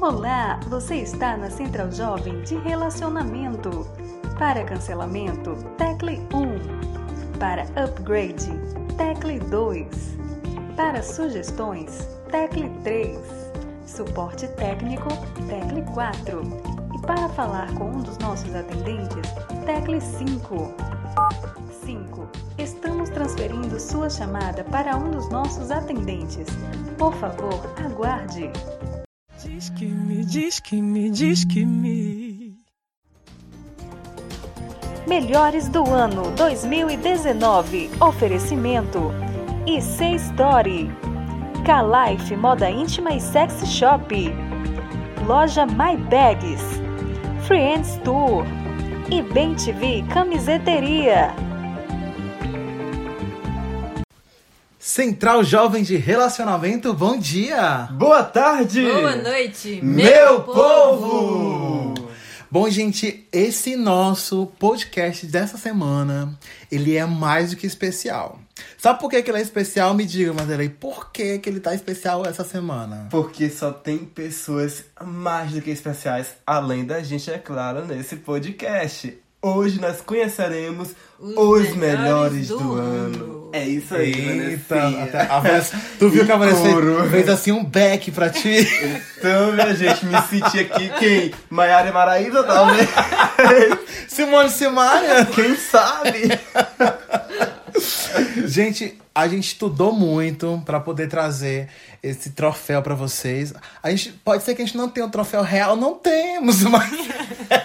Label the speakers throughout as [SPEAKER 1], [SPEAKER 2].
[SPEAKER 1] Olá, você está na Central Jovem de Relacionamento. Para cancelamento, tecle 1. Para upgrade, tecle 2. Para sugestões, tecle 3. Suporte técnico, tecle 4. E para falar com um dos nossos atendentes, tecle 5. 5. Estamos transferindo sua chamada para um dos nossos atendentes. Por favor, aguarde.
[SPEAKER 2] Diz que me, diz que me, diz que me.
[SPEAKER 1] Melhores do ano 2019. Oferecimento IC Story. K-Life Moda Íntima e Sexy Shop. Loja My Bags. Friends Tour. E Bem TV Camiseteria.
[SPEAKER 3] Central Jovem de Relacionamento, bom dia!
[SPEAKER 4] Boa tarde!
[SPEAKER 5] Boa noite,
[SPEAKER 4] meu, povo!
[SPEAKER 3] Bom, gente, esse nosso podcast dessa semana, ele é mais do que especial. Sabe por que, que ele é especial? Me diga, Mazelei, por que, que ele tá especial essa semana?
[SPEAKER 4] Porque só tem pessoas mais do que especiais, além da gente, é claro, nesse podcast. Hoje nós conheceremos os, melhores, do, ano. É isso aí, Vanessinha.
[SPEAKER 3] até a voz- tu viu que a Vanessa
[SPEAKER 4] Couro.
[SPEAKER 3] fez assim um back pra ti?
[SPEAKER 4] Então, minha gente, me senti aqui quem? Maiara e Maraísa, talvez?
[SPEAKER 3] Simone Simaria!
[SPEAKER 4] quem sabe?
[SPEAKER 3] Gente, a gente estudou muito pra poder trazer esse troféu pra vocês. A gente pode ser que a gente não tenha um troféu real, não temos, mas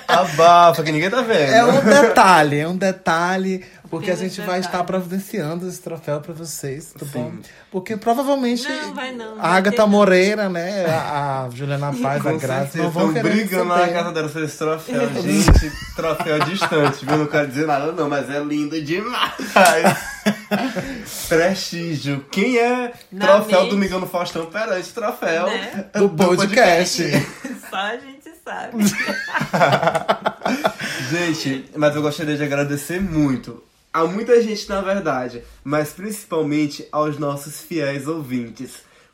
[SPEAKER 4] Abafa, que ninguém tá vendo.
[SPEAKER 3] é um detalhe, é um detalhe, porque a
[SPEAKER 5] Apenas
[SPEAKER 3] gente vai
[SPEAKER 5] um detalhe.
[SPEAKER 3] estar providenciando esse troféu pra vocês, tá
[SPEAKER 4] Sim.
[SPEAKER 3] bom? Porque provavelmente
[SPEAKER 5] Não, vai não,
[SPEAKER 3] a
[SPEAKER 5] vai
[SPEAKER 3] Agatha
[SPEAKER 5] ter não.
[SPEAKER 3] Moreira, né, a, a Juliana Paz, a
[SPEAKER 4] Com
[SPEAKER 3] Graça,
[SPEAKER 4] certeza,
[SPEAKER 3] não vão
[SPEAKER 4] estão
[SPEAKER 3] querer
[SPEAKER 4] brigando
[SPEAKER 3] receber.
[SPEAKER 4] lá na casa dela sobre esse troféu. Gente, troféu distante, viu? Não quero dizer nada, não, mas é lindo demais. Prestígio. Quem é
[SPEAKER 5] Na
[SPEAKER 4] troféu
[SPEAKER 5] mente.
[SPEAKER 4] Domingão no Faustão perante troféu
[SPEAKER 5] Né?
[SPEAKER 3] do podcast.
[SPEAKER 5] Só a gente sabe.
[SPEAKER 4] Gente, mas eu gostaria de agradecer muito a muita gente, na verdade, mas principalmente aos nossos fiéis ouvintes,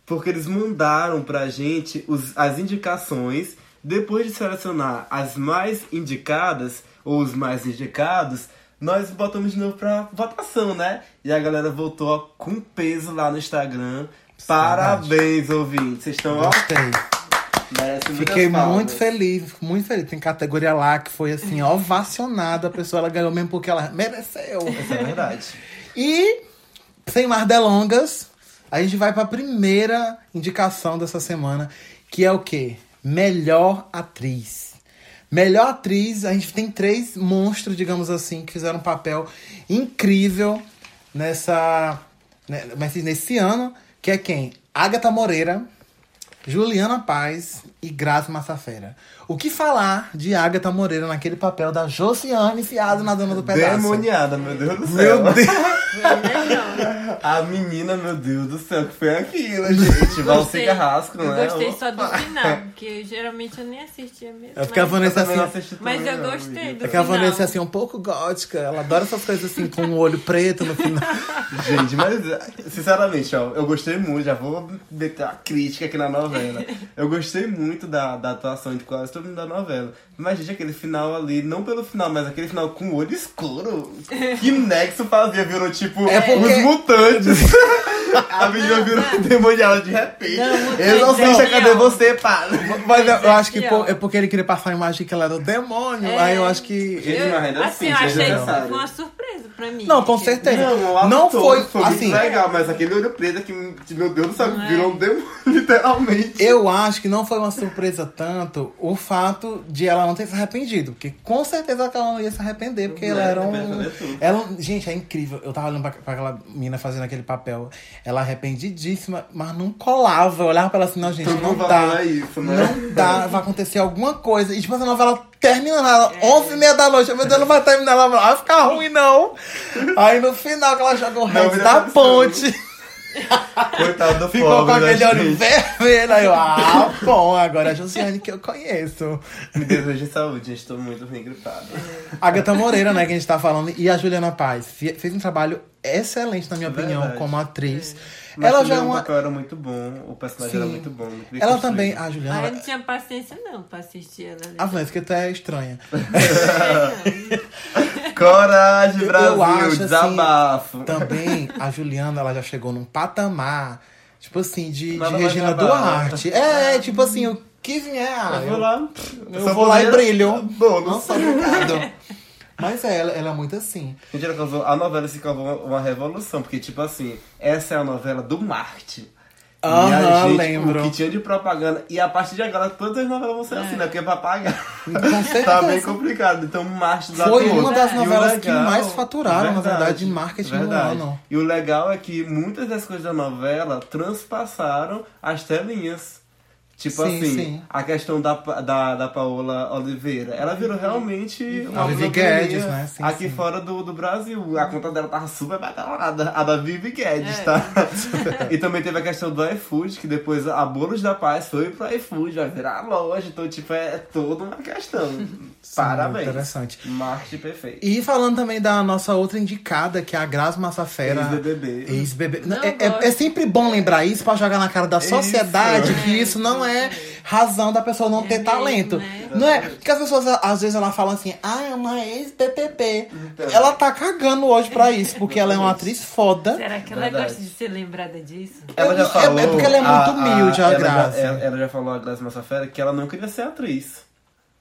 [SPEAKER 4] porque eles mandaram pra gente os- as indicações. Depois de selecionar as mais indicadas ou os mais indicados, nós botamos de novo pra votação, né? E a galera votou com peso lá no Instagram. Parabéns, ouvintes. Vocês estão, ó,
[SPEAKER 3] Gostei.
[SPEAKER 4] merecem muitas
[SPEAKER 3] Fiquei
[SPEAKER 4] palmas.
[SPEAKER 3] muito feliz, muito feliz. Tem categoria lá que foi assim, ovacionada. A pessoa ela ganhou mesmo porque ela mereceu.
[SPEAKER 4] Isso é verdade.
[SPEAKER 3] E, sem mais delongas, a gente vai pra primeira indicação dessa semana, que é o quê? Melhor atriz. Melhor atriz, a gente tem três monstros, digamos assim, que fizeram um papel incrível nessa. né, mas nesse ano, que é quem? Agatha Moreira, Juliana Paz e Graça Massafera. O que falar de Agatha Moreira naquele papel da Josiane enfiado na dama do pedaço?
[SPEAKER 4] Demoniada, meu Deus do céu.
[SPEAKER 3] Meu Deus! é
[SPEAKER 4] A menina, meu Deus do céu, que foi aquilo, gente. Valse Carrasco,
[SPEAKER 5] eu
[SPEAKER 3] é?
[SPEAKER 4] né?
[SPEAKER 5] gostei só do
[SPEAKER 4] Opa.
[SPEAKER 5] final, porque geralmente eu nem assistia mesmo.
[SPEAKER 3] É porque a
[SPEAKER 5] mas-
[SPEAKER 3] Vanessa-
[SPEAKER 4] também não
[SPEAKER 3] assim,
[SPEAKER 4] assisti
[SPEAKER 5] mas
[SPEAKER 4] também,
[SPEAKER 5] eu
[SPEAKER 4] não,
[SPEAKER 5] gostei
[SPEAKER 4] amiga.
[SPEAKER 5] do-
[SPEAKER 3] É que a
[SPEAKER 5] final.
[SPEAKER 3] Vanessa é assim, um pouco gótica. Ela adora essas coisas assim, com o olho preto no final.
[SPEAKER 4] Gente, mas sinceramente, ó, eu gostei muito, já vou meter uma crítica aqui na novela. Eu gostei muito da, da atuação de quase todo mundo da novela. Mas, gente, aquele final ali, não pelo final, mas aquele final com o olho escuro. Que nexo fazia, virou tipo
[SPEAKER 3] É porque-
[SPEAKER 4] os mutantes. a menina virou demoniada de repente.
[SPEAKER 5] Não, mutante
[SPEAKER 4] Exorcista,
[SPEAKER 5] é
[SPEAKER 4] cadê
[SPEAKER 5] genial.
[SPEAKER 4] você, padre?
[SPEAKER 3] Mas eu, eu acho que
[SPEAKER 5] Pior.
[SPEAKER 3] pô- é porque ele queria passar a imagem que ela era o demônio.
[SPEAKER 5] É.
[SPEAKER 3] Aí eu acho que.
[SPEAKER 4] Gente, mas ainda
[SPEAKER 5] assim,
[SPEAKER 4] assim,
[SPEAKER 5] eu achei
[SPEAKER 4] gente,
[SPEAKER 5] isso
[SPEAKER 4] sabe.
[SPEAKER 5] uma surpresa pra mim.
[SPEAKER 3] Não, com
[SPEAKER 5] porque-
[SPEAKER 3] certeza.
[SPEAKER 4] Não, é
[SPEAKER 3] Não foi,
[SPEAKER 4] foi, foi muito
[SPEAKER 3] assim-
[SPEAKER 4] legal, mas aquele olho preto é que, meu Deus do céu,
[SPEAKER 5] é?
[SPEAKER 4] virou um demônio, literalmente.
[SPEAKER 3] Eu acho que não foi uma surpresa tanto o fato de ela não ter se arrependido. Porque com certeza que ela não ia se arrepender, porque
[SPEAKER 4] Não,
[SPEAKER 3] ela era
[SPEAKER 4] ela ia
[SPEAKER 3] um.
[SPEAKER 4] fazer tudo.
[SPEAKER 3] Ela, gente, é incrível. Eu tava olhando pra, pra aquela menina fazendo aquele papel. Ela arrependidíssima, mas não colava. Eu olhava pra ela assim, não, gente,
[SPEAKER 4] Todo
[SPEAKER 3] não
[SPEAKER 4] mundo
[SPEAKER 3] dá.
[SPEAKER 4] fala isso, né?
[SPEAKER 3] Não dá, vai acontecer alguma coisa. E tipo, essa novela termina ela, 11 e meia da noite. Meu Deus, não vai terminar. Ela vai ficar ruim, não. Aí no final que ela joga o
[SPEAKER 4] Não,
[SPEAKER 3] Red
[SPEAKER 4] vira
[SPEAKER 3] da
[SPEAKER 4] produção.
[SPEAKER 3] ponte.
[SPEAKER 4] Coitado do
[SPEAKER 3] Ficou com
[SPEAKER 4] pobre, né,
[SPEAKER 3] aquele olho
[SPEAKER 4] gente?
[SPEAKER 3] vermelho. Aí eu, ah, bom, agora é a Josiane que eu conheço.
[SPEAKER 4] Me desejo saúde, gente. Tô muito bem gripada.
[SPEAKER 3] A Gata Moreira, né, que a gente tá falando, e a Juliana Paz. Fe- Fez um trabalho excelente, na minha opinião,
[SPEAKER 4] É Verdade.
[SPEAKER 3] como atriz.
[SPEAKER 4] Mas
[SPEAKER 3] Ela
[SPEAKER 4] ela
[SPEAKER 3] já é
[SPEAKER 4] O
[SPEAKER 3] uma.
[SPEAKER 4] papel era muito bom, o personagem
[SPEAKER 3] Sim.
[SPEAKER 4] era muito bom. muito bem
[SPEAKER 3] Ela
[SPEAKER 4] construído.
[SPEAKER 3] também. ah, A
[SPEAKER 5] Mas eu
[SPEAKER 3] Juliana.
[SPEAKER 5] não tinha paciência não pra assistir ela. né? ali.
[SPEAKER 3] A Vanessa, que tu é estranha.
[SPEAKER 4] Coragem, Brasil,
[SPEAKER 3] eu acho, assim,
[SPEAKER 4] desabafo.
[SPEAKER 3] Também, a Juliana, ela já chegou num patamar, tipo assim, de,
[SPEAKER 4] Nada
[SPEAKER 3] de
[SPEAKER 4] mais
[SPEAKER 3] Regina
[SPEAKER 4] nada.
[SPEAKER 3] Duarte. É, tipo assim, o que vier.
[SPEAKER 4] Eu
[SPEAKER 3] eu-
[SPEAKER 4] vou lá.
[SPEAKER 3] Eu
[SPEAKER 4] só
[SPEAKER 3] vou lá e
[SPEAKER 4] poderia-
[SPEAKER 3] brilho.
[SPEAKER 4] Bônus.
[SPEAKER 3] Nossa, obrigado. Mas é, ela, ela é muito assim.
[SPEAKER 4] Gente, ela causou, a novela se causou uma, uma revolução, porque, tipo assim, essa é a novela do Marte.
[SPEAKER 3] Aham, lembro.
[SPEAKER 4] O que tinha de propaganda. E a partir de agora, todas as novelas vão ser assim, né? Porque é pra pagar.
[SPEAKER 3] Com certeza.
[SPEAKER 4] tá bem complicado. Então, Marte do
[SPEAKER 3] Foi
[SPEAKER 4] ator.
[SPEAKER 3] uma das
[SPEAKER 4] E o
[SPEAKER 3] novelas que mais faturaram, na verdade, de marketing no
[SPEAKER 4] verdade.
[SPEAKER 3] ano.
[SPEAKER 4] E o legal é que muitas das coisas da novela transpassaram as telinhas. Tipo
[SPEAKER 3] Sim,
[SPEAKER 4] assim,
[SPEAKER 3] sim.
[SPEAKER 4] a questão da, Pa- da, da Paola Oliveira. Ela virou realmente uma
[SPEAKER 3] Uhum. A Vivi
[SPEAKER 4] blogueirinha
[SPEAKER 3] Guedes, né? Sim,
[SPEAKER 4] aqui
[SPEAKER 3] sim.
[SPEAKER 4] fora do, do Brasil. A conta dela tava super badalada. A da Vivi Guedes, tá? e também teve a questão do iFood, que depois a Bolos da Paz foi pro iFood, vai virar loja. Então, tipo, é toda uma questão.
[SPEAKER 3] Sim,
[SPEAKER 4] Parabéns.
[SPEAKER 3] Interessante.
[SPEAKER 4] Marketing perfeito.
[SPEAKER 3] E falando também da nossa outra indicada, que é a Grazi Massafera.
[SPEAKER 4] Ex-BBB.
[SPEAKER 3] Ex-BBB.
[SPEAKER 5] Não,
[SPEAKER 3] É, é- é sempre bom lembrar isso pra jogar na cara da sociedade que isso não é razão da pessoa não ter
[SPEAKER 5] É mesmo,
[SPEAKER 3] talento.
[SPEAKER 5] né?
[SPEAKER 3] Não é? Porque as pessoas, às vezes, ela fala assim, ah, é uma ex-BBB.
[SPEAKER 4] Então.
[SPEAKER 3] Ela tá cagando hoje pra isso, porque ela é uma atriz foda.
[SPEAKER 5] Será que ela
[SPEAKER 4] Verdade.
[SPEAKER 5] gosta de ser lembrada disso?
[SPEAKER 4] Ela já
[SPEAKER 3] É- é
[SPEAKER 4] falou.
[SPEAKER 3] porque ela é muito humilde, a
[SPEAKER 4] ela já-
[SPEAKER 3] Grazi.
[SPEAKER 4] Ela, ela já falou a Grazi Massafera que ela não queria ser atriz.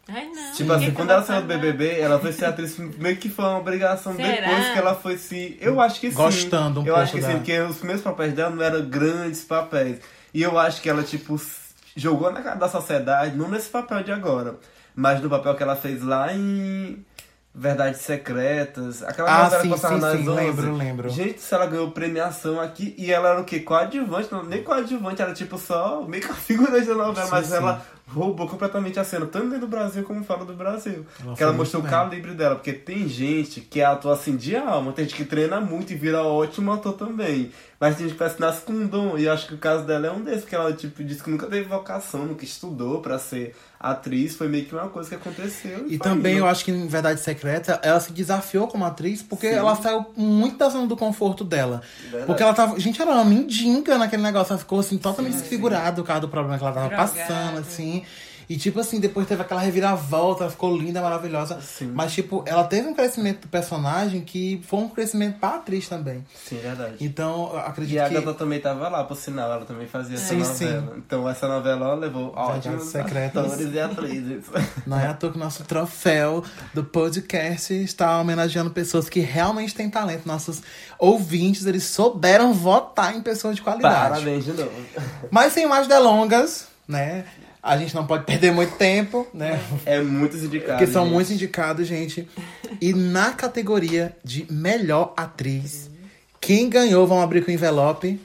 [SPEAKER 5] Ai, não.
[SPEAKER 4] Tipo
[SPEAKER 5] por que
[SPEAKER 4] assim,
[SPEAKER 5] que
[SPEAKER 4] quando ela
[SPEAKER 5] vai
[SPEAKER 4] saiu do
[SPEAKER 5] falar?
[SPEAKER 4] BBB, ela foi ser atriz meio que foi uma obrigação
[SPEAKER 5] Será?
[SPEAKER 4] depois que ela foi se. Eu acho que sim.
[SPEAKER 3] Gostando um
[SPEAKER 4] Eu
[SPEAKER 3] pouco
[SPEAKER 4] acho que
[SPEAKER 3] da-
[SPEAKER 4] sim, porque os primeiros papéis dela não eram grandes papéis. E eu acho que ela, tipo, s- jogou na cara da sociedade, não nesse papel de agora, mas no papel que ela fez lá em. Verdades Secretas, aquela
[SPEAKER 3] Ah,
[SPEAKER 4] novela
[SPEAKER 3] sim,
[SPEAKER 4] que passava
[SPEAKER 3] sim,
[SPEAKER 4] nas
[SPEAKER 3] sim,
[SPEAKER 4] 11.
[SPEAKER 3] lembro, lembro.
[SPEAKER 4] Gente, se ela ganhou premiação aqui e ela era o quê? Coadjuvante, não, nem coadjuvante, era tipo só meio que a figurante da novela,
[SPEAKER 3] Sim,
[SPEAKER 4] mas
[SPEAKER 3] sim.
[SPEAKER 4] ela roubou completamente a cena, tanto dentro do Brasil como fora do Brasil.
[SPEAKER 3] Ela
[SPEAKER 4] que ela
[SPEAKER 3] foi
[SPEAKER 4] mostrou o
[SPEAKER 3] muito bem.
[SPEAKER 4] calibre dela, porque tem gente que atua assim de alma, tem gente que treina muito e vira ótimo ator também. Mas tem gente que parece que nasce com um dom, e eu acho que o caso dela é um desses, que ela tipo, disse que nunca teve vocação, nunca estudou pra ser atriz, foi meio que uma coisa que aconteceu.
[SPEAKER 3] E
[SPEAKER 4] foi
[SPEAKER 3] também
[SPEAKER 4] indo.
[SPEAKER 3] eu acho que em Verdade Secreta ela se desafiou como atriz porque
[SPEAKER 4] Sim.
[SPEAKER 3] ela saiu muito da zona do conforto dela.
[SPEAKER 4] Verdade.
[SPEAKER 3] Porque ela tava. Gente, ela era uma mendiga naquele negócio. Ela ficou assim, totalmente desfigurada por causa do problema que ela tava
[SPEAKER 5] Drogada.
[SPEAKER 3] passando, assim. E tipo assim, depois teve aquela reviravolta, ela ficou linda, maravilhosa.
[SPEAKER 4] Sim.
[SPEAKER 3] Mas, tipo, ela teve um crescimento do personagem que foi um crescimento pra atriz também.
[SPEAKER 4] Sim, verdade.
[SPEAKER 3] Então, eu
[SPEAKER 4] E
[SPEAKER 3] acredito
[SPEAKER 4] a
[SPEAKER 3] que.
[SPEAKER 4] Agatha também tava lá, por sinal, ela também fazia essa
[SPEAKER 3] Sim,
[SPEAKER 4] novela. Então essa novela ó, levou
[SPEAKER 3] Verdades
[SPEAKER 4] ótimos
[SPEAKER 3] Secretas.
[SPEAKER 4] atores e atrizes.
[SPEAKER 3] Não é à toa que o nosso troféu do podcast está homenageando pessoas que realmente têm talento. Nossos ouvintes, eles souberam votar em pessoas de qualidade.
[SPEAKER 4] Parabéns de novo.
[SPEAKER 3] Mas sem mais delongas, né? A gente não pode perder muito tempo, né?
[SPEAKER 4] É muito indicado.
[SPEAKER 3] Porque são
[SPEAKER 4] gente.
[SPEAKER 3] muitos indicados, gente. E na categoria de melhor atriz, quem ganhou, vamos abrir com o envelope.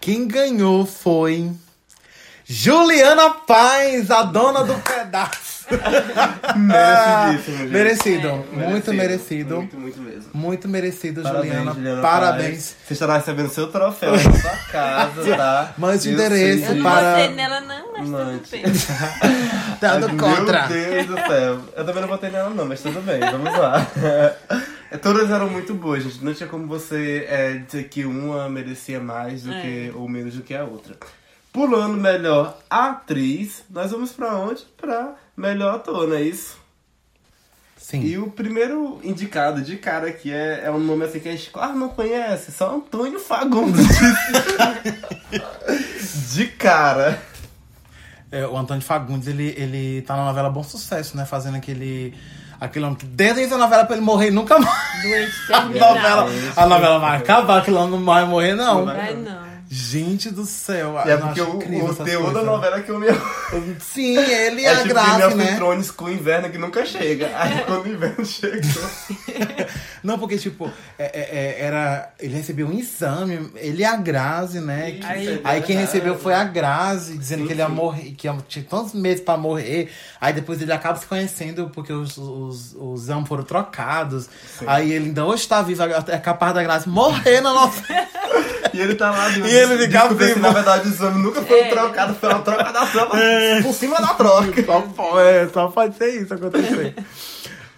[SPEAKER 3] Quem ganhou foi Juliana Paz, a dona do pedaço.
[SPEAKER 4] Ah, Merecidíssimo, gente. É,
[SPEAKER 3] merecido, muito merecido.
[SPEAKER 4] Muito, muito mesmo.
[SPEAKER 3] Muito merecido,
[SPEAKER 4] Parabéns,
[SPEAKER 3] Juliana.
[SPEAKER 4] Juliana.
[SPEAKER 3] Parabéns.
[SPEAKER 4] Paz. Você estará recebendo seu troféu na sua casa, tá?
[SPEAKER 3] Mande o
[SPEAKER 4] Eu
[SPEAKER 3] endereço
[SPEAKER 5] Eu
[SPEAKER 4] sei
[SPEAKER 5] não
[SPEAKER 3] para-
[SPEAKER 5] gostei nela não, mas
[SPEAKER 4] Mante.
[SPEAKER 5] tudo bem.
[SPEAKER 3] Dando
[SPEAKER 4] Meu
[SPEAKER 3] contra.
[SPEAKER 4] Deus do céu. Eu também não botei nela, não, mas tudo bem, vamos lá. É, Todas eram muito boas, gente. Não tinha como você é, dizer que uma merecia mais do
[SPEAKER 5] É.
[SPEAKER 4] que ou menos do que a outra. Pulando melhor atriz, nós vamos pra onde? Pra melhor ator, não é isso?
[SPEAKER 3] Sim.
[SPEAKER 4] E o primeiro indicado de cara aqui é, é um nome assim que a gente quase não conhece, só Antônio Fagundes. de cara.
[SPEAKER 3] É, o Antônio Fagundes, ele, ele tá na novela Bom Sucesso, né? Fazendo aquele. Aquele homem que desde o início da novela pra ele morrer ele nunca mais.
[SPEAKER 5] Doente
[SPEAKER 3] A
[SPEAKER 5] terminal.
[SPEAKER 3] novela, a novela vai acabar, aquele homem não vai morrer, não.
[SPEAKER 4] Não
[SPEAKER 5] Vai não.
[SPEAKER 3] Gente do céu,
[SPEAKER 4] E é
[SPEAKER 3] eu
[SPEAKER 4] porque
[SPEAKER 3] acho
[SPEAKER 4] o,
[SPEAKER 3] incrível
[SPEAKER 4] o
[SPEAKER 3] essas
[SPEAKER 4] teor da
[SPEAKER 3] coisas. né?
[SPEAKER 4] novela é que eu me
[SPEAKER 3] Sim, ele e
[SPEAKER 4] É
[SPEAKER 3] a
[SPEAKER 4] tipo Game
[SPEAKER 3] Grazi,
[SPEAKER 4] of
[SPEAKER 3] né?
[SPEAKER 4] Thrones com o inverno que nunca chega. Aí quando o inverno chegou.
[SPEAKER 3] Não, porque, tipo, é- é- é- era. Ele recebeu um exame, ele e a Grazi, né? que- aí,
[SPEAKER 4] Aí-
[SPEAKER 3] quem recebeu foi a Grazi, dizendo
[SPEAKER 4] é Sim,
[SPEAKER 3] que ele ia
[SPEAKER 4] sim.
[SPEAKER 3] morrer, que ia- tinha tantos meses pra morrer. Aí depois ele acaba se conhecendo porque os, os, os ambos foram trocados. Aí ele ainda hoje tá vivo, é capaz da Grazi morrer na nossa.
[SPEAKER 4] E ele tá lá de
[SPEAKER 3] E ele fica
[SPEAKER 4] descobriu que,
[SPEAKER 3] vivo. É.
[SPEAKER 4] Na verdade, o exame nunca foi trocado, foi uma troca da troca. Por cima da troca.
[SPEAKER 3] Só, po- é, só pode ser isso acontecer.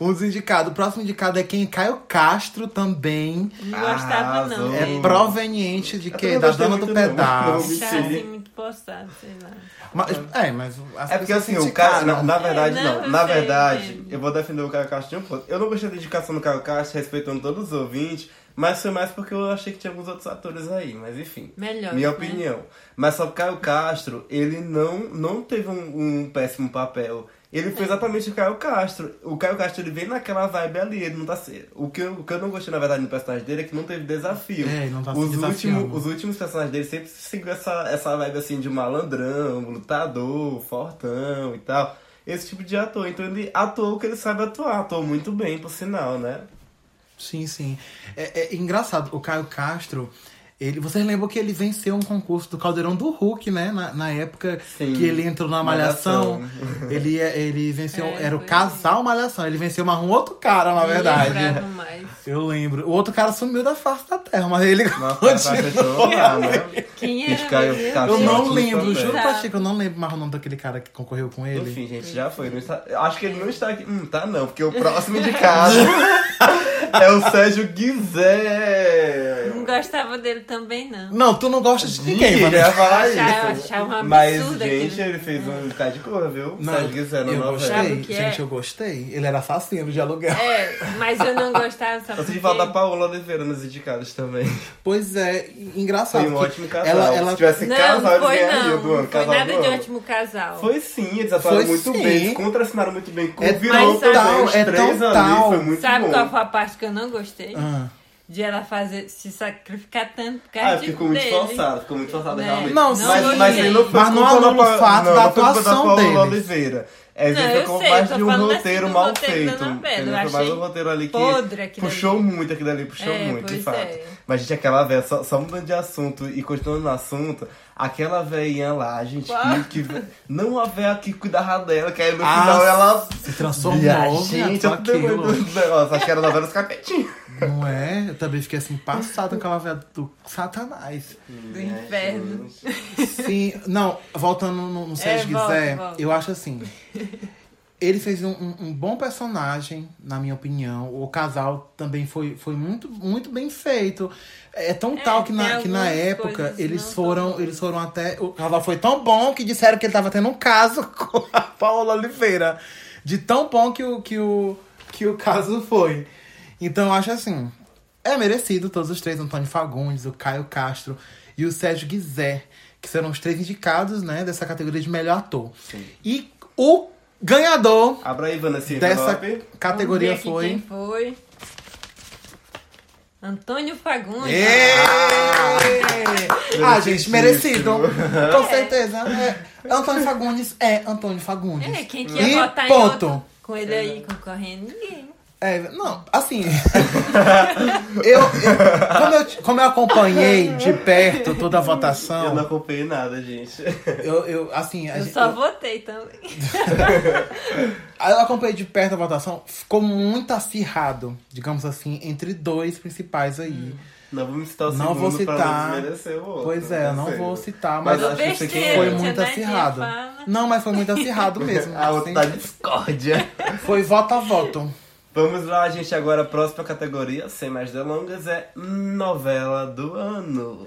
[SPEAKER 3] Os indicados. O próximo indicado é quem Caio Castro também.
[SPEAKER 5] Não gostava, não.
[SPEAKER 4] Arrasou.
[SPEAKER 3] É
[SPEAKER 5] dele.
[SPEAKER 3] proveniente de
[SPEAKER 4] Hum. Eu
[SPEAKER 3] quê?
[SPEAKER 4] também
[SPEAKER 3] Da
[SPEAKER 4] gostei
[SPEAKER 3] dona do
[SPEAKER 4] muito, não.
[SPEAKER 3] pedaço.
[SPEAKER 4] Eu-
[SPEAKER 5] Achava assim,
[SPEAKER 4] Sim.
[SPEAKER 5] muito postado, sei lá.
[SPEAKER 3] Mas, é, mas. as
[SPEAKER 4] É porque
[SPEAKER 3] pessoas
[SPEAKER 4] assim, o
[SPEAKER 3] criticaram.
[SPEAKER 4] cara. Na, na verdade,
[SPEAKER 5] É,
[SPEAKER 4] não.
[SPEAKER 5] não, eu
[SPEAKER 4] Na
[SPEAKER 5] sei,
[SPEAKER 4] verdade,
[SPEAKER 5] entendo.
[SPEAKER 4] eu vou defender o Caio Castro de um ponto. Eu não gostei da indicação do Caio Castro, respeitando todos os ouvintes, mas foi mais porque eu achei que tinha alguns outros atores aí, mas enfim.
[SPEAKER 5] Melhor,
[SPEAKER 4] Minha
[SPEAKER 5] né?
[SPEAKER 4] opinião. Mas só que o Caio Castro, ele não, não teve um, um péssimo papel. Ele
[SPEAKER 5] É.
[SPEAKER 4] foi exatamente o Caio Castro. O Caio Castro, ele vem naquela vibe ali, ele não tá... se- O que eu, o que eu não gostei, na verdade, no personagem dele é que não teve desafio.
[SPEAKER 3] É, ele não tá se
[SPEAKER 4] os,
[SPEAKER 3] desafiando.
[SPEAKER 4] últimos, os últimos personagens dele sempre seguiu essa, essa vibe assim de malandrão, lutador, fortão e tal. Esse tipo de ator. Então ele atuou o que ele sabe atuar. Atuou muito bem, por sinal, né?
[SPEAKER 3] Sim, sim. É, é engraçado, o Caio Castro. Ele, vocês lembram que ele venceu um concurso do Caldeirão do Hulk, né? Na, na época
[SPEAKER 4] Sim.
[SPEAKER 3] que ele entrou na Malhação.
[SPEAKER 4] Malhação.
[SPEAKER 3] Ele, ele venceu.
[SPEAKER 5] É,
[SPEAKER 3] era o
[SPEAKER 5] foi.
[SPEAKER 3] casal Malhação. Ele venceu mais um outro cara, na verdade.
[SPEAKER 5] Não lembrava mais.
[SPEAKER 3] Eu lembro. O outro cara sumiu da face da terra, mas ele.
[SPEAKER 4] Nossa, essa pessoa lá, né?
[SPEAKER 5] Quem
[SPEAKER 4] Esse
[SPEAKER 5] era?
[SPEAKER 4] cara-
[SPEAKER 5] meu
[SPEAKER 4] cara-
[SPEAKER 3] Eu
[SPEAKER 5] Deus?
[SPEAKER 3] não
[SPEAKER 4] Sim,
[SPEAKER 3] lembro,
[SPEAKER 4] sim.
[SPEAKER 3] juro
[SPEAKER 5] Tá.
[SPEAKER 3] pra ti que eu não lembro mais o nome daquele cara que concorreu com ele.
[SPEAKER 4] Enfim, gente, já foi. Não está... eu Acho que ele não está aqui. Hum, tá não, porque o próximo de casa é o Sérgio Guizé.
[SPEAKER 5] Não gostava dele também, não.
[SPEAKER 3] Não, tu não gosta de ninguém,
[SPEAKER 4] Ih,
[SPEAKER 3] mano.
[SPEAKER 4] ia falar isso.
[SPEAKER 5] Achava- achava um
[SPEAKER 4] Mas,
[SPEAKER 5] absurdo
[SPEAKER 4] gente,
[SPEAKER 5] aquilo.
[SPEAKER 4] ele fez um cara de cor, viu?
[SPEAKER 3] Não,
[SPEAKER 4] Sérgio Guizé na
[SPEAKER 3] eu
[SPEAKER 4] novela.
[SPEAKER 5] Sabe
[SPEAKER 3] gostei,
[SPEAKER 5] o que é?
[SPEAKER 3] gente, eu gostei. Ele era assassino de aluguel.
[SPEAKER 5] É, mas eu não gostava, sabe
[SPEAKER 4] Eu senti
[SPEAKER 5] por
[SPEAKER 4] falta da
[SPEAKER 5] quê?
[SPEAKER 4] Paola Oliveira nos indicados também.
[SPEAKER 3] Pois é, e- engraçado.
[SPEAKER 4] Foi um
[SPEAKER 3] que
[SPEAKER 4] ótimo casal.
[SPEAKER 3] Ela, ela...
[SPEAKER 4] Se tivesse
[SPEAKER 5] Tá. Não,
[SPEAKER 4] casal,
[SPEAKER 5] não
[SPEAKER 4] eles
[SPEAKER 5] foi
[SPEAKER 4] ganhariam do
[SPEAKER 5] não.
[SPEAKER 4] ano.
[SPEAKER 5] Não foi
[SPEAKER 4] Casal
[SPEAKER 5] nada
[SPEAKER 4] do
[SPEAKER 5] de
[SPEAKER 4] ano.
[SPEAKER 5] ótimo casal.
[SPEAKER 4] Foi sim, eles atuaram
[SPEAKER 3] Foi
[SPEAKER 4] muito
[SPEAKER 3] sim.
[SPEAKER 4] bem, eles contracenaram muito bem com
[SPEAKER 3] É
[SPEAKER 4] o vilão
[SPEAKER 5] mas sabe-
[SPEAKER 4] também, os
[SPEAKER 3] é
[SPEAKER 4] três
[SPEAKER 3] total.
[SPEAKER 4] ali, foi muito
[SPEAKER 5] Sabe
[SPEAKER 4] bom.
[SPEAKER 5] qual foi a parte que eu não gostei?
[SPEAKER 3] Ah.
[SPEAKER 5] De ela fazer, se sacrificar tanto por causa
[SPEAKER 4] Ah,
[SPEAKER 5] de um
[SPEAKER 4] ficou muito
[SPEAKER 5] É tipo dele.
[SPEAKER 4] forçado, ficou muito forçado
[SPEAKER 5] Né?
[SPEAKER 4] realmente.
[SPEAKER 3] Não,
[SPEAKER 4] mas,
[SPEAKER 3] sim.
[SPEAKER 4] mas, ele não foi
[SPEAKER 3] Mas não
[SPEAKER 4] culpa
[SPEAKER 3] anula
[SPEAKER 4] do
[SPEAKER 3] o
[SPEAKER 4] Pa-
[SPEAKER 3] fato da
[SPEAKER 4] não, não foi culpa
[SPEAKER 3] atuação
[SPEAKER 4] da Paola
[SPEAKER 3] deles.
[SPEAKER 4] Oliveira. É,
[SPEAKER 5] Não,
[SPEAKER 4] ele
[SPEAKER 5] eu
[SPEAKER 4] ficou
[SPEAKER 5] sei,
[SPEAKER 4] mais
[SPEAKER 5] eu tô
[SPEAKER 4] de um
[SPEAKER 5] falando assim
[SPEAKER 4] roteiro
[SPEAKER 5] do
[SPEAKER 4] mal
[SPEAKER 5] roteiro da
[SPEAKER 4] feito.
[SPEAKER 5] novela,
[SPEAKER 4] Ele
[SPEAKER 5] eu
[SPEAKER 4] foi mais um
[SPEAKER 5] achei
[SPEAKER 4] roteiro ali que
[SPEAKER 5] podre aquilo
[SPEAKER 4] puxou
[SPEAKER 5] ali.
[SPEAKER 4] muito aquilo ali, puxou
[SPEAKER 5] É,
[SPEAKER 4] muito, de
[SPEAKER 5] pois
[SPEAKER 4] fato.
[SPEAKER 5] é.
[SPEAKER 4] Mas, gente, aquela véia, só, só mudando de assunto e continuando no assunto, aquela veinha lá, gente, que, que- Não a véia que cuidava dela, que aí no
[SPEAKER 3] Ah,
[SPEAKER 4] final ela
[SPEAKER 3] se transformou,
[SPEAKER 4] gente,
[SPEAKER 3] viado,
[SPEAKER 4] eu tô doido
[SPEAKER 3] aquilo.
[SPEAKER 4] do negócio. Acho que era novela dos capetinhos.
[SPEAKER 3] Não é? Eu também fiquei assim, passado com aquela velha do Satanás.
[SPEAKER 5] Do inferno.
[SPEAKER 3] Sim, não, voltando no, no Sérgio
[SPEAKER 5] É, volta,
[SPEAKER 3] Guizé,
[SPEAKER 5] volta.
[SPEAKER 3] eu acho assim. Ele fez um, um- um bom personagem, na minha opinião. O casal também foi, foi muito, muito bem feito. É tão
[SPEAKER 5] É,
[SPEAKER 3] tal que
[SPEAKER 5] tem
[SPEAKER 3] na, que na
[SPEAKER 5] algumas
[SPEAKER 3] época
[SPEAKER 5] coisas não
[SPEAKER 3] eles
[SPEAKER 5] tão
[SPEAKER 3] foram, eles foram até. O casal foi tão bom que disseram que ele tava tendo um caso com a Paula Oliveira. De tão bom que o, que o, que o caso foi. Então eu acho assim. É merecido todos os três, Antônio Fagundes, o Caio Castro e o Sérgio Guizé, que serão os três indicados, né, dessa categoria de melhor ator. E o ganhador
[SPEAKER 4] Abra aí, tá Vanessa.
[SPEAKER 3] dessa
[SPEAKER 4] envelope.
[SPEAKER 3] categoria
[SPEAKER 5] Vamos ver aqui
[SPEAKER 3] foi.
[SPEAKER 5] Quem foi? Antônio Fagundes.
[SPEAKER 3] Ê! Ah, gente, merecido.
[SPEAKER 4] Merecidíssimo.
[SPEAKER 3] Com certeza. É. Antônio Fagundes é Antônio Fagundes.
[SPEAKER 5] É, quem que
[SPEAKER 3] e
[SPEAKER 5] ia botar em
[SPEAKER 3] ponto.
[SPEAKER 5] outro com ele aí concorrendo? Ninguém.
[SPEAKER 3] É, não, assim. eu, eu- como eu, como eu acompanhei de perto toda a
[SPEAKER 4] Eu não
[SPEAKER 3] votação,
[SPEAKER 4] acompanhei nada, gente.
[SPEAKER 3] eu, eu, assim. a
[SPEAKER 5] Eu
[SPEAKER 3] gente-
[SPEAKER 5] só votei então, também.
[SPEAKER 3] Aí eu acompanhei de perto a votação, ficou muito acirrado, digamos assim, entre dois principais aí.
[SPEAKER 5] Hum.
[SPEAKER 4] Não vou me citar o
[SPEAKER 3] Não vou
[SPEAKER 4] segundo pra
[SPEAKER 3] citar.
[SPEAKER 4] não desmerecer o outro.
[SPEAKER 3] Pois é, eu não
[SPEAKER 4] sei.
[SPEAKER 3] vou citar, mas
[SPEAKER 4] tá Mas
[SPEAKER 5] Falou
[SPEAKER 4] acho que eu sei quem
[SPEAKER 5] besteira,
[SPEAKER 3] foi
[SPEAKER 4] é.
[SPEAKER 3] muito
[SPEAKER 5] Nadia,
[SPEAKER 3] acirrado.
[SPEAKER 5] né, fala.
[SPEAKER 3] Não, mas foi muito acirrado mesmo.
[SPEAKER 4] A outra tá
[SPEAKER 3] assim.
[SPEAKER 4] da discórdia.
[SPEAKER 3] Foi voto a voto.
[SPEAKER 4] Vamos lá, gente. Agora a próxima categoria, sem mais delongas, é novela do ano.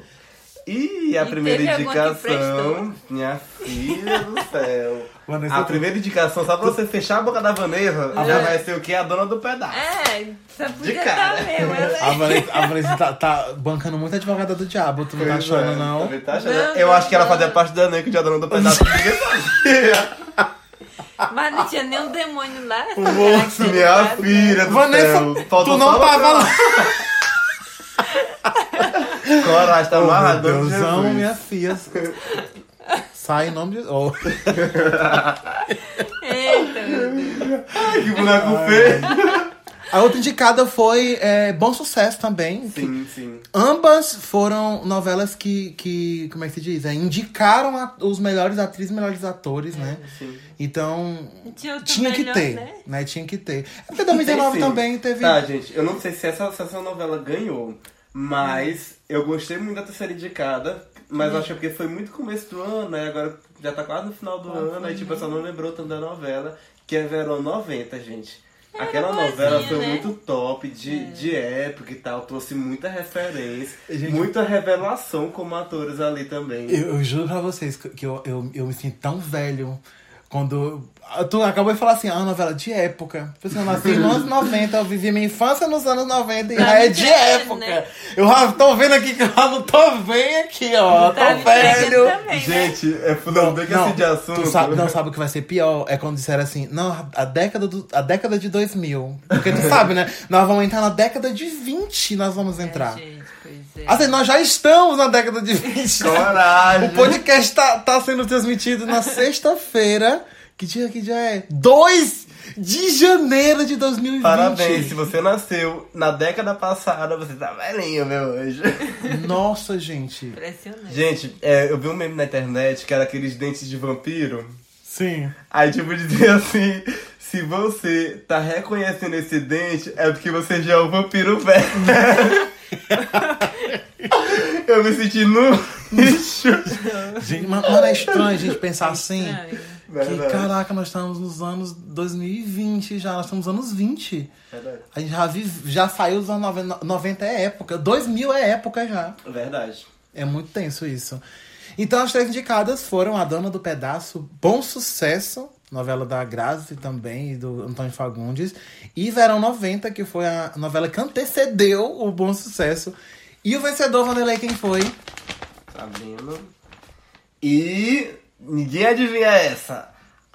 [SPEAKER 4] E a
[SPEAKER 5] E
[SPEAKER 4] primeira
[SPEAKER 5] teve alguma que
[SPEAKER 4] indicação,
[SPEAKER 5] prestou?
[SPEAKER 4] minha filha do céu.
[SPEAKER 3] Vanessa,
[SPEAKER 4] a
[SPEAKER 3] tu-
[SPEAKER 4] primeira indicação, só pra você fechar a boca da Vanessa, já vai ser o que? A dona do pedaço.
[SPEAKER 3] Tá
[SPEAKER 5] É, só podia né?
[SPEAKER 4] cara.
[SPEAKER 5] estar meu. Ela
[SPEAKER 3] A Vanessa, a Vanessa tá, tá bancando muito advogada do diabo, tu não tá
[SPEAKER 4] Pois
[SPEAKER 3] achando,
[SPEAKER 4] é,
[SPEAKER 3] não?
[SPEAKER 4] também tá achando.
[SPEAKER 5] Não,
[SPEAKER 4] Eu
[SPEAKER 5] não,
[SPEAKER 4] acho que ela
[SPEAKER 5] não.
[SPEAKER 4] fazia parte da Nanco de Adão do Pedaço. Ninguém sabia.
[SPEAKER 5] é- Mas não tinha nenhum demônio lá.
[SPEAKER 4] Moço, minha filha. do
[SPEAKER 3] Vanessa,
[SPEAKER 4] céu.
[SPEAKER 3] tu
[SPEAKER 4] Faltou
[SPEAKER 3] não
[SPEAKER 4] só
[SPEAKER 3] tava lá.
[SPEAKER 4] o Coragem, tá
[SPEAKER 3] Ô,
[SPEAKER 4] amarrado.
[SPEAKER 3] meu
[SPEAKER 4] Jesus.
[SPEAKER 3] Deusão, minha filha. Sai em nome de. Oh.
[SPEAKER 5] Eita, meu Deus.
[SPEAKER 4] Ai, que boneco feio.
[SPEAKER 3] A outra indicada foi é, Bom Sucesso também. que
[SPEAKER 4] Sim, sim.
[SPEAKER 3] Ambas foram novelas que, que como é que se diz? É, indicaram a- os melhores atrizes e melhores atores, né?
[SPEAKER 4] É, sim.
[SPEAKER 3] Então,
[SPEAKER 5] Tinha outro
[SPEAKER 3] tinha que
[SPEAKER 5] melhor,
[SPEAKER 3] ter, né?
[SPEAKER 5] né?
[SPEAKER 3] Tinha que ter. É Porque 2019
[SPEAKER 4] Tem sim.
[SPEAKER 3] também teve...
[SPEAKER 4] Tá, gente, eu não sei se essa, se essa novela ganhou, mas eu gostei muito da terceira indicada. Mas eu acho que é porque foi muito começo do ano, né? Agora já tá quase no final do ano, aí tipo, ela não lembrou tanto da novela, que é Verão 90, gente. Aquela
[SPEAKER 5] boazinha,
[SPEAKER 4] novela foi
[SPEAKER 5] né? É.
[SPEAKER 4] muito top de, de época e tal, trouxe muita referência,
[SPEAKER 3] Gente,
[SPEAKER 4] muita revelação como atores ali também.
[SPEAKER 3] Eu, eu juro pra vocês que que eu, eu, eu me sinto tão velho quando. Ah, Tu acabou de falar assim, ah, novela de época. Tipo assim, Eu nasci nos anos 90, eu vivi minha infância nos anos 90 e
[SPEAKER 5] Tá
[SPEAKER 3] já é
[SPEAKER 5] me
[SPEAKER 3] de
[SPEAKER 5] entendendo,
[SPEAKER 3] época.
[SPEAKER 5] né?
[SPEAKER 3] Eu já tô vendo aqui que eu já não tô bem aqui, ó.
[SPEAKER 5] Tá
[SPEAKER 3] tô
[SPEAKER 5] me entendendo
[SPEAKER 3] velho.
[SPEAKER 5] também, né?
[SPEAKER 4] Gente, é falando bem que esse de assunto.
[SPEAKER 3] tu sabe, não sabe o que vai ser pior? É quando disseram assim, não, a- a década, do, a década de 2000. Porque tu sabe, né? Nós vamos entrar na década de 20, nós vamos entrar.
[SPEAKER 5] É, Gente, pois é.
[SPEAKER 3] Assim, nós já estamos na década de 20. O
[SPEAKER 4] Coragem.
[SPEAKER 3] podcast tá, tá sendo transmitido na sexta-feira. Que dia que dia é? 2 de janeiro de 2020.
[SPEAKER 4] Parabéns, se você nasceu na década passada, você tá velhinho, meu anjo.
[SPEAKER 3] Nossa, gente.
[SPEAKER 5] Impressionante.
[SPEAKER 4] Gente, é, eu vi um meme na internet que era aqueles dentes de vampiro.
[SPEAKER 3] Sim.
[SPEAKER 4] Aí, tipo, dizia assim: se você tá reconhecendo esse dente, é porque você já é um vampiro velho. eu me senti no lixo.
[SPEAKER 3] Gente, mas, mas é estranho a gente pensar assim.
[SPEAKER 5] Estranho.
[SPEAKER 3] Que, caraca, nós estamos nos anos 2020 já, nós estamos nos anos 20.
[SPEAKER 4] Verdade.
[SPEAKER 3] A gente já, vive, já saiu dos anos 90, 90 é época, 2000 é época já.
[SPEAKER 4] Verdade.
[SPEAKER 3] É muito tenso isso. Então as três indicadas foram A Dona do Pedaço, Bom Sucesso, novela da Grazi também e do Antônio Fagundes, e Verão 90, que foi a novela que antecedeu o Bom Sucesso. E o vencedor, Vanderlei, quem foi?
[SPEAKER 4] Tá vendo? E ninguém adivinha essa.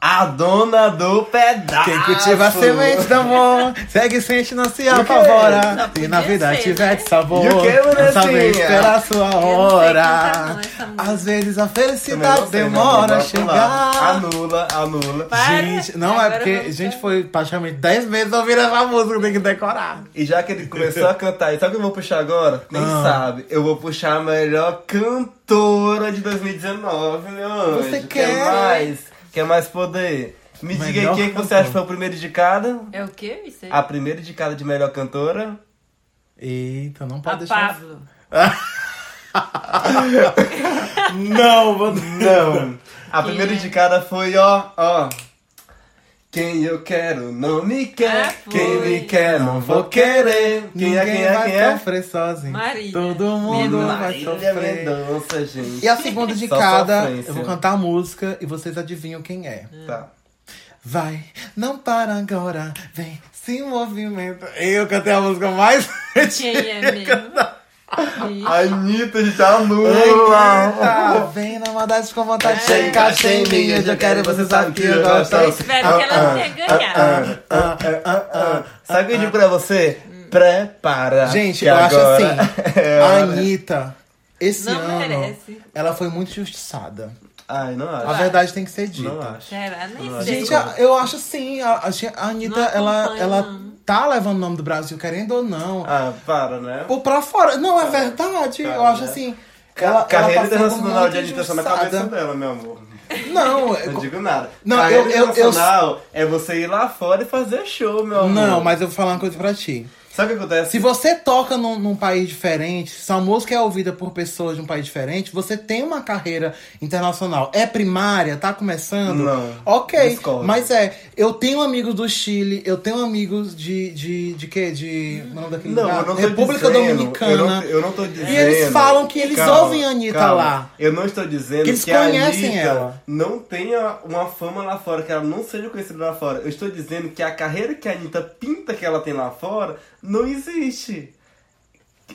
[SPEAKER 4] A dona do pedaço.
[SPEAKER 3] Quem cultiva a semente do amor, segue sente, não se
[SPEAKER 4] quê?
[SPEAKER 3] apavora.
[SPEAKER 5] Não
[SPEAKER 3] E na
[SPEAKER 5] podia
[SPEAKER 3] vida
[SPEAKER 5] ser,
[SPEAKER 3] tiver
[SPEAKER 5] né?
[SPEAKER 3] de sabor,
[SPEAKER 4] E o quê,
[SPEAKER 3] não sabe
[SPEAKER 4] Vanessinha?
[SPEAKER 3] esperar a sua
[SPEAKER 5] cantar,
[SPEAKER 3] hora.
[SPEAKER 5] não, tá essa música.
[SPEAKER 3] Às vezes a
[SPEAKER 4] Também não
[SPEAKER 3] felicidade
[SPEAKER 4] sei, né?
[SPEAKER 3] demora a
[SPEAKER 4] Vamos lá.
[SPEAKER 3] chegar.
[SPEAKER 4] Anula, anula.
[SPEAKER 5] Para.
[SPEAKER 3] Gente, não é
[SPEAKER 5] Agora
[SPEAKER 3] porque.
[SPEAKER 5] vamos
[SPEAKER 3] Gente,
[SPEAKER 5] pra-
[SPEAKER 3] foi praticamente 10 vezes ouvindo essa música, tem que decorar.
[SPEAKER 4] E já que ele começou a cantar, e sabe o que eu vou puxar agora? Nem
[SPEAKER 3] Ah.
[SPEAKER 4] sabe. Eu vou puxar a melhor cantora de 2019, meu anjo.
[SPEAKER 3] Você quer?
[SPEAKER 4] mais? Quer mais poder? Me
[SPEAKER 3] Melhor
[SPEAKER 4] diga quem que você
[SPEAKER 3] cantora.
[SPEAKER 4] acha que foi o primeiro indicado?
[SPEAKER 5] É o quê? Isso aí?
[SPEAKER 4] A primeira indicada de melhor cantora?
[SPEAKER 3] Eita, não pode
[SPEAKER 5] A
[SPEAKER 3] deixar.
[SPEAKER 5] Pablo.
[SPEAKER 3] Não, vou...
[SPEAKER 4] Não. A primeira
[SPEAKER 5] é?
[SPEAKER 4] indicada foi, ó, ó. Quem eu quero não me quer,
[SPEAKER 5] Ah, foi.
[SPEAKER 4] quem me quer não vou querer. Quem é,
[SPEAKER 3] Ninguém
[SPEAKER 4] quem é,
[SPEAKER 3] vai
[SPEAKER 4] quem é?
[SPEAKER 3] sofrer sozinho.
[SPEAKER 5] Marília.
[SPEAKER 3] Todo mundo
[SPEAKER 5] Menina
[SPEAKER 3] vai
[SPEAKER 4] Marília
[SPEAKER 3] sofrer.
[SPEAKER 4] Mendonça, gente.
[SPEAKER 3] E a segunda
[SPEAKER 4] é Só
[SPEAKER 3] indicada,
[SPEAKER 4] sofrência.
[SPEAKER 3] eu vou cantar a música e vocês adivinham quem é.
[SPEAKER 4] Tá.
[SPEAKER 3] Vai, não para agora, vem, se movimenta. Eu cantei a música mais.
[SPEAKER 5] Quem é mesmo?
[SPEAKER 4] Anitta, gente, anula.
[SPEAKER 3] Eita, vem na maldade com vontade de
[SPEAKER 4] Vem
[SPEAKER 3] chegar
[SPEAKER 4] cá,
[SPEAKER 3] sem
[SPEAKER 4] sem
[SPEAKER 3] mim.
[SPEAKER 4] mim,
[SPEAKER 3] Eu já quero, você sabe que eu gosto.
[SPEAKER 5] Eu espero
[SPEAKER 3] Ah,
[SPEAKER 5] que ela tenha
[SPEAKER 4] Ah,
[SPEAKER 5] ganhado.
[SPEAKER 4] Sabe o que eu digo pra você?
[SPEAKER 5] Hum.
[SPEAKER 4] Prepara.
[SPEAKER 3] Gente,
[SPEAKER 4] que
[SPEAKER 3] eu acho
[SPEAKER 4] agora
[SPEAKER 3] assim,
[SPEAKER 4] é
[SPEAKER 3] a
[SPEAKER 4] hora.
[SPEAKER 3] Anitta, esse
[SPEAKER 5] Não
[SPEAKER 3] ano,
[SPEAKER 5] merece.
[SPEAKER 3] ela foi muito injustiçada.
[SPEAKER 4] Ai, não
[SPEAKER 3] A
[SPEAKER 4] acho.
[SPEAKER 3] verdade tem que ser dita.
[SPEAKER 4] Não acho.
[SPEAKER 5] Será? Nem sei.
[SPEAKER 3] Gente, a- eu acho sim. A, a Anitta,
[SPEAKER 5] Não
[SPEAKER 3] ela,
[SPEAKER 5] acompanho,
[SPEAKER 3] ela
[SPEAKER 5] não.
[SPEAKER 3] tá levando o nome do Brasil, querendo ou não.
[SPEAKER 4] Ah, para, né?
[SPEAKER 3] Ou pra fora. Não, é verdade.
[SPEAKER 4] cara,
[SPEAKER 3] eu acho
[SPEAKER 4] né?
[SPEAKER 3] assim.
[SPEAKER 4] Ca-
[SPEAKER 3] Ela, ela
[SPEAKER 4] Carreira
[SPEAKER 3] tá sendo
[SPEAKER 4] internacional
[SPEAKER 3] muito
[SPEAKER 4] de Anitta só na cabeça
[SPEAKER 3] injustiçada.
[SPEAKER 4] dela, meu amor.
[SPEAKER 3] Não,
[SPEAKER 4] Não
[SPEAKER 3] é-
[SPEAKER 4] digo nada.
[SPEAKER 3] Não,
[SPEAKER 4] Carreira
[SPEAKER 3] eu- eu- eu-
[SPEAKER 4] internacional é você ir lá fora e fazer show, meu amor.
[SPEAKER 3] não, mas eu vou falar uma coisa pra ti.
[SPEAKER 4] Sabe o que acontece?
[SPEAKER 3] Se você toca num, num país diferente, se a música é ouvida por pessoas de um país diferente, você tem uma carreira internacional. É primária, tá começando?
[SPEAKER 4] Não.
[SPEAKER 3] Ok.
[SPEAKER 4] Discordo.
[SPEAKER 3] Mas é, eu tenho amigos do Chile, eu tenho amigos de. de, de quê? De. o nome daquele
[SPEAKER 4] Não,
[SPEAKER 3] lugar?
[SPEAKER 4] eu não tô
[SPEAKER 3] República
[SPEAKER 4] dizendo,
[SPEAKER 3] Dominicana.
[SPEAKER 4] Eu não, eu não tô dizendo.
[SPEAKER 3] eles falam que eles ouvem a Anitta
[SPEAKER 4] calma.
[SPEAKER 3] lá.
[SPEAKER 4] Eu não estou
[SPEAKER 3] Que
[SPEAKER 4] dizendo que,
[SPEAKER 3] eles
[SPEAKER 4] a
[SPEAKER 3] conhecem
[SPEAKER 4] Anitta
[SPEAKER 3] ela.
[SPEAKER 4] não tenha uma fama lá fora, que ela não seja conhecida lá fora. Eu estou dizendo que a carreira que a Anitta pinta que ela tem lá fora não existe.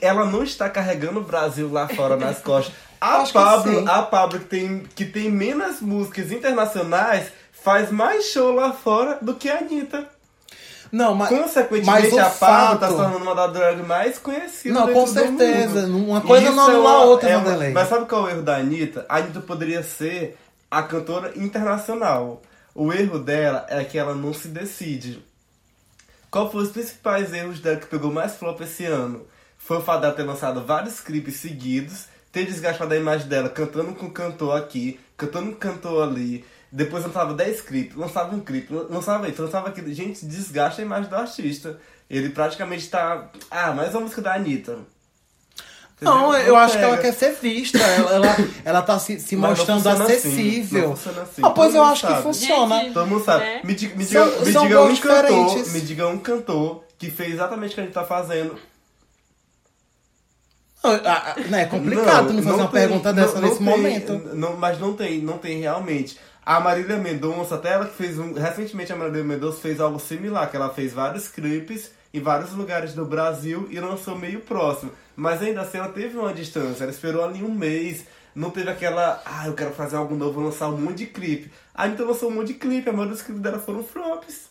[SPEAKER 4] Ela não está carregando o Brasil lá fora nas costas. A
[SPEAKER 3] Acho que sim.
[SPEAKER 4] Pablo, a Pablo que tem, que tem menos músicas internacionais, faz mais show lá fora do que a Anitta.
[SPEAKER 3] Não, mas. mas
[SPEAKER 4] Consequentemente,
[SPEAKER 3] o
[SPEAKER 4] a Pablo tá
[SPEAKER 3] fato-
[SPEAKER 4] se tornando uma da drag mais conhecida.
[SPEAKER 3] Não,
[SPEAKER 4] dentro
[SPEAKER 3] com
[SPEAKER 4] do
[SPEAKER 3] certeza.
[SPEAKER 4] mundo.
[SPEAKER 3] Uma coisa
[SPEAKER 4] Isso
[SPEAKER 3] não anula
[SPEAKER 4] é uma-
[SPEAKER 3] a outra,
[SPEAKER 4] é uma-
[SPEAKER 3] Vanderlei.
[SPEAKER 4] Mas sabe qual é o erro da Anitta? A Anitta poderia ser a cantora internacional. O erro dela é que ela não se decide. Qual foi os principais erros dela que pegou mais flop esse ano? Foi o fato dela ter lançado vários clipes seguidos, ter desgastado a imagem dela cantando com um cantor aqui, cantando com um cantor ali. Depois lançava 10 clipes, lançava um clipe, lançava isso, lançava aquilo. Gente, desgasta a imagem do artista. Ele praticamente tá. Ah, mais uma música da Anitta.
[SPEAKER 3] Não,
[SPEAKER 4] Entendeu?
[SPEAKER 3] eu acho que
[SPEAKER 4] pega.
[SPEAKER 3] ela quer ser vista. Ela, ela, ela tá se, se
[SPEAKER 4] Mas não
[SPEAKER 3] mostrando
[SPEAKER 4] funciona assim,
[SPEAKER 3] acessível.
[SPEAKER 4] não funciona assim.
[SPEAKER 3] Ah, pois
[SPEAKER 4] Todo
[SPEAKER 3] eu
[SPEAKER 4] mundo
[SPEAKER 3] acho que
[SPEAKER 4] sabe.
[SPEAKER 3] funciona.
[SPEAKER 5] Gente,
[SPEAKER 4] Todo mundo sabe.
[SPEAKER 5] Né?
[SPEAKER 4] Me, diga, me diga,
[SPEAKER 3] São-
[SPEAKER 4] me
[SPEAKER 3] são
[SPEAKER 4] diga um
[SPEAKER 3] gols
[SPEAKER 4] cantor.
[SPEAKER 3] diferentes.
[SPEAKER 4] Me diga um cantor que fez exatamente o que a gente tá fazendo.
[SPEAKER 3] Não, ah, ah, né, é complicado tu me fazer uma
[SPEAKER 4] tem,
[SPEAKER 3] pergunta dessa
[SPEAKER 4] não
[SPEAKER 3] nesse
[SPEAKER 4] tem,
[SPEAKER 3] momento.
[SPEAKER 4] n- não- mas não tem, não tem realmente. A Marília Mendonça, até ela que fez um. Recentemente a Marília Mendonça fez algo similar, que ela fez vários clipes em vários lugares do Brasil e lançou meio próximo. Mas ainda assim ela teve uma distância, ela esperou ali um mês. Não teve aquela, ah, eu quero fazer algo novo, vou lançar um monte de clipe. A Anitta lançou um monte de clipe, a maioria dos clipes dela foram flops.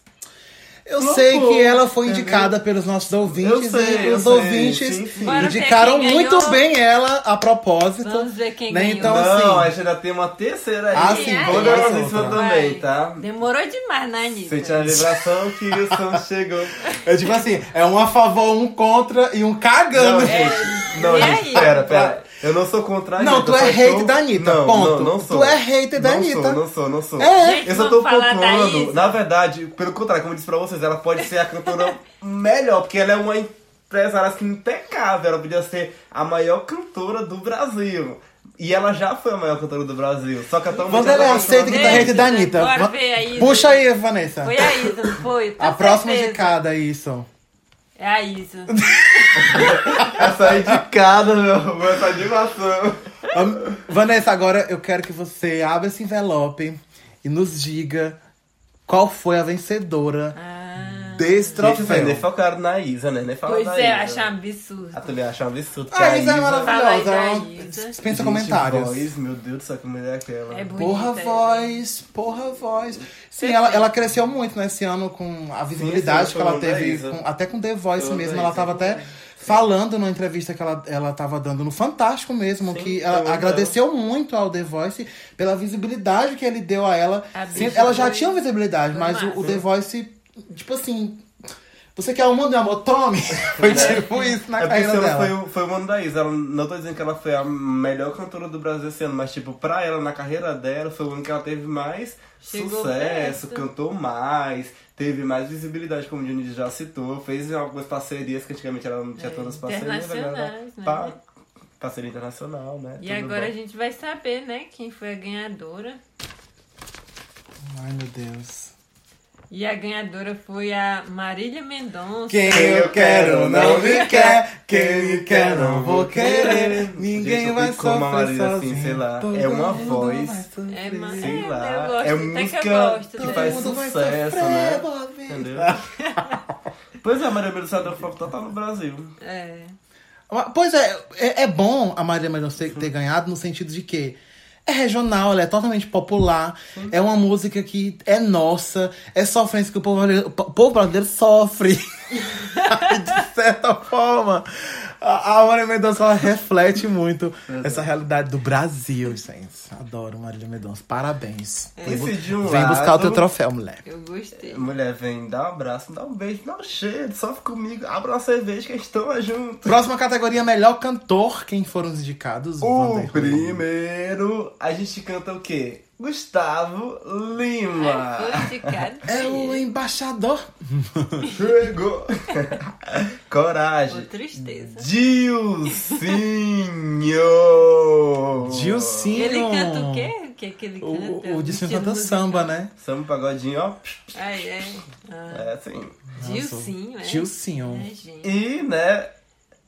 [SPEAKER 3] Eu
[SPEAKER 4] Não
[SPEAKER 3] sei
[SPEAKER 4] vou,
[SPEAKER 3] que ela foi
[SPEAKER 4] entendeu?
[SPEAKER 3] indicada pelos nossos
[SPEAKER 4] Eu
[SPEAKER 3] ouvintes
[SPEAKER 4] sei,
[SPEAKER 3] e
[SPEAKER 4] eu
[SPEAKER 3] os
[SPEAKER 4] sei,
[SPEAKER 3] ouvintes
[SPEAKER 4] sim, sim.
[SPEAKER 5] Bora ver
[SPEAKER 3] indicaram
[SPEAKER 5] quem
[SPEAKER 3] muito
[SPEAKER 5] ganhou.
[SPEAKER 3] bem ela a propósito.
[SPEAKER 5] Vamos ver quem
[SPEAKER 3] né?
[SPEAKER 5] ganhou.
[SPEAKER 3] Então,
[SPEAKER 4] não, a
[SPEAKER 3] assim,
[SPEAKER 4] gente ainda tem uma terceira
[SPEAKER 3] Ah,
[SPEAKER 4] aí,
[SPEAKER 5] sim, tem
[SPEAKER 4] poderosíssima
[SPEAKER 3] outra.
[SPEAKER 4] também, tá?
[SPEAKER 5] Demorou demais, né, Anitta?
[SPEAKER 4] Sente a vibração que o som chegou.
[SPEAKER 3] é tipo assim, é um a favor, um contra e um
[SPEAKER 5] é
[SPEAKER 3] cagando.
[SPEAKER 4] Não, gente, não,
[SPEAKER 5] e
[SPEAKER 4] gente
[SPEAKER 5] aí?
[SPEAKER 4] pera, pera. Eu não sou contra a
[SPEAKER 3] Não,
[SPEAKER 4] Anitta,
[SPEAKER 3] tu é
[SPEAKER 4] eu só
[SPEAKER 3] hater
[SPEAKER 4] estou-
[SPEAKER 3] da Anitta,
[SPEAKER 4] não,
[SPEAKER 3] ponto.
[SPEAKER 4] Não, não sou.
[SPEAKER 3] Tu é hater da
[SPEAKER 4] não
[SPEAKER 3] Anitta.
[SPEAKER 4] Sou, não sou, não sou.
[SPEAKER 3] É.
[SPEAKER 5] Gente,
[SPEAKER 4] Eu só tô
[SPEAKER 5] vamos falar da
[SPEAKER 4] pontuando,
[SPEAKER 5] Isa?
[SPEAKER 4] na verdade, pelo contrário, como eu disse pra vocês, ela pode ser a cantora melhor, porque ela é uma empresária assim, impecável, ela podia ser a maior cantora do Brasil. E ela já foi a maior cantora do Brasil, só que atualmente...
[SPEAKER 3] Vanderlei,
[SPEAKER 4] ela tá
[SPEAKER 3] aceita que
[SPEAKER 4] cantora
[SPEAKER 3] tu é
[SPEAKER 5] Vanessa,
[SPEAKER 3] hater da Anitta.
[SPEAKER 5] bora
[SPEAKER 3] Va-
[SPEAKER 5] ver aí,
[SPEAKER 3] Puxa
[SPEAKER 5] Isa.
[SPEAKER 3] aí, Vanessa.
[SPEAKER 5] Foi a Isa, não foi? Com
[SPEAKER 3] A próxima
[SPEAKER 5] certeza.
[SPEAKER 3] indicada, isso.
[SPEAKER 5] É a Isa.
[SPEAKER 4] Essa é indicada, meu amor, essa é animação.
[SPEAKER 3] Am- Vanessa, agora eu quero que você abra esse envelope e nos diga qual foi a vencedora desse
[SPEAKER 4] Gente, vocês nem
[SPEAKER 3] troféu.
[SPEAKER 4] focaram na Isa, né? Nem falaram
[SPEAKER 5] Ah, Pois
[SPEAKER 4] da
[SPEAKER 5] é,
[SPEAKER 4] Isa.
[SPEAKER 5] achei um absurdo.
[SPEAKER 4] Ah, também acho um absurdo. que
[SPEAKER 3] A Isa é
[SPEAKER 5] Fala aí
[SPEAKER 3] maravilhosa.
[SPEAKER 5] da
[SPEAKER 3] ela
[SPEAKER 5] Isa.
[SPEAKER 3] Dispensa
[SPEAKER 4] Gente,
[SPEAKER 3] comentários.
[SPEAKER 4] voz, meu Deus do céu, que mulher é aquela.
[SPEAKER 5] É bonita.
[SPEAKER 3] Porra voz, porra voz. Sim, ela, ela cresceu muito nesse ano com a visibilidade
[SPEAKER 4] sim,
[SPEAKER 3] que ela
[SPEAKER 4] falando da
[SPEAKER 3] teve,
[SPEAKER 4] Isa.
[SPEAKER 3] com- até com The Voice
[SPEAKER 4] Falando
[SPEAKER 3] mesmo.
[SPEAKER 4] da
[SPEAKER 3] Ela
[SPEAKER 4] Isa.
[SPEAKER 3] tava até falando numa entrevista que ela, ela tava dando no Fantástico mesmo, que ela
[SPEAKER 4] falando
[SPEAKER 3] agradeceu muito ao The Voice pela visibilidade que ele deu a ela.
[SPEAKER 5] A
[SPEAKER 3] Sim,
[SPEAKER 5] bicha
[SPEAKER 3] ela já
[SPEAKER 5] foi-
[SPEAKER 3] tinha visibilidade,
[SPEAKER 5] foi
[SPEAKER 3] mas o, o
[SPEAKER 5] massa.
[SPEAKER 3] The Voice, tipo assim. Você quer o mundo, meu amor? Tome! Foi tipo isso na
[SPEAKER 4] É porque esse
[SPEAKER 3] carreira
[SPEAKER 4] ano
[SPEAKER 3] dela.
[SPEAKER 4] foi, o- foi o ano da Isa. Ela, não tô dizendo que ela foi a melhor cantora do Brasil esse ano, mas, tipo, pra ela, na carreira dela, foi o ano que ela teve mais
[SPEAKER 5] Chegou
[SPEAKER 4] sucesso,
[SPEAKER 5] perto.
[SPEAKER 4] cantou mais, teve mais visibilidade, como o Dionísio já citou, fez algumas parcerias que antigamente ela não tinha
[SPEAKER 5] É,
[SPEAKER 4] todas as parcerias. Agora ela
[SPEAKER 5] internacionais, né?
[SPEAKER 4] pa- parceria internacional, né?
[SPEAKER 5] E
[SPEAKER 4] Tudo
[SPEAKER 5] agora
[SPEAKER 4] bom.
[SPEAKER 5] a gente vai saber, né, quem foi a ganhadora.
[SPEAKER 4] um
[SPEAKER 3] Ai, meu Deus.
[SPEAKER 5] E a ganhadora foi a Marília Mendonça.
[SPEAKER 3] Quem eu quero não me quer, quem me quer não vou querer. Ninguém
[SPEAKER 4] Gente, eu
[SPEAKER 3] vai
[SPEAKER 4] fico com uma
[SPEAKER 3] sofrer
[SPEAKER 4] Marília assim,
[SPEAKER 3] sozinho.
[SPEAKER 4] sei lá,
[SPEAKER 3] Todo
[SPEAKER 4] é uma
[SPEAKER 3] mundo
[SPEAKER 4] voz.
[SPEAKER 3] vai sofrer.
[SPEAKER 5] É, mas
[SPEAKER 4] Sei
[SPEAKER 5] é,
[SPEAKER 4] lá,
[SPEAKER 5] eu gosto,
[SPEAKER 4] é
[SPEAKER 5] até
[SPEAKER 4] música
[SPEAKER 5] que eu gosto
[SPEAKER 4] que
[SPEAKER 5] dela.
[SPEAKER 4] faz
[SPEAKER 3] É, Todo mundo vai
[SPEAKER 4] sucesso,
[SPEAKER 3] sofrer,
[SPEAKER 4] né?
[SPEAKER 3] Bob.
[SPEAKER 4] Entendeu? pois é, a Maria Mendonça deu flop total tá no Brasil.
[SPEAKER 5] É.
[SPEAKER 3] Mas, Pois é, é, é bom a Marília Mendonça ter, ter ganhado no sentido de que é regional, ela é totalmente popular, é uma música que é nossa, é sofrência que o povo brasileiro, o povo brasileiro sofre. de certa forma, a, a Marília Mendonça ela reflete muito essa realidade do Brasil, gente. Adoro Marília Mendonça, parabéns. Vem, bu-
[SPEAKER 4] Esse de um
[SPEAKER 3] vem buscar o
[SPEAKER 4] lado-
[SPEAKER 3] teu troféu, mulher.
[SPEAKER 5] Eu gostei.
[SPEAKER 4] Mulher, vem, dá um abraço, dá um beijo, dá um cheiro, sofre comigo, abra uma cerveja que a gente toma junto.
[SPEAKER 3] Próxima categoria, melhor cantor. Quem foram os indicados?
[SPEAKER 4] O
[SPEAKER 3] Vanderlei.
[SPEAKER 4] primeiro, a gente canta o quê? Gustavo Lima.
[SPEAKER 5] Foi de cara.
[SPEAKER 3] É o embaixador.
[SPEAKER 4] Chegou.
[SPEAKER 5] Ô,
[SPEAKER 4] Coragem.
[SPEAKER 5] tristeza.
[SPEAKER 4] Dilcinho!
[SPEAKER 3] Dilcinho.
[SPEAKER 5] Ele canta o quê? O que é que ele
[SPEAKER 3] O,
[SPEAKER 5] canta?
[SPEAKER 3] o, o Dilcinho canta
[SPEAKER 5] musical.
[SPEAKER 3] samba, né?
[SPEAKER 4] Samba pagodinho, ó.
[SPEAKER 5] Ah, é. Ah,
[SPEAKER 4] É assim.
[SPEAKER 5] Dilcinho, é.
[SPEAKER 3] Dilcinho.
[SPEAKER 5] É, gente.
[SPEAKER 4] E, né?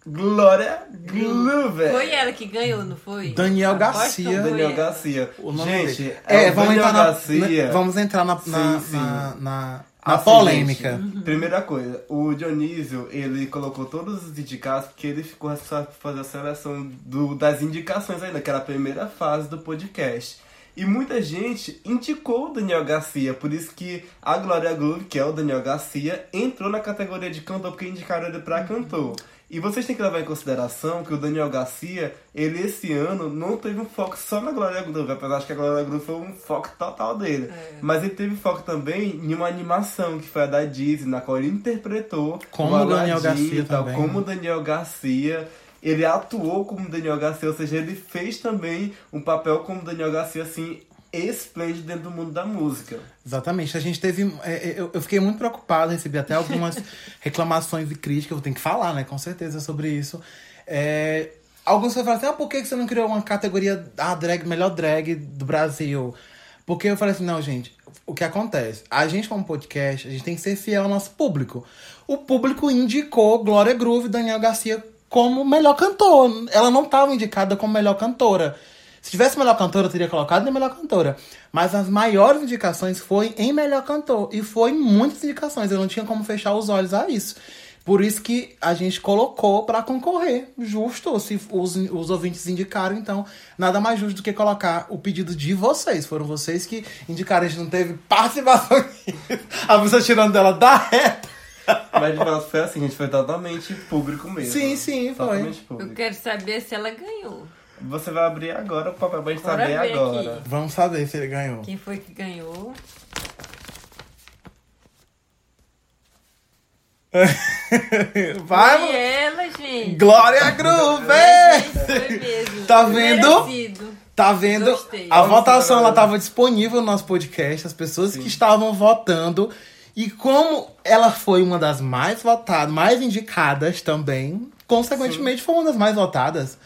[SPEAKER 4] Glória Glover.
[SPEAKER 5] Foi ela que ganhou, não foi?
[SPEAKER 3] Daniel
[SPEAKER 5] Aposto que
[SPEAKER 3] Garcia.
[SPEAKER 5] foi
[SPEAKER 4] Daniel
[SPEAKER 5] ela.
[SPEAKER 4] Garcia.
[SPEAKER 3] O nome
[SPEAKER 4] Gente,
[SPEAKER 3] dele.
[SPEAKER 4] é, o
[SPEAKER 3] vamos
[SPEAKER 4] Daniel
[SPEAKER 3] entrar na,
[SPEAKER 4] Garcia.
[SPEAKER 3] na- vamos entrar na, na,
[SPEAKER 4] Sim, sim.
[SPEAKER 3] na, na- na
[SPEAKER 4] Assim,
[SPEAKER 3] polêmica.
[SPEAKER 4] gente, primeira coisa, o Dionísio, ele colocou todos os indicados porque ele ficou responsável por fazer a seleção do, das indicações ainda, que era a primeira fase do podcast. E muita gente indicou o Daniel Garcia, por isso que a Glória Groove, que é o Daniel Garcia, entrou na categoria de cantor porque indicaram ele pra cantor. E vocês têm que levar em consideração que o Daniel Garcia, ele esse ano não teve um foco só na Glória Groove, apesar de que a Glória Groove foi um foco total dele. Mas ele teve foco também em uma animação que foi a da Disney, na qual ele interpretou
[SPEAKER 3] Como o Daniel
[SPEAKER 4] Aladdin
[SPEAKER 3] Garcia
[SPEAKER 4] e tal,
[SPEAKER 3] também, né?
[SPEAKER 4] como o Daniel Garcia. Ele atuou como Daniel Garcia, ou seja, ele fez também um papel como Daniel Garcia, assim, esplêndido dentro do mundo da música.
[SPEAKER 3] Exatamente. A gente teve. é, é, eu, eu fiquei muito preocupado, recebi até algumas reclamações e críticas, eu tenho que falar, né, com certeza, sobre isso. É, alguns falaram assim: ah, por que que você não criou uma categoria a drag, melhor drag do Brasil? Porque eu falei assim: não, gente, o que acontece? A gente, como podcast, a gente tem que ser fiel ao nosso público. O público indicou Glória Groove e Daniel Garcia como melhor cantor. Ela não estava indicada como melhor cantora. Se tivesse melhor cantora, eu teria colocado em melhor cantora. Mas as maiores indicações foi em melhor cantor. E foi muitas indicações. Eu não tinha como fechar os olhos a isso. Por isso que a gente colocou pra concorrer. Justo. Se os, os ouvintes indicaram, então, nada mais justo do que colocar o pedido de vocês. Foram vocês que indicaram. A gente não teve participação. nisso. a pessoa tirando dela da reta.
[SPEAKER 4] Mas de fato foi assim, gente, foi totalmente público mesmo.
[SPEAKER 3] Sim, sim, foi.
[SPEAKER 4] Totalmente público.
[SPEAKER 5] Eu quero saber se ela ganhou.
[SPEAKER 4] Você vai abrir agora o papel pra gente
[SPEAKER 5] Bora
[SPEAKER 4] saber
[SPEAKER 5] ver aqui.
[SPEAKER 4] agora.
[SPEAKER 3] Vamos saber se ele ganhou.
[SPEAKER 5] Quem foi que ganhou? foi
[SPEAKER 3] Vai,
[SPEAKER 5] ela, gente.
[SPEAKER 3] Glória Groove!
[SPEAKER 5] Gente, foi mesmo.
[SPEAKER 3] Tá vendo?
[SPEAKER 5] Merecido.
[SPEAKER 3] Tá vendo?
[SPEAKER 5] Gostei.
[SPEAKER 3] A
[SPEAKER 5] Vamos
[SPEAKER 3] votação ela
[SPEAKER 4] agora.
[SPEAKER 3] estava disponível no nosso podcast, as pessoas que estavam votando. E como ela foi uma das mais votadas, mais indicadas também, consequentemente foi uma das mais votadas.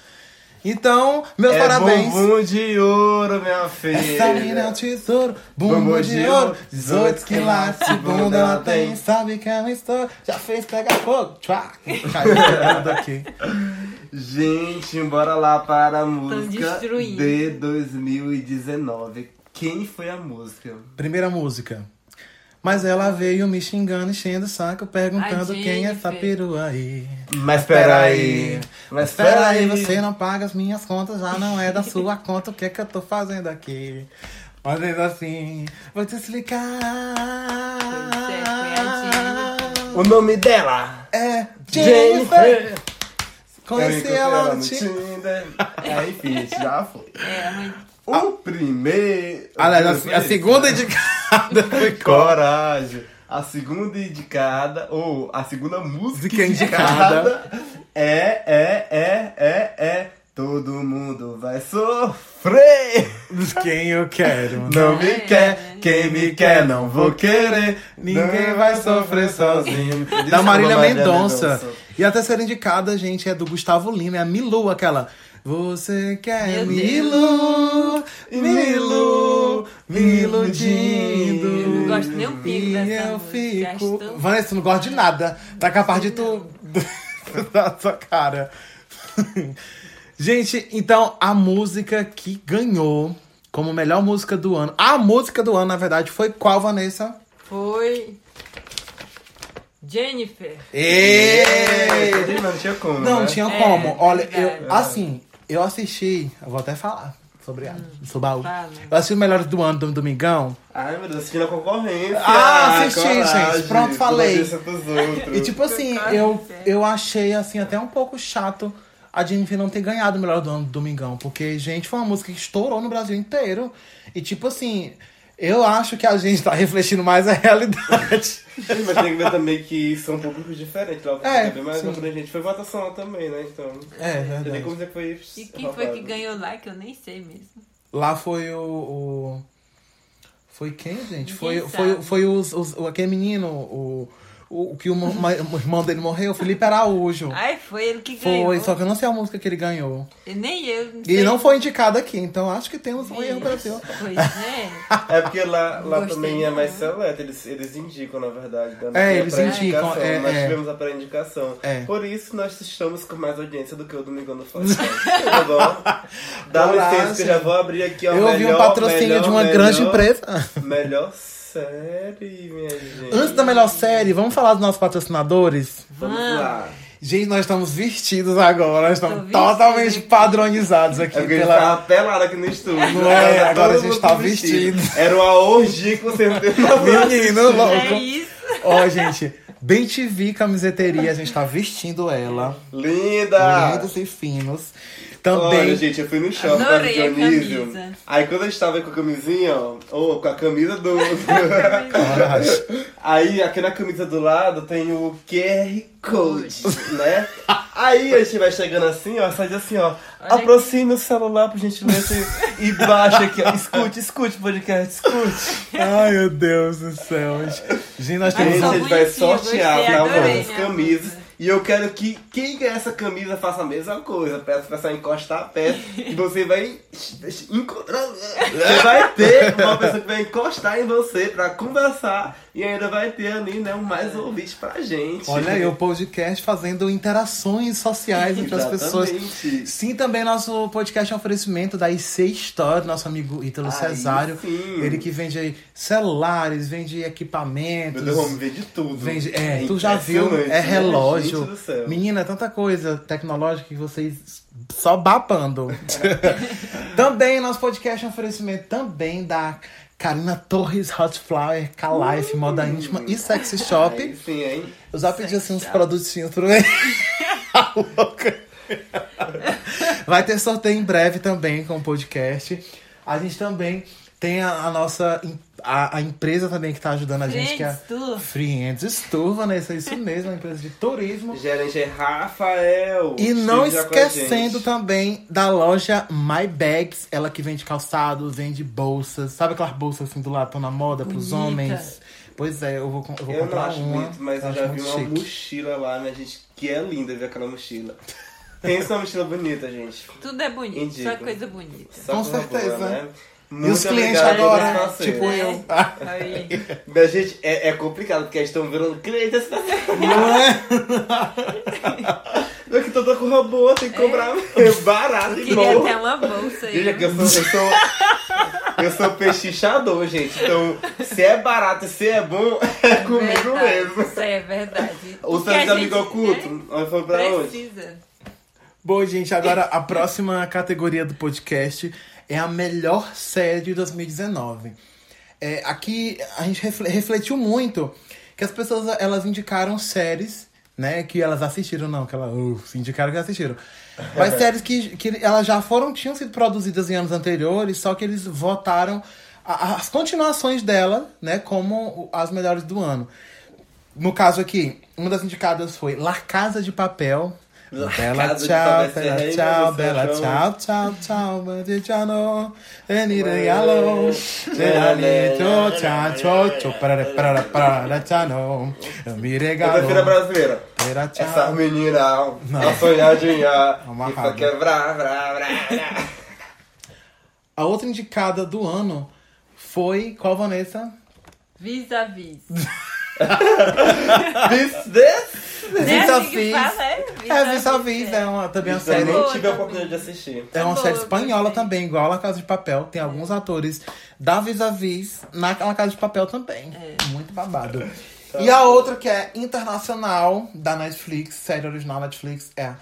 [SPEAKER 3] Então, meus
[SPEAKER 4] é
[SPEAKER 3] parabéns.
[SPEAKER 4] bumbum de ouro, minha filha.
[SPEAKER 3] Essa mina é um tesouro, bumbum
[SPEAKER 4] Bumbum
[SPEAKER 3] de
[SPEAKER 4] de
[SPEAKER 3] ouro,
[SPEAKER 4] ouro,
[SPEAKER 3] 18 quilates, de bunda ela tem, sabe que é um estouro, já fez pegar fogo, tchá, caiu tudo aqui.
[SPEAKER 4] Gente, bora lá para a música
[SPEAKER 5] destruindo.
[SPEAKER 4] de 2019. Quem foi a música?
[SPEAKER 3] Primeira música. Mas ela veio me xingando, enchendo o saco, perguntando
[SPEAKER 5] Ai,
[SPEAKER 3] quem é essa
[SPEAKER 5] Jennifer.
[SPEAKER 3] perua aí.
[SPEAKER 4] Mas peraí. Mas
[SPEAKER 3] peraí,
[SPEAKER 4] peraí.
[SPEAKER 3] você não paga as minhas contas, já não é da sua conta, o que é que eu tô fazendo aqui? Mas ainda assim, vou te explicar.
[SPEAKER 4] O nome dela.
[SPEAKER 3] É Jennifer!
[SPEAKER 4] Jennifer. Eu
[SPEAKER 3] Conheci
[SPEAKER 4] encontrei
[SPEAKER 3] ela no Tinder.
[SPEAKER 4] Tinder. Aí, enfim, já foi.
[SPEAKER 5] É, mas
[SPEAKER 4] O primeiro.
[SPEAKER 3] Aliás, a- a,
[SPEAKER 4] primeiro-
[SPEAKER 3] segunda indicada foi
[SPEAKER 4] Coragem. A segunda indicada, ou a segunda música
[SPEAKER 3] Música indicada.
[SPEAKER 4] indicada, é, é, é, é, é. Todo mundo vai sofrer.
[SPEAKER 3] Quem eu quero. né?
[SPEAKER 4] Não me quer, quem me quer não vou querer.
[SPEAKER 3] Ninguém
[SPEAKER 4] Não
[SPEAKER 3] vai sofrer sozinho. da Marília
[SPEAKER 4] né,
[SPEAKER 3] Mendonça. E a terceira indicada, gente, é do Gustavo Lima, é a Milu, aquela. Você quer
[SPEAKER 5] Meu
[SPEAKER 3] Milu, Milu, me iludindo.
[SPEAKER 5] eu não gosto nem um
[SPEAKER 3] E
[SPEAKER 5] pico dessa
[SPEAKER 3] eu
[SPEAKER 5] música.
[SPEAKER 3] fico.
[SPEAKER 5] acho tão-
[SPEAKER 3] Vanessa, tu não gosta de nada. Tá capaz de tu. da sua cara. Gente, então a música que ganhou como melhor música do ano. A música do ano, na verdade, foi qual, Vanessa?
[SPEAKER 5] Foi... Jennifer.
[SPEAKER 3] Ê!
[SPEAKER 4] Não tinha como.
[SPEAKER 3] Não
[SPEAKER 4] né?
[SPEAKER 3] tinha
[SPEAKER 5] É,
[SPEAKER 3] como. Olha,
[SPEAKER 5] verdade.
[SPEAKER 3] eu, assim, eu assisti. Eu vou até falar sobre a, sobre a
[SPEAKER 5] Hum, Fala.
[SPEAKER 3] Eu assisti o Melhores do Ano do Domingão.
[SPEAKER 4] Ai, meu Deus, assistindo a concorrência.
[SPEAKER 3] Ah, assisti,
[SPEAKER 4] coragem,
[SPEAKER 3] gente. Pronto,
[SPEAKER 4] tudo
[SPEAKER 3] falei.
[SPEAKER 4] isso dos outros.
[SPEAKER 3] E tipo assim, eu,
[SPEAKER 5] é.
[SPEAKER 3] eu achei assim até um pouco chato a Jennifer não ter ganhado o melhor do ano do Domingão. Porque, gente, foi uma música que estourou no Brasil inteiro. E tipo assim, eu acho que a gente tá refletindo mais a realidade.
[SPEAKER 4] Mas tem que ver também que são públicos diferentes. Lá,
[SPEAKER 3] É,
[SPEAKER 4] é, mas
[SPEAKER 3] sim.
[SPEAKER 4] pra gente foi votação lá também, né? Então.
[SPEAKER 3] É,
[SPEAKER 4] Não tem como
[SPEAKER 3] verdade.
[SPEAKER 4] dizer que foi.
[SPEAKER 5] E quem foi que ganhou lá, que eu nem sei mesmo.
[SPEAKER 3] Lá foi o. o- Foi quem, gente? Foi,
[SPEAKER 5] Ninguém
[SPEAKER 3] foi,
[SPEAKER 5] sabe.
[SPEAKER 3] foi os, os- o- aquele menino, o, o, o que o, mo- ma- o irmão dele morreu, o Felipe Araújo.
[SPEAKER 5] Ai, foi ele que ganhou.
[SPEAKER 3] Foi, só que eu não sei a música que ele ganhou.
[SPEAKER 5] E nem eu. Não
[SPEAKER 3] E
[SPEAKER 5] sei.
[SPEAKER 3] não foi indicado aqui, então acho que temos um erro Brasil.
[SPEAKER 5] Pois é.
[SPEAKER 4] É porque lá, lá
[SPEAKER 5] Gostei
[SPEAKER 4] também é
[SPEAKER 5] muito. né?
[SPEAKER 4] mais seleto, eles, eles indicam, na verdade. né? Não
[SPEAKER 3] É,
[SPEAKER 4] tem a
[SPEAKER 3] eles
[SPEAKER 4] pré-indicação,
[SPEAKER 3] indicam, é,
[SPEAKER 4] Nós
[SPEAKER 3] é.
[SPEAKER 4] tivemos a pré-indicação.
[SPEAKER 3] É.
[SPEAKER 4] Por isso nós estamos com mais audiência do que o Domingão do Fácil. tá bom? Dá
[SPEAKER 3] Olá,
[SPEAKER 4] licença que eu já
[SPEAKER 3] gente.
[SPEAKER 4] vou abrir aqui, ó.
[SPEAKER 3] Eu ouvi um
[SPEAKER 4] melhor,
[SPEAKER 3] patrocínio
[SPEAKER 4] melhor,
[SPEAKER 3] de uma
[SPEAKER 4] melhor,
[SPEAKER 3] grande empresa.
[SPEAKER 4] Melhor série, minha gente.
[SPEAKER 3] Antes da melhor série, vamos falar dos nossos patrocinadores?
[SPEAKER 4] Vamos lá.
[SPEAKER 3] Gente, nós estamos vestidos agora, nós estamos
[SPEAKER 5] vestido.
[SPEAKER 3] totalmente padronizados aqui.
[SPEAKER 4] É porque a gente
[SPEAKER 3] pela...
[SPEAKER 4] tava pelado aqui no estúdio.
[SPEAKER 3] Não é, agora
[SPEAKER 4] Tava
[SPEAKER 3] a
[SPEAKER 4] todo
[SPEAKER 3] gente
[SPEAKER 4] mundo
[SPEAKER 3] tá vestido.
[SPEAKER 4] Era uma orgia que você não teve na
[SPEAKER 3] Menino
[SPEAKER 5] É
[SPEAKER 3] louco.
[SPEAKER 5] isso.
[SPEAKER 3] Ó, gente, Bem TV Camiseteria, a gente tá vestindo ela.
[SPEAKER 4] Linda!
[SPEAKER 3] Lindos e finos.
[SPEAKER 4] Olha,
[SPEAKER 3] Também
[SPEAKER 4] gente, eu fui no shopping da
[SPEAKER 5] Adorei a
[SPEAKER 4] Dionísio.
[SPEAKER 5] camisa.
[SPEAKER 4] Aí quando a gente tava com a camisinha, ó, ou com a camisa do. Aí aqui na camisa do lado tem o QR Code, né? Aí a gente vai chegando assim, ó, sai assim, ó.
[SPEAKER 5] Olha
[SPEAKER 4] aproxime o celular por gentileza e, e baixa aqui, ó. Escute, escute o podcast, escute.
[SPEAKER 3] Ai, meu Deus do céu. Gente, nós
[SPEAKER 5] Ai,
[SPEAKER 3] temos.
[SPEAKER 4] Gente,
[SPEAKER 5] só
[SPEAKER 4] a gente vai
[SPEAKER 5] bonitinho,
[SPEAKER 4] sortear,
[SPEAKER 5] gostei,
[SPEAKER 4] tá,
[SPEAKER 5] adorei
[SPEAKER 4] mano, as
[SPEAKER 5] minha
[SPEAKER 4] camisas.
[SPEAKER 5] blusa.
[SPEAKER 4] né? E eu quero que quem ganhar essa camisa faça a mesma coisa. Peço pra só encostar a peça e você vai encontrar. Você vai ter uma pessoa que vai encostar em você pra conversar e ainda vai ter ali, né, um mais ouvinte pra gente.
[SPEAKER 3] Olha aí, o podcast fazendo interações sociais entre as pessoas.
[SPEAKER 4] Exatamente.
[SPEAKER 3] Sim, também nosso podcast é um oferecimento da IC Store, nosso amigo Ítalo
[SPEAKER 4] Aí
[SPEAKER 3] Cesário.
[SPEAKER 4] sim.
[SPEAKER 3] Ele que vende celulares, vende equipamentos.
[SPEAKER 4] Meu Deus, vamos ver de tudo.
[SPEAKER 3] Vende, é, tu já viu,
[SPEAKER 4] impressionante,
[SPEAKER 3] é
[SPEAKER 4] né?
[SPEAKER 3] relógio.
[SPEAKER 4] Gente do céu.
[SPEAKER 3] Menina, é tanta coisa tecnológica que vocês só babando. também, nosso podcast é um oferecimento também da Karina Torres Hot Flower, K-Life, Moda Íntima e Sexy
[SPEAKER 4] Aí
[SPEAKER 3] Shop.
[SPEAKER 4] sim, hein?
[SPEAKER 3] Eu já pedi assim uns produtinhos pra mim. A louca. Vai ter sorteio em breve também com o podcast. A gente também tem a, a nossa. em- A, a empresa também que tá ajudando a gente, que é a
[SPEAKER 5] Friends Tour.
[SPEAKER 3] Friends Tour, Vanessa, é isso mesmo, uma empresa de turismo.
[SPEAKER 4] Gerente é Rafael.
[SPEAKER 3] E não
[SPEAKER 4] esteja com a
[SPEAKER 3] esquecendo
[SPEAKER 4] gente.
[SPEAKER 3] também da loja My Bags, ela que vende calçado, vende bolsas. Sabe aquelas bolsas assim do lado, tão na moda pros
[SPEAKER 5] Bonita.
[SPEAKER 3] homens? Pois é, eu vou, com- eu vou
[SPEAKER 4] Eu não
[SPEAKER 3] comprar
[SPEAKER 4] acho
[SPEAKER 3] uma.
[SPEAKER 4] bonito, mas eu
[SPEAKER 3] acho
[SPEAKER 4] já vi
[SPEAKER 3] muito
[SPEAKER 4] uma
[SPEAKER 3] chique.
[SPEAKER 4] mochila lá, minha gente, que é linda ver aquela mochila. Pensa uma mochila bonita, gente.
[SPEAKER 5] Tudo é bonito, só
[SPEAKER 4] Indico.
[SPEAKER 5] coisa bonita.
[SPEAKER 4] Só
[SPEAKER 3] Com
[SPEAKER 4] coisa boa, né?
[SPEAKER 3] certeza.
[SPEAKER 4] Muito
[SPEAKER 3] e os clientes
[SPEAKER 4] obrigado, meus
[SPEAKER 3] agora,
[SPEAKER 4] parceiros.
[SPEAKER 3] tipo eu.
[SPEAKER 5] é Aí,
[SPEAKER 4] Minha gente, é, é complicado, porque eles estão virando clientes.
[SPEAKER 3] Não é?
[SPEAKER 4] Eu que tô com uma boa, tem que comprar barato e
[SPEAKER 5] queria
[SPEAKER 4] novo.
[SPEAKER 5] até uma bolsa aí.
[SPEAKER 4] É? Veja é que eu sou, eu sou. Eu sou pechinchador, gente. Então, se é barato e se é bom, é comigo
[SPEAKER 5] Verdade,
[SPEAKER 4] mesmo.
[SPEAKER 5] Isso aí é verdade.
[SPEAKER 4] O
[SPEAKER 5] Porque a
[SPEAKER 4] Santos é Amigo
[SPEAKER 5] gente,
[SPEAKER 4] Oculto,
[SPEAKER 5] né,
[SPEAKER 4] né? foi pra onde?
[SPEAKER 5] Precisa.
[SPEAKER 3] Bom, gente, agora a próxima categoria do podcast é a melhor série de 2019. É, aqui a gente refle- refletiu muito que as pessoas elas indicaram séries, né? Que elas assistiram, não, que elas uh, se indicaram que assistiram. Mas séries que, que elas já foram, tinham sido produzidas em anos anteriores, só que eles votaram a- as continuações dela, né? Como as melhores do ano. No caso aqui, uma das indicadas foi La Casa de Papel.
[SPEAKER 4] La
[SPEAKER 3] bela
[SPEAKER 4] Casa de
[SPEAKER 3] tchau,
[SPEAKER 4] Papel,
[SPEAKER 3] bela
[SPEAKER 4] esse
[SPEAKER 3] tchau,
[SPEAKER 4] aí,
[SPEAKER 3] bela
[SPEAKER 4] meu
[SPEAKER 3] tchau, tchau, tchau, Bandigiano, Enireyalo, Geralito, tchau, tchau, tchau, parara, parara, parara, tchau, Miregalo,
[SPEAKER 4] Quinta-feira brasileira.
[SPEAKER 3] pera,
[SPEAKER 4] Essa
[SPEAKER 3] tchau.
[SPEAKER 4] menina, a sonhadinha,
[SPEAKER 3] Uma
[SPEAKER 4] que só
[SPEAKER 3] raba.
[SPEAKER 4] quer brá, brá, brá, brá.
[SPEAKER 3] A outra indicada do ano foi, qual, Vanessa?
[SPEAKER 5] Vis-a-vis.
[SPEAKER 4] This, this.
[SPEAKER 5] Né,
[SPEAKER 3] Vis-a-vis.
[SPEAKER 5] amigo, que fala, é
[SPEAKER 3] É, Vista Vis,
[SPEAKER 5] vis-a-vis,
[SPEAKER 4] né?
[SPEAKER 3] é uma, também uma
[SPEAKER 4] Eu
[SPEAKER 3] série...
[SPEAKER 4] nem
[SPEAKER 5] Boa
[SPEAKER 4] tive a
[SPEAKER 5] também.
[SPEAKER 4] oportunidade de assistir.
[SPEAKER 3] É uma
[SPEAKER 5] Boa,
[SPEAKER 3] série espanhola
[SPEAKER 5] gostei.
[SPEAKER 3] também, igual a La Casa de Papel.
[SPEAKER 5] É.
[SPEAKER 3] Tem alguns atores da Vis-a-Vis na La Casa de Papel também.
[SPEAKER 5] É.
[SPEAKER 3] Muito babado. E a outra que é internacional da Netflix, série original Netflix, é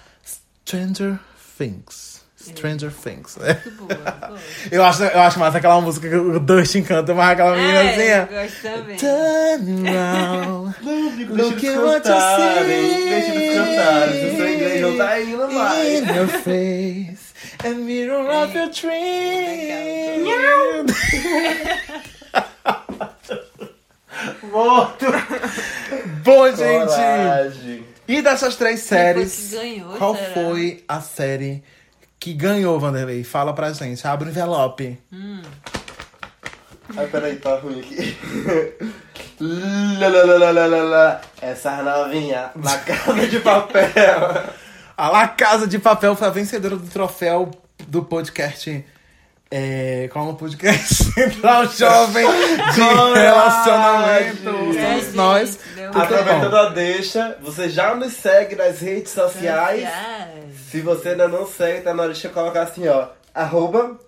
[SPEAKER 3] Stranger Things. Stranger
[SPEAKER 5] É.
[SPEAKER 3] Things.
[SPEAKER 5] Muito boa, boa.
[SPEAKER 3] Eu acho, eu acho mais aquela música que o Dustin canta, mas aquela
[SPEAKER 5] É, eu
[SPEAKER 3] meninazinha.
[SPEAKER 5] gosto também.
[SPEAKER 4] Tá,
[SPEAKER 3] Turn around.
[SPEAKER 4] Deixa eles cantarem, deixa eles cantarem. Se o seu inglês não tá indo,
[SPEAKER 3] In
[SPEAKER 4] vai.
[SPEAKER 3] your face and mirror of your dream.
[SPEAKER 4] Morto.
[SPEAKER 3] Bom, gente.
[SPEAKER 4] Coragem.
[SPEAKER 3] E dessas três séries,
[SPEAKER 5] que ganhou,
[SPEAKER 3] qual
[SPEAKER 5] será?
[SPEAKER 3] foi a série que ganhou, Vanderlei? Fala pra gente. Abre o envelope.
[SPEAKER 4] Ai, peraí, tá ruim aqui. Lá, lá, lá, lá, lá, lá, lá. Essa novinha na casa de papel.
[SPEAKER 3] A La Casa de Papel foi a vencedora do troféu do podcast. É, como o podcast Central Jovem de
[SPEAKER 4] Coragem.
[SPEAKER 3] Relacionamento.
[SPEAKER 5] É,
[SPEAKER 3] Somos
[SPEAKER 5] gente,
[SPEAKER 3] nós.
[SPEAKER 5] deu
[SPEAKER 3] Tudo
[SPEAKER 5] uma-
[SPEAKER 4] Aproveitando a deixa, você já nos segue nas redes sociais.
[SPEAKER 5] Sociais.
[SPEAKER 4] Se você ainda não segue, tá na hora de você colocar assim, ó. Arroba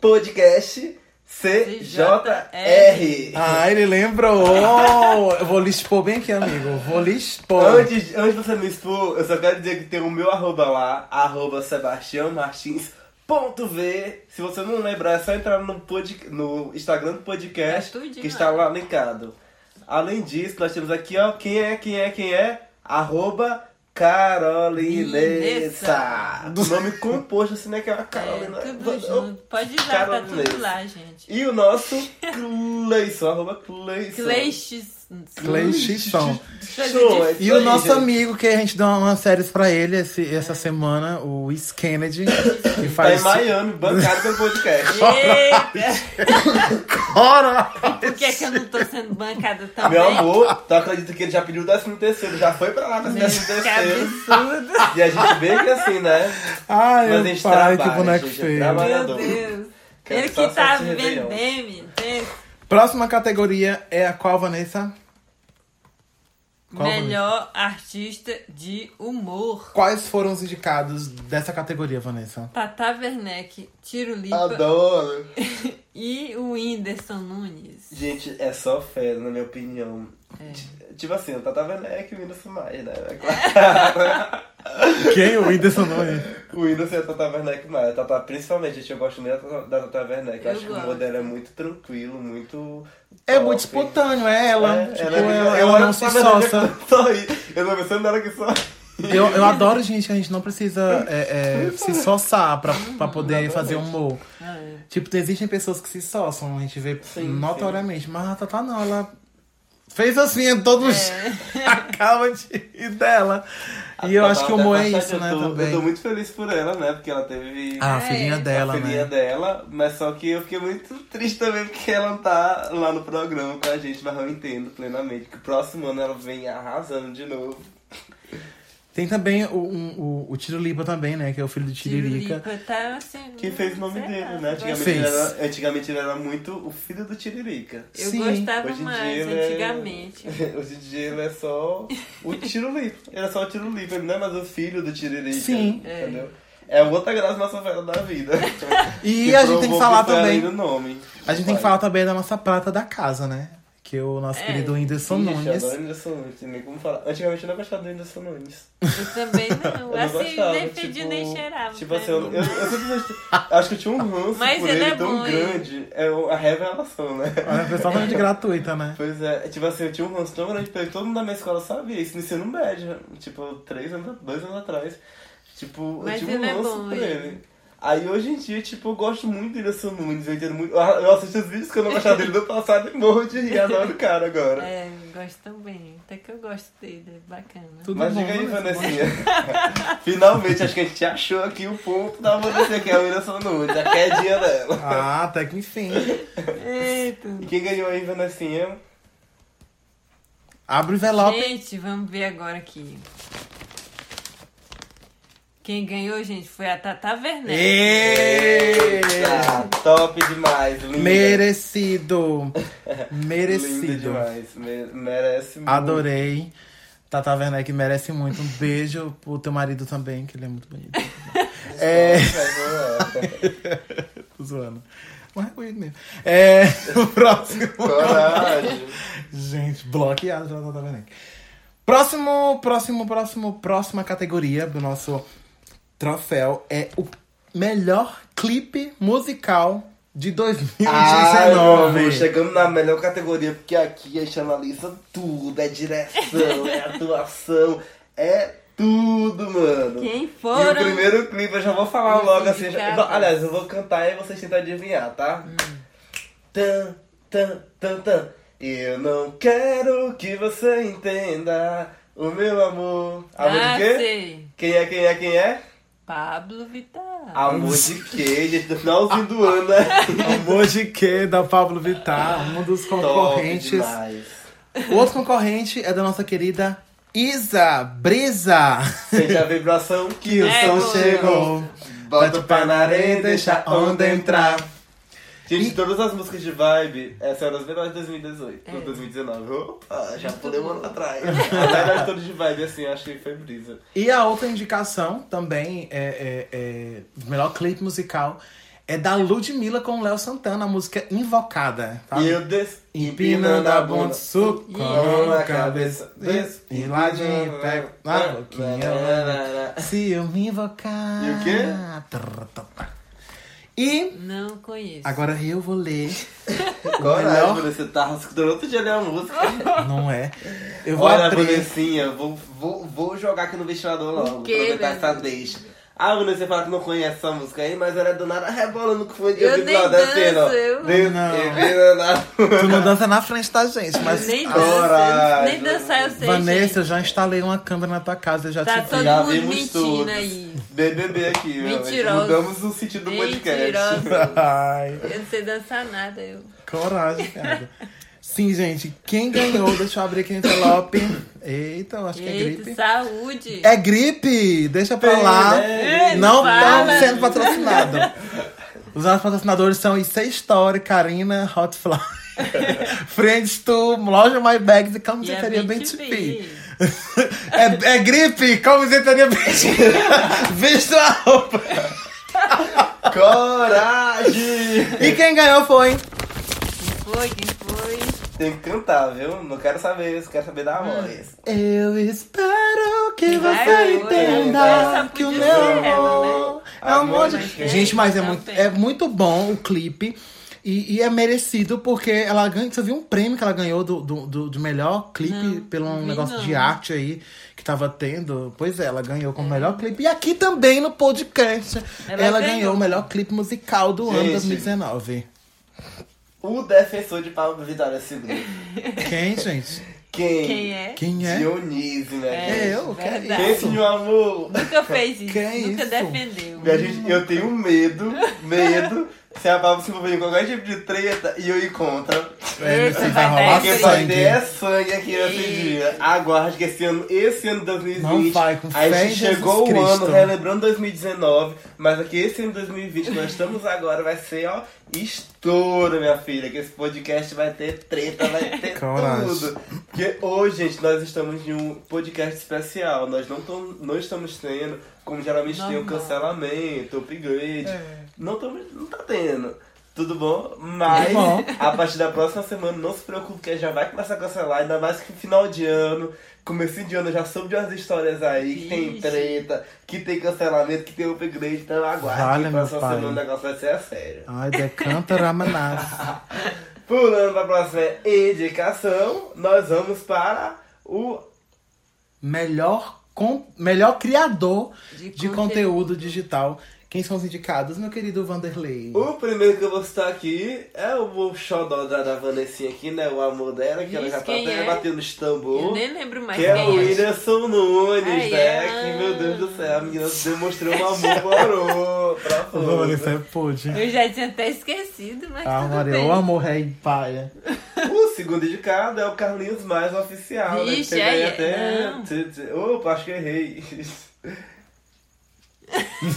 [SPEAKER 4] podcast CJR.
[SPEAKER 3] Ah, ele lembrou! Eu vou lhe expor bem aqui, amigo. Vou lhe expor.
[SPEAKER 4] Antes, antes de você me expor, eu só quero dizer que tem o meu arroba lá, arroba Sebastião Martins. Ponto V. Se você não lembrar, é só entrar no, pod, no Instagram do podcast
[SPEAKER 5] Tá tudinho
[SPEAKER 4] que está
[SPEAKER 5] lá.
[SPEAKER 4] lá linkado. Além disso, nós temos aqui, ó, quem é, quem é, quem é? Arroba Carolinessa.
[SPEAKER 5] Inessa.
[SPEAKER 4] Do nome composto, assim, né? Que é uma Carolina.
[SPEAKER 5] É, tudo junto. Pode ir lá, tá tudo
[SPEAKER 4] Carolinessa.
[SPEAKER 5] lá, gente.
[SPEAKER 4] E o nosso Cleison, arroba Cleison.
[SPEAKER 5] Cleixes.
[SPEAKER 3] Cleisson.
[SPEAKER 4] Show, é isso
[SPEAKER 3] E o
[SPEAKER 4] aí,
[SPEAKER 3] nosso
[SPEAKER 4] gente.
[SPEAKER 3] amigo, que a gente deu umas séries pra ele esse- essa semana, o Wiz Kennedy, que
[SPEAKER 4] Tá em
[SPEAKER 3] faz.
[SPEAKER 4] Miami, bancado pelo podcast.
[SPEAKER 5] Eita!
[SPEAKER 3] Ora!
[SPEAKER 5] Por que, que eu não tô sendo bancada também?
[SPEAKER 4] Meu amor, tu acredita que ele já pediu o 13 terceiro, já foi pra lá pra décimo
[SPEAKER 5] Que
[SPEAKER 4] terceiro.
[SPEAKER 5] absurdo.
[SPEAKER 4] E a gente vê que assim, né?
[SPEAKER 3] Ai,
[SPEAKER 4] Mas a
[SPEAKER 3] meu
[SPEAKER 4] gente
[SPEAKER 3] pai, que
[SPEAKER 4] trabalha,
[SPEAKER 3] boneco
[SPEAKER 4] gente,
[SPEAKER 3] feio.
[SPEAKER 4] trabalha.
[SPEAKER 5] Meu
[SPEAKER 4] Trabalhador.
[SPEAKER 5] Deus.
[SPEAKER 4] Quero
[SPEAKER 5] Ele
[SPEAKER 4] só
[SPEAKER 5] que tá
[SPEAKER 4] sete Réveillon.
[SPEAKER 5] vivendo bem, menino.
[SPEAKER 3] Próxima categoria é a qual, Vanessa? Qual,
[SPEAKER 5] Melhor artista de humor.
[SPEAKER 3] Quais foram os indicados dessa categoria, Vanessa?
[SPEAKER 5] Tata Werneck, Tiro
[SPEAKER 3] Então-
[SPEAKER 5] Lipa
[SPEAKER 4] Adoro.
[SPEAKER 5] e o Whindersson Nunes.
[SPEAKER 4] Gente, é só fé, na minha opinião.
[SPEAKER 5] É.
[SPEAKER 4] T- Tipo assim, o Tata Werneck e o Whindersson mais, né? É claro.
[SPEAKER 3] Quem? O Whindersson Nunes.
[SPEAKER 4] o Whindersson e o Tata Werneck mais. A Tata, principalmente, gente, eu gosto muito da Tata- da Tata Werneck. Eu,
[SPEAKER 5] Eu
[SPEAKER 4] acho que o
[SPEAKER 5] gosto.
[SPEAKER 4] modelo é muito tranquilo, muito...
[SPEAKER 3] É muito
[SPEAKER 4] top.
[SPEAKER 3] espontâneo, é ela.
[SPEAKER 4] É,
[SPEAKER 3] Tipo,
[SPEAKER 4] ela, é-
[SPEAKER 3] ela,
[SPEAKER 4] eu
[SPEAKER 3] ela não
[SPEAKER 4] olho
[SPEAKER 3] se
[SPEAKER 4] pra ela e
[SPEAKER 3] soça.
[SPEAKER 4] eu só ri. Eu tô pensando nela que só ri.
[SPEAKER 3] Eu, eu adoro gente que a gente não precisa é, é, se soçar pra, pra poder fazer humor.
[SPEAKER 5] Ah, é.
[SPEAKER 3] Tipo, existem pessoas que se soçam, a gente vê
[SPEAKER 4] Sim,
[SPEAKER 3] notoriamente. Mas a Tatá não, ela fez assim, é todo acaba de ir dela. E eu
[SPEAKER 4] Tá,
[SPEAKER 3] acho
[SPEAKER 4] tá,
[SPEAKER 3] que o humor
[SPEAKER 4] tá,
[SPEAKER 3] é
[SPEAKER 4] tá,
[SPEAKER 3] isso,
[SPEAKER 4] eu
[SPEAKER 3] né,
[SPEAKER 4] tô-
[SPEAKER 3] também.
[SPEAKER 4] Eu tô muito feliz por ela, né? Porque ela teve
[SPEAKER 3] Ah, a
[SPEAKER 5] É,
[SPEAKER 3] filhinha
[SPEAKER 5] a
[SPEAKER 3] dela,
[SPEAKER 4] a filhinha
[SPEAKER 3] né?
[SPEAKER 4] dela, mas só que eu fiquei muito triste também porque ela não tá lá no programa com a gente, mas eu entendo plenamente que o próximo ano ela vem arrasando de novo.
[SPEAKER 3] Tem também o, um- o, o Tirolipa também, né? Que é o filho do
[SPEAKER 5] Tiro
[SPEAKER 3] Tiririca.
[SPEAKER 5] Lipa tá assim.
[SPEAKER 4] Que fez o nome
[SPEAKER 5] sei
[SPEAKER 4] dele,
[SPEAKER 5] lá,
[SPEAKER 4] né?
[SPEAKER 5] agora-
[SPEAKER 4] Antigamente
[SPEAKER 3] Fez.
[SPEAKER 4] ele, era, antigamente ele era muito o filho do Tiririca.
[SPEAKER 5] Eu
[SPEAKER 3] Sim.
[SPEAKER 5] gostava
[SPEAKER 4] Hoje em
[SPEAKER 5] mais,
[SPEAKER 4] dia ele é-
[SPEAKER 5] antigamente.
[SPEAKER 4] Hoje em dia ele é só o Tirolipa. Ele é só o Tirolipa, ele não é mais o filho do Tiririca.
[SPEAKER 3] Sim.
[SPEAKER 4] Entendeu? É outra graça nossa fera da vida.
[SPEAKER 3] E
[SPEAKER 4] Que
[SPEAKER 3] a gente tem que
[SPEAKER 4] provou
[SPEAKER 3] falar
[SPEAKER 4] foi né? além
[SPEAKER 3] também.
[SPEAKER 4] do nome.
[SPEAKER 3] A gente tem que
[SPEAKER 4] Vai.
[SPEAKER 3] falar também da nossa prata da casa, né? Que é o nosso
[SPEAKER 5] É.
[SPEAKER 3] querido Whindersson
[SPEAKER 4] Ixi,
[SPEAKER 3] Nunes.
[SPEAKER 4] Adoro Whindersson Nunes, tem nem como falar. Antigamente eu não gostava do Whindersson Nunes.
[SPEAKER 5] Eu também não.
[SPEAKER 4] Eu não
[SPEAKER 5] assim,
[SPEAKER 4] gostava.
[SPEAKER 5] nem fedia
[SPEAKER 4] tipo,
[SPEAKER 5] nem cheirava. né?
[SPEAKER 4] Tipo
[SPEAKER 5] pra
[SPEAKER 4] assim, eu,
[SPEAKER 5] mim.
[SPEAKER 4] eu, eu simplesmente. Acho que eu tinha um ranço
[SPEAKER 5] Mas
[SPEAKER 4] por
[SPEAKER 5] ele
[SPEAKER 4] ele,
[SPEAKER 5] é
[SPEAKER 4] tão
[SPEAKER 5] bom, hein?
[SPEAKER 4] grande. É o- a revelação, né?
[SPEAKER 3] Olha, o pessoal tá de gratuita, né?
[SPEAKER 4] Pois é, tipo assim, eu tinha um ranço tão grande pra ele, todo mundo da minha escola sabia, isso no ensino médio, tipo, três anos, dois anos atrás. Tipo,
[SPEAKER 5] Mas
[SPEAKER 4] eu tinha um
[SPEAKER 5] ele é
[SPEAKER 4] ranço
[SPEAKER 5] bom,
[SPEAKER 4] pra
[SPEAKER 5] ele.
[SPEAKER 4] ele. Aí hoje em dia, tipo, eu gosto muito do Whindersson Nunes, eu entendo muito. Eu assisto os vídeos que eu não gostava dele do passado e morro de rir, adoro o cara agora.
[SPEAKER 5] É, eu gosto também. Até que eu gosto dele, é bacana.
[SPEAKER 3] Tudo
[SPEAKER 4] Mas
[SPEAKER 3] bom,
[SPEAKER 4] diga aí,
[SPEAKER 3] Vanessa?
[SPEAKER 4] Vanessinha. Finalmente, acho que a gente achou aqui o ponto da Vanessinha, que é a Wilson Nunes, a quedinha dela.
[SPEAKER 3] Ah, até que enfim.
[SPEAKER 5] Eita.
[SPEAKER 4] E quem ganhou aí, Vanessinha?
[SPEAKER 3] Abre o envelope.
[SPEAKER 5] Gente, vamos ver agora aqui. Quem ganhou, gente, foi a Tata Werneck.
[SPEAKER 3] Eita!
[SPEAKER 4] Tá, top demais, linda.
[SPEAKER 3] Merecido!
[SPEAKER 4] Linda
[SPEAKER 3] Merecido!
[SPEAKER 4] demais, me- merece muito.
[SPEAKER 3] Adorei. Tata Werneck merece muito. Um beijo pro teu marido também, que ele é muito bonito. é. Tô zoando. Ué, ué, mesmo. É. O próximo.
[SPEAKER 4] Coragem.
[SPEAKER 3] Gente, bloqueado pela Tata Werneck. Próximo, próximo, próximo, próxima categoria do nosso troféu é o melhor clipe musical de 2019.
[SPEAKER 4] Ai, meu amor, chegamos na melhor categoria, porque aqui a gente analisa tudo, é direção, é atuação, é tudo, mano.
[SPEAKER 5] Quem
[SPEAKER 4] E o
[SPEAKER 5] foram?
[SPEAKER 4] primeiro clipe, eu já vou falar
[SPEAKER 5] Os
[SPEAKER 4] logo assim.
[SPEAKER 5] indicados.
[SPEAKER 4] já-
[SPEAKER 5] Hum.
[SPEAKER 4] Não, aliás, eu vou cantar e vocês tentam adivinhar, tá? Tan, tan, tan, tan. Eu não quero que você entenda o meu amor. Amor
[SPEAKER 5] ah,
[SPEAKER 4] de quê?
[SPEAKER 5] sei.
[SPEAKER 4] Quem é, quem é, quem é?
[SPEAKER 5] Pablo
[SPEAKER 3] Ah.
[SPEAKER 5] Vittar.
[SPEAKER 4] Amor de quê, gente? No finalzinho do ano, né?
[SPEAKER 3] Amor de quê? Da Pablo Vittar, um dos
[SPEAKER 4] Top
[SPEAKER 3] concorrentes.
[SPEAKER 4] demais.
[SPEAKER 3] O outro concorrente é da nossa querida Isa Brisa. Então
[SPEAKER 4] Sente a vibração que o
[SPEAKER 5] É,
[SPEAKER 4] som
[SPEAKER 5] boa.
[SPEAKER 4] chegou. Bota o pé na areia e deixa a onda entrar. Gente,
[SPEAKER 3] E-
[SPEAKER 4] todas as músicas de vibe, essa é uma das melhores de 2018,
[SPEAKER 5] É.
[SPEAKER 4] de 2019. Opa, já pulei um ano atrás. As melhores todas de vibe, assim, acho que foi brisa.
[SPEAKER 3] E a outra indicação também é, é, é o melhor clipe musical é da Ludmilla com o Léo Santana, a música Invocada. Tá?
[SPEAKER 4] E eu desço.
[SPEAKER 3] Empinando a bunda, suco
[SPEAKER 4] Mão
[SPEAKER 3] na
[SPEAKER 4] na
[SPEAKER 3] cabeça, ah,
[SPEAKER 4] cabeça, Ah,
[SPEAKER 3] desço,
[SPEAKER 4] desço.
[SPEAKER 3] e lá de pego na boquinha. Se eu me invocar.
[SPEAKER 4] né? E o quê?
[SPEAKER 3] Trrr, tá, tá. E
[SPEAKER 5] Não conheço.
[SPEAKER 3] agora eu vou ler.
[SPEAKER 4] Coragem,
[SPEAKER 3] Melhor.
[SPEAKER 4] Vanessa, tá escutando outro dia ler a música.
[SPEAKER 3] Não é. Eu vou
[SPEAKER 4] Olha,
[SPEAKER 3] abrir.
[SPEAKER 4] Vanessinha, vou, vou, vou jogar aqui no ventilador logo.
[SPEAKER 5] quê, né,
[SPEAKER 4] aproveitar
[SPEAKER 5] meu
[SPEAKER 4] essa
[SPEAKER 5] Deus?
[SPEAKER 4] deixa. Ah, Vanessa, você fala que não conhece essa música aí, mas ela é do nada rebola no fone de
[SPEAKER 5] Eu
[SPEAKER 4] ouvido
[SPEAKER 5] nem
[SPEAKER 4] lá descendo. ó.
[SPEAKER 5] danço, eu-
[SPEAKER 4] Desce-
[SPEAKER 3] Não.
[SPEAKER 4] e vira lá.
[SPEAKER 3] Tu não dança na frente da gente, mas.
[SPEAKER 5] nem dança,
[SPEAKER 4] coragem.
[SPEAKER 5] nem dançar eu sei.
[SPEAKER 3] Vanessa, eu
[SPEAKER 5] gente.
[SPEAKER 3] já instalei uma câmera na tua casa, eu já
[SPEAKER 5] Tá
[SPEAKER 3] te
[SPEAKER 5] todo
[SPEAKER 3] vi.
[SPEAKER 4] Já
[SPEAKER 5] mundo
[SPEAKER 4] vimos
[SPEAKER 5] mentindo
[SPEAKER 4] todos.
[SPEAKER 5] aí.
[SPEAKER 4] BBB aqui, meu.
[SPEAKER 5] Mentirosa.
[SPEAKER 4] Mudamos o sentido do podcast.
[SPEAKER 5] Mentirosa.
[SPEAKER 3] Ai,
[SPEAKER 5] Eu não sei dançar nada, eu.
[SPEAKER 3] coragem, cara. Sim, gente, quem ganhou? Deixa eu abrir aqui no envelope. Eita, eu acho que é
[SPEAKER 5] Eita,
[SPEAKER 3] gripe.
[SPEAKER 5] saúde.
[SPEAKER 3] É gripe! Deixa pra lá.
[SPEAKER 4] É,
[SPEAKER 3] Não
[SPEAKER 5] fala.
[SPEAKER 3] tá sendo patrocinado. Os nossos patrocinadores são IC Story, Karina, Hotfly, Friends to, Loja My Bags e Camiseteria
[SPEAKER 5] E a
[SPEAKER 3] Bem
[SPEAKER 5] B2B.
[SPEAKER 3] é, é gripe, camiseteria Bem Vista a roupa.
[SPEAKER 4] Coragem!
[SPEAKER 3] E quem ganhou foi
[SPEAKER 5] Foi, quem foi?
[SPEAKER 4] Tem que cantar, viu? Não quero saber, só quero saber da
[SPEAKER 5] Hum.
[SPEAKER 4] voz.
[SPEAKER 3] Eu espero que
[SPEAKER 5] Vai,
[SPEAKER 3] você
[SPEAKER 5] amor,
[SPEAKER 3] entenda
[SPEAKER 5] essa
[SPEAKER 3] que o
[SPEAKER 5] podia ser
[SPEAKER 3] meu
[SPEAKER 5] ela, né?
[SPEAKER 3] amor é um
[SPEAKER 4] Amor
[SPEAKER 3] monte
[SPEAKER 4] de
[SPEAKER 3] de...
[SPEAKER 4] gente.
[SPEAKER 3] Gente, mas é muito,
[SPEAKER 5] Também.
[SPEAKER 3] é muito bom o clipe. E, e é merecido, porque ela ganha. Você viu um prêmio que ela ganhou do, do, do- do melhor clipe pelo um
[SPEAKER 5] vi
[SPEAKER 3] negócio
[SPEAKER 5] não.
[SPEAKER 3] de arte aí que tava tendo. Pois é, ela ganhou como melhor clipe. E aqui também no podcast, ela,
[SPEAKER 5] Ela
[SPEAKER 3] ganhou.
[SPEAKER 5] ganhou
[SPEAKER 3] o melhor clipe musical do ano
[SPEAKER 4] Gente.
[SPEAKER 3] 2019.
[SPEAKER 4] O defensor de Pablo Vittar desse grupo.
[SPEAKER 3] Quem, gente?
[SPEAKER 4] Quem?
[SPEAKER 5] Quem é?
[SPEAKER 3] Quem é?
[SPEAKER 4] Dionísio, né?
[SPEAKER 3] É eu? Que é
[SPEAKER 5] Verdade.
[SPEAKER 4] Pense
[SPEAKER 3] isso?
[SPEAKER 4] no amor.
[SPEAKER 5] Nunca fez isso.
[SPEAKER 3] Que é
[SPEAKER 5] nunca
[SPEAKER 3] isso?
[SPEAKER 5] defendeu.
[SPEAKER 4] Minha gente, eu tenho medo, medo, se a Pablo se envolver em qualquer tipo de treta e eu ir contra.
[SPEAKER 3] É,
[SPEAKER 5] Eita,
[SPEAKER 3] vai
[SPEAKER 5] vai
[SPEAKER 3] rolar
[SPEAKER 5] dar
[SPEAKER 4] Porque
[SPEAKER 5] sangue.
[SPEAKER 4] vai ter sangue aqui nesse dia. Aguarde que esse ano, esse ano 2020,
[SPEAKER 3] Não vai, com
[SPEAKER 4] a
[SPEAKER 3] fé em
[SPEAKER 4] gente chegou
[SPEAKER 3] Jesus
[SPEAKER 4] o ano
[SPEAKER 3] Cristo.
[SPEAKER 4] relembrando 2019, mas aqui esse ano 2020 nós estamos agora vai ser ó estouro, minha filha, que esse podcast vai ter treta, vai ter
[SPEAKER 3] Coragem.
[SPEAKER 4] tudo. Porque hoje, gente, nós estamos em um podcast especial, nós não, tom- não estamos tendo como geralmente tem o
[SPEAKER 5] Normal.
[SPEAKER 4] cancelamento, o upgrade. Não, tamo, não tá tendo. Tudo bom? Mas
[SPEAKER 3] Tudo bom.
[SPEAKER 4] a partir da próxima semana, não se preocupe, que já vai começar a cancelar, ainda mais que final de ano. Comecinho de ano, eu já soube de umas histórias aí que tem
[SPEAKER 5] Ixi.
[SPEAKER 4] treta, que tem cancelamento, que tem upgrade, então aguarde.
[SPEAKER 3] Vale,
[SPEAKER 4] que
[SPEAKER 3] meu
[SPEAKER 4] próxima
[SPEAKER 3] pai.
[SPEAKER 4] semana o negócio vai ser a sério.
[SPEAKER 3] Ai, decanta Ramanás.
[SPEAKER 4] Pulando pra próxima indicação, nós vamos para o
[SPEAKER 3] Melhor, con- melhor criador de,
[SPEAKER 5] De
[SPEAKER 3] conteúdo.
[SPEAKER 5] conteúdo
[SPEAKER 3] digital. Quem são os indicados, meu querido Vanderlei?
[SPEAKER 4] O primeiro que eu vou citar aqui é o xodó da, da Vanessinha aqui, né? O amor dela, que ela
[SPEAKER 5] Diz
[SPEAKER 4] já tá
[SPEAKER 5] quem
[SPEAKER 4] até
[SPEAKER 5] é.
[SPEAKER 4] batendo os tambor.
[SPEAKER 5] Eu nem lembro mais
[SPEAKER 4] Que é o
[SPEAKER 5] quem é.
[SPEAKER 4] Williamson Nunes,
[SPEAKER 5] Ai,
[SPEAKER 4] né?
[SPEAKER 5] é.
[SPEAKER 4] Que, meu Deus do céu, a menina demonstrou um amor parou pra fora.
[SPEAKER 3] é pude.
[SPEAKER 5] Eu já tinha até esquecido, mas
[SPEAKER 3] Ah,
[SPEAKER 5] tudo
[SPEAKER 3] Maria,
[SPEAKER 5] bem.
[SPEAKER 3] eu amo o rei paia.
[SPEAKER 4] O segundo indicado é o Carlinhos Mais, o oficial, né? Que
[SPEAKER 5] Vixe,
[SPEAKER 4] teve aí
[SPEAKER 5] aí,
[SPEAKER 4] até...
[SPEAKER 5] não.
[SPEAKER 4] t- t- Opa, acho que errei.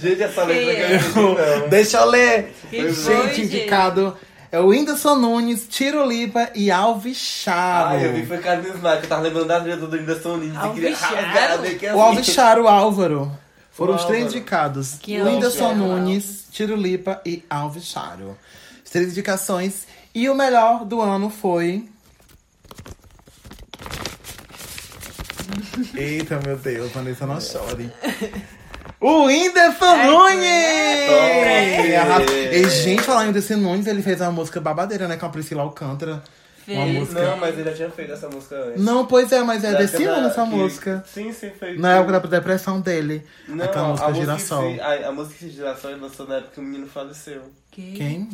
[SPEAKER 4] Gente, essa letra
[SPEAKER 5] é?
[SPEAKER 4] que eu não entendi, não.
[SPEAKER 3] Deixa eu ler.
[SPEAKER 5] Quem
[SPEAKER 3] gente,
[SPEAKER 5] foi, gente?
[SPEAKER 3] indicado é o Whindersson Nunes, Tiro Lipa e Alves Charo.
[SPEAKER 4] Ai, eu vi, foi Carlinhos Maia, que eu tava lembrando da trilha do Anderson Nunes. Eu queria
[SPEAKER 5] Alves Charo?
[SPEAKER 4] rasgar a beca
[SPEAKER 3] O Alves
[SPEAKER 4] assim.
[SPEAKER 3] Charo, o Álvaro. Foram
[SPEAKER 4] O
[SPEAKER 3] os três
[SPEAKER 4] Álvaro.
[SPEAKER 3] indicados.
[SPEAKER 5] Que
[SPEAKER 3] o Whindersson
[SPEAKER 5] Álvaro.
[SPEAKER 3] Nunes, Tiro Lipa e Alves Charo. As três indicações. E o melhor do ano foi. Eita, meu Deus, Vanessa,
[SPEAKER 4] É.
[SPEAKER 3] não chore. O Whindersson Nunes!
[SPEAKER 4] Top!
[SPEAKER 3] E, gente, falar em Whindersson Nunes, ele fez uma música babadeira, né? Com a Priscila Alcântara. Uma
[SPEAKER 5] Fez.
[SPEAKER 3] música.
[SPEAKER 4] Não, mas eu já tinha feito essa música antes.
[SPEAKER 3] Não, pois é, mas é
[SPEAKER 4] Da-
[SPEAKER 3] desse
[SPEAKER 4] da-
[SPEAKER 3] ano essa
[SPEAKER 4] que-
[SPEAKER 3] música.
[SPEAKER 4] Sim, sim, foi.
[SPEAKER 3] Na época da depressão dele.
[SPEAKER 4] Não,
[SPEAKER 3] aquela música
[SPEAKER 4] a
[SPEAKER 3] Girassol.
[SPEAKER 4] Música, que se- a, a música que Girassol ele lançou na época que o menino faleceu.
[SPEAKER 5] Quem?
[SPEAKER 3] Quem?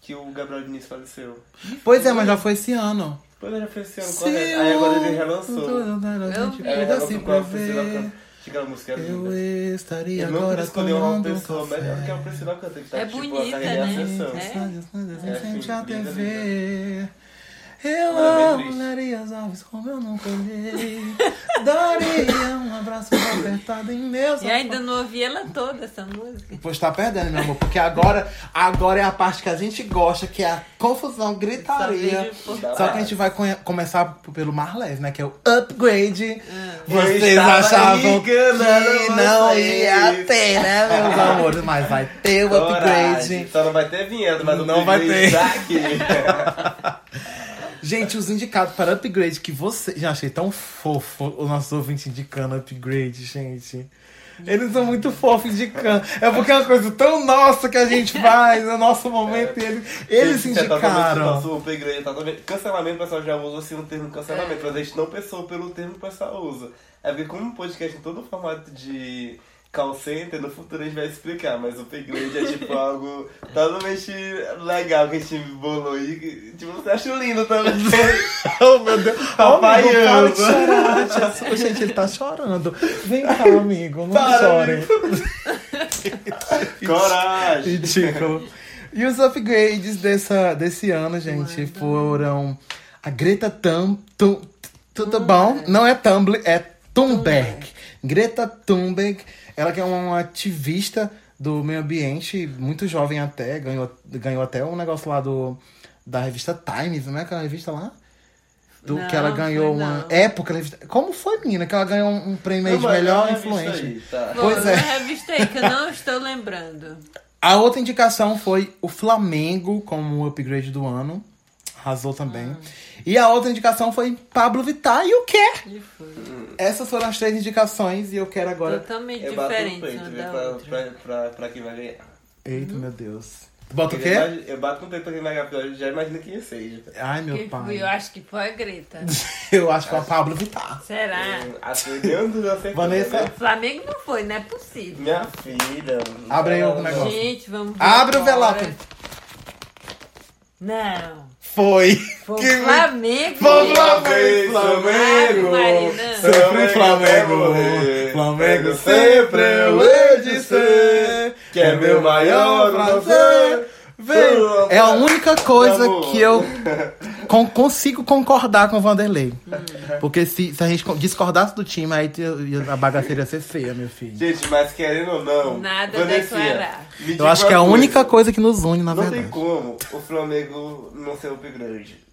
[SPEAKER 4] Que o Gabriel Diniz faleceu.
[SPEAKER 3] Pois é, mas já foi esse ano.
[SPEAKER 4] Depois ele já fez esse ano,
[SPEAKER 3] Se
[SPEAKER 4] correto. é? Aí agora ele
[SPEAKER 3] tudo
[SPEAKER 4] relançou.
[SPEAKER 3] dar a
[SPEAKER 5] Eu
[SPEAKER 3] gente
[SPEAKER 5] vi.
[SPEAKER 4] É,
[SPEAKER 3] pudesse
[SPEAKER 4] relançou com a Priscila
[SPEAKER 3] prever,
[SPEAKER 4] Alcântara. Que Aquela música é
[SPEAKER 3] assim Eu
[SPEAKER 4] linda.
[SPEAKER 3] estaria
[SPEAKER 4] Eu nunca
[SPEAKER 3] agora
[SPEAKER 4] escolhi uma
[SPEAKER 3] tomando um
[SPEAKER 4] pessoa
[SPEAKER 3] café.
[SPEAKER 4] melhor que a Priscila Alcântara, que tá
[SPEAKER 5] É
[SPEAKER 4] tipo
[SPEAKER 5] bonita,
[SPEAKER 4] a carreira
[SPEAKER 5] né?
[SPEAKER 4] sessão.
[SPEAKER 5] É.
[SPEAKER 3] Você
[SPEAKER 4] É,
[SPEAKER 3] sente
[SPEAKER 4] sim,
[SPEAKER 3] a
[SPEAKER 4] linda,
[SPEAKER 3] TV. Eu
[SPEAKER 4] Ela é bem triste.
[SPEAKER 3] amaria as aves como eu nunca olhei. Daria um abraço apertado em meus
[SPEAKER 5] E ainda não ouvi ela toda, essa música.
[SPEAKER 3] Pois tá perdendo, meu amor, porque agora, agora é a parte que a gente gosta, que é a confusão, gritaria.
[SPEAKER 5] Só vejo
[SPEAKER 3] Só que a gente vai conhe- começar p- pelo mais leve, né? Que é o upgrade.
[SPEAKER 4] É. Eu
[SPEAKER 3] Vocês
[SPEAKER 4] estava
[SPEAKER 3] achavam que
[SPEAKER 4] enganando
[SPEAKER 3] não
[SPEAKER 4] vocês.
[SPEAKER 3] ia ter, né, meus amores? Mas vai ter o
[SPEAKER 4] Coragem.
[SPEAKER 3] upgrade.
[SPEAKER 4] Só não vai ter vinheta, mas
[SPEAKER 3] Não
[SPEAKER 4] o
[SPEAKER 3] vai
[SPEAKER 4] upgrade
[SPEAKER 3] ter.
[SPEAKER 4] tá aqui.
[SPEAKER 3] Gente, os indicados para upgrade que você. Já achei tão fofo o nosso ouvinte indicando upgrade, gente. Eles são muito fofos de can. É porque é uma coisa tão nossa que a gente faz, é nosso momento. E eles, eles se
[SPEAKER 4] Isso é totalmente
[SPEAKER 3] indicaram.
[SPEAKER 4] nosso open grade, totalmente- Cancelamento, o pessoal já usa assim o termo
[SPEAKER 3] É.
[SPEAKER 4] cancelamento, mas a gente não pensou pelo termo que o pessoal usa. É porque como o podcast é todo formato de call center, no futuro a gente vai explicar, mas o open grade é tipo algo totalmente legal que a gente bolou e que, tipo, você acha lindo também.
[SPEAKER 3] Oh, meu Deus.
[SPEAKER 4] Papai
[SPEAKER 3] Ô, amigo, para de
[SPEAKER 4] ama.
[SPEAKER 3] chorar. Jesus, Gente, ele tá chorando. Vem cá, amigo. Não chore.
[SPEAKER 4] Coragem!
[SPEAKER 3] Ridículo. E os upgrades dessa, desse ano, gente, foram a Greta Thum, Thum, tudo bom? Não é Tumblr, é Thunberg. Greta Thunberg, ela que é uma ativista do meio ambiente, muito jovem até, ganhou, ganhou até um negócio lá do, da revista Times, não é aquela revista lá? Do que ela
[SPEAKER 5] Não,
[SPEAKER 3] ganhou
[SPEAKER 5] foi
[SPEAKER 3] uma.
[SPEAKER 5] não.
[SPEAKER 3] É, porque ela- Como foi, menina? Que ela ganhou um um prêmio aí de
[SPEAKER 4] Não, mas
[SPEAKER 3] melhor
[SPEAKER 4] é isso
[SPEAKER 3] influente.
[SPEAKER 4] aí, tá.
[SPEAKER 5] Pô,
[SPEAKER 3] Pois é.
[SPEAKER 5] uma revista aí que eu não estou lembrando.
[SPEAKER 3] A outra indicação foi o Flamengo como o upgrade do ano. Arrasou também.
[SPEAKER 5] Ah.
[SPEAKER 3] E a outra indicação foi Pablo Vittar e o quê?
[SPEAKER 5] E foi.
[SPEAKER 3] Essas foram as três indicações e eu quero agora.
[SPEAKER 5] Totalmente
[SPEAKER 4] Eu bato no
[SPEAKER 5] diferente
[SPEAKER 4] peito,
[SPEAKER 5] uma
[SPEAKER 4] viu,
[SPEAKER 5] da
[SPEAKER 4] pra,
[SPEAKER 5] outra.
[SPEAKER 4] pra, pra, pra quem vai ganhar.
[SPEAKER 3] Eita, meu Deus. Tu bota o
[SPEAKER 4] Eu
[SPEAKER 3] quê?
[SPEAKER 4] imagi- Eu bato no peito pra quem vai ganhar, porque eu já imagino quem seja.
[SPEAKER 3] Ai, meu
[SPEAKER 5] Que foi,
[SPEAKER 3] pai.
[SPEAKER 5] eu acho que foi a Greta.
[SPEAKER 3] Eu acho que foi a Pablo Vittar.
[SPEAKER 5] Será?
[SPEAKER 4] Acendendo na certeza.
[SPEAKER 3] Vanessa,
[SPEAKER 4] né?
[SPEAKER 5] Flamengo não foi, não é possível.
[SPEAKER 4] Minha filha.
[SPEAKER 3] Abre aí
[SPEAKER 4] Não,
[SPEAKER 3] o negócio.
[SPEAKER 5] Gente, vamos.
[SPEAKER 3] Abre o
[SPEAKER 5] embora.
[SPEAKER 3] velório.
[SPEAKER 5] Não.
[SPEAKER 3] Foi.
[SPEAKER 5] Foi
[SPEAKER 3] Que-
[SPEAKER 5] o Flamengo.
[SPEAKER 3] Foi o
[SPEAKER 4] Uma
[SPEAKER 3] Flamengo.
[SPEAKER 4] vez, Flamengo.
[SPEAKER 5] Marina.
[SPEAKER 3] Sempre Flamengo,
[SPEAKER 4] é,
[SPEAKER 3] Flamengo
[SPEAKER 4] é,
[SPEAKER 3] sempre eu hei de ser,
[SPEAKER 4] que é meu maior prazer.
[SPEAKER 3] Vem. É a única coisa
[SPEAKER 4] Amor.
[SPEAKER 3] que eu con- consigo concordar com o Vanderlei. Porque se, se a gente discordasse do time, aí te- a bagaceira ia ser feia, meu filho.
[SPEAKER 4] Gente, mas querendo ou não.
[SPEAKER 5] Nada a
[SPEAKER 4] Vanessinha,
[SPEAKER 5] declarar.
[SPEAKER 4] me diga
[SPEAKER 3] Eu acho
[SPEAKER 4] uma
[SPEAKER 3] que é a
[SPEAKER 4] coisa.
[SPEAKER 3] única coisa que nos une, na
[SPEAKER 4] Não
[SPEAKER 3] verdade.
[SPEAKER 4] tem como o Flamengo não ser upgrade.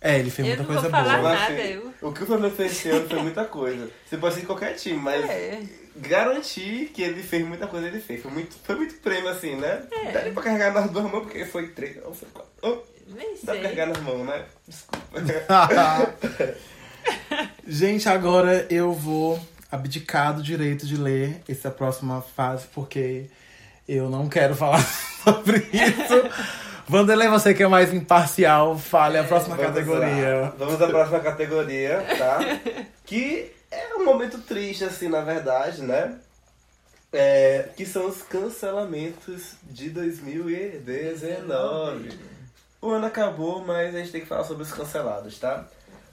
[SPEAKER 3] É, ele fez
[SPEAKER 5] Eu
[SPEAKER 3] muita
[SPEAKER 5] não
[SPEAKER 3] coisa
[SPEAKER 5] vou falar
[SPEAKER 3] boa.
[SPEAKER 5] nada.
[SPEAKER 4] Mas, assim,
[SPEAKER 5] eu-
[SPEAKER 4] O que o Flamengo fez esse ano foi muita coisa. Você pode ser de qualquer time, mas
[SPEAKER 5] É.
[SPEAKER 4] garantir que ele fez muita coisa, ele fez. Foi muito, foi muito prêmio, assim, né?
[SPEAKER 5] É.
[SPEAKER 4] Dá ali pra carregar nas duas mãos, porque foi três. Ou foi quatro. Oh,
[SPEAKER 5] Nem
[SPEAKER 4] dá pra
[SPEAKER 5] sei.
[SPEAKER 4] carregar nas mãos, né? Desculpa.
[SPEAKER 3] Ah, Gente, agora eu vou abdicar do direito de ler essa próxima fase, porque eu não quero falar sobre isso. Vanderlei, você que é mais imparcial, fale a próxima
[SPEAKER 4] É, Vamos lá.
[SPEAKER 3] categoria.
[SPEAKER 4] Vamos à próxima categoria, tá? que é um momento triste, assim, na verdade, né? É, que são os cancelamentos de 2019. O ano acabou, mas a gente tem que falar sobre os cancelados, tá?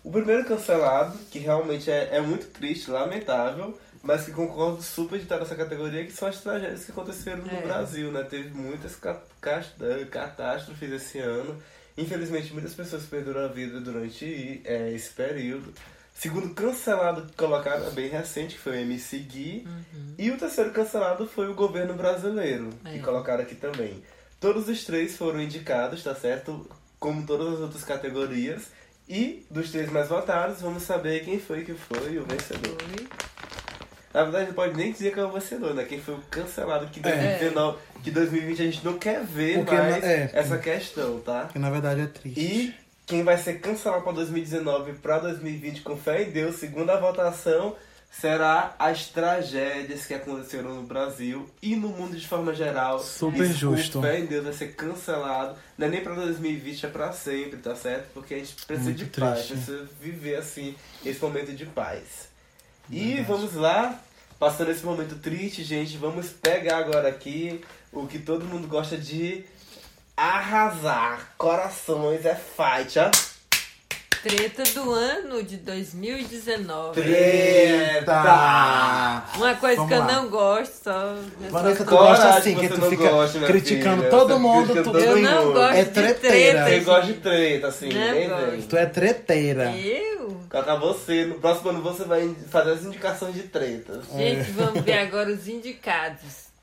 [SPEAKER 4] O primeiro cancelado, que realmente é, é muito triste, lamentável, mas que concordo super de estar nessa categoria, que são as tragédias que aconteceram no
[SPEAKER 5] É.
[SPEAKER 4] Brasil, né? Teve muitas ca- cas- eh, catástrofes esse ano. Infelizmente, muitas pessoas perderam a vida durante eh, esse período. Segundo cancelado que colocaram, é bem recente, que foi o MC Gui. E o terceiro cancelado foi o governo brasileiro, que
[SPEAKER 5] Uhum. É.
[SPEAKER 4] colocaram aqui também. Todos os três foram indicados, tá certo? Como todas as outras categorias. E dos três mais votados, vamos saber quem foi que foi o vencedor.
[SPEAKER 5] Foi.
[SPEAKER 4] Na verdade, não pode nem dizer que é o vencedor, né? Quem foi o cancelado que 2019, que 2020 a gente não quer ver
[SPEAKER 3] É. Porque
[SPEAKER 4] mais
[SPEAKER 3] não- é.
[SPEAKER 4] essa questão, tá?
[SPEAKER 3] Que na verdade é triste.
[SPEAKER 4] E quem vai ser cancelado para 2019 para 2020, com fé em Deus, segundo a votação, será as tragédias que aconteceram no Brasil e no mundo de forma geral.
[SPEAKER 3] Super
[SPEAKER 4] Isso,
[SPEAKER 3] justo.
[SPEAKER 4] Com fé em Deus vai ser cancelado. Não é nem para 2020, é para sempre, tá certo? Porque a gente precisa
[SPEAKER 3] Muito
[SPEAKER 4] de paz,
[SPEAKER 3] triste.
[SPEAKER 4] precisa viver assim, esse momento de paz. E vamos lá, passando esse momento triste, gente, vamos pegar agora aqui o que todo mundo gosta de arrasar. Corações é fight, ó.
[SPEAKER 5] Treta do ano de 2019.
[SPEAKER 4] Treta!
[SPEAKER 5] Uma coisa
[SPEAKER 3] Vamos
[SPEAKER 5] que eu
[SPEAKER 3] lá.
[SPEAKER 5] não gosto, só.
[SPEAKER 3] Vanessa, tu
[SPEAKER 4] Coragem,
[SPEAKER 3] gosta assim,
[SPEAKER 4] você
[SPEAKER 3] que tu
[SPEAKER 4] não
[SPEAKER 3] fica
[SPEAKER 4] gosta, minha
[SPEAKER 3] criticando
[SPEAKER 4] filha.
[SPEAKER 3] todo
[SPEAKER 4] Você
[SPEAKER 3] mundo,
[SPEAKER 4] critica
[SPEAKER 3] tu,
[SPEAKER 4] todo
[SPEAKER 5] Eu não
[SPEAKER 4] mundo.
[SPEAKER 5] gosto
[SPEAKER 3] É
[SPEAKER 5] de
[SPEAKER 3] treteira.
[SPEAKER 5] treta.
[SPEAKER 4] Você
[SPEAKER 5] gente.
[SPEAKER 4] gosta de treta, assim,
[SPEAKER 5] Não
[SPEAKER 4] nem vem.
[SPEAKER 5] Né, gosto.
[SPEAKER 3] tu é treteira.
[SPEAKER 5] Eu?
[SPEAKER 4] Colocar você, no próximo ano você vai fazer as indicações de tretas.
[SPEAKER 3] É.
[SPEAKER 5] Gente, vamos ver agora os indicados.